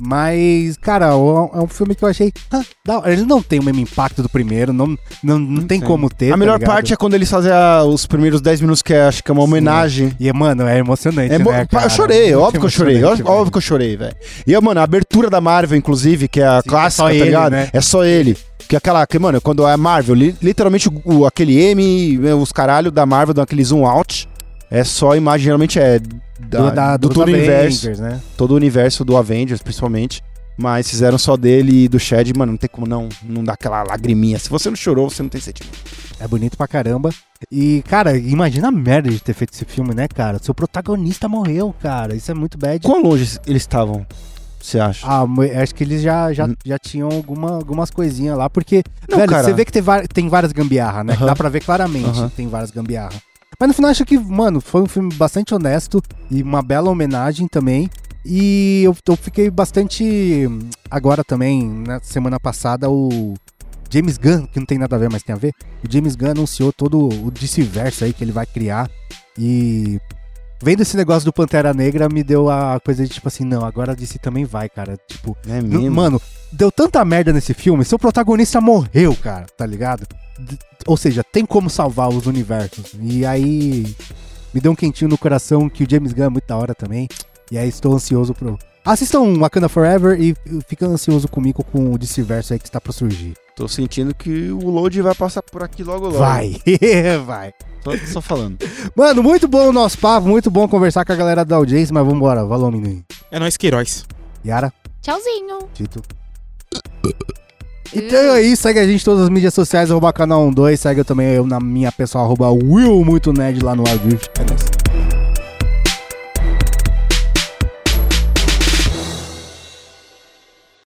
Speaker 1: Mas, cara, o- é um filme que eu achei. "Ah, da hora." Ele não tem o mesmo impacto do primeiro, não, não, não, tem,
Speaker 3: tem.
Speaker 1: como
Speaker 2: Tá
Speaker 1: ter. tá
Speaker 3: A melhor parte é quando eles fazem a- os primeiros 10 minutos, que é, acho que é uma
Speaker 1: Sim.
Speaker 3: homenagem.
Speaker 1: E, mano, é emocionante.
Speaker 3: É, mo-
Speaker 1: né,
Speaker 3: pá,
Speaker 1: cara?
Speaker 3: eu chorei,
Speaker 1: Muito
Speaker 3: óbvio que eu chorei,
Speaker 1: emocionante,
Speaker 3: óbvio, óbvio que eu chorei, velho. E, mano, a abertura da Marvel, inclusive, que é a
Speaker 1: Sim,
Speaker 3: clássica,
Speaker 1: é só
Speaker 3: tá
Speaker 1: ele,
Speaker 3: ligado?
Speaker 1: né?
Speaker 3: É só ele. Que aquela, que, mano, quando é Marvel, li- literalmente o- o, aquele M, né, os caralho da Marvel, dão aquele zoom out, é só a imagem, geralmente é da-
Speaker 1: Do, da,
Speaker 3: do
Speaker 1: dos
Speaker 3: todo o universo,
Speaker 1: Avengers, né?
Speaker 3: todo o universo do Avengers, principalmente. Mas fizeram só dele e do Chad, mano, não tem como não, não dar aquela lagriminha. Se você não chorou, você não tem sentimento.
Speaker 1: É bonito pra caramba. E, cara, imagina a merda de ter feito esse filme, né, cara? Seu protagonista morreu, cara. Isso é muito bad.
Speaker 3: Quão longe eles estavam, você acha?
Speaker 1: Ah, mo- acho que eles já, já,
Speaker 3: Hum.
Speaker 1: já tinham alguma, algumas coisinhas lá, porque,
Speaker 3: Não,
Speaker 1: velho,
Speaker 3: cara.
Speaker 1: você vê que tem, va- tem várias gambiarra, né? Que
Speaker 3: Aham.
Speaker 1: Dá pra ver claramente
Speaker 3: Aham.
Speaker 1: que tem várias gambiarra. Mas no final acho que, mano, foi um filme bastante honesto e uma bela homenagem também. E eu, eu fiquei bastante. Agora também, na semana passada, o James Gunn, que não tem nada a ver, mas tem a ver. O James Gunn anunciou todo o disse-verso aí que ele vai criar. E vendo esse negócio do Pantera Negra, me deu a coisa de tipo assim: não, agora a DC também vai, cara. Tipo,
Speaker 3: É
Speaker 1: N- Mano, deu tanta merda nesse filme, seu protagonista morreu, cara, tá ligado? D- ou seja, tem como salvar os universos. E aí me deu um quentinho no coração que o James Gunn é muito da hora também. E aí estou ansioso pro. Assistam Wakanda Forever e f- fica ansioso comigo com o Dissiverso aí que está pra surgir.
Speaker 3: Tô sentindo que o load vai passar por aqui logo logo.
Speaker 1: Vai, vai.
Speaker 3: Tô só falando.
Speaker 1: Mano, muito bom o nosso papo, muito bom conversar com a galera da audiência, mas vambora. Valeu, menino.
Speaker 2: É nós Queiroz.
Speaker 1: Yara?
Speaker 4: Tchauzinho.
Speaker 1: Tito. Então é isso, segue a gente em um todas as mídias sociais, arroba canal 12, segue eu também eu na minha pessoal, arroba Will Muito Nerd lá no áudio. É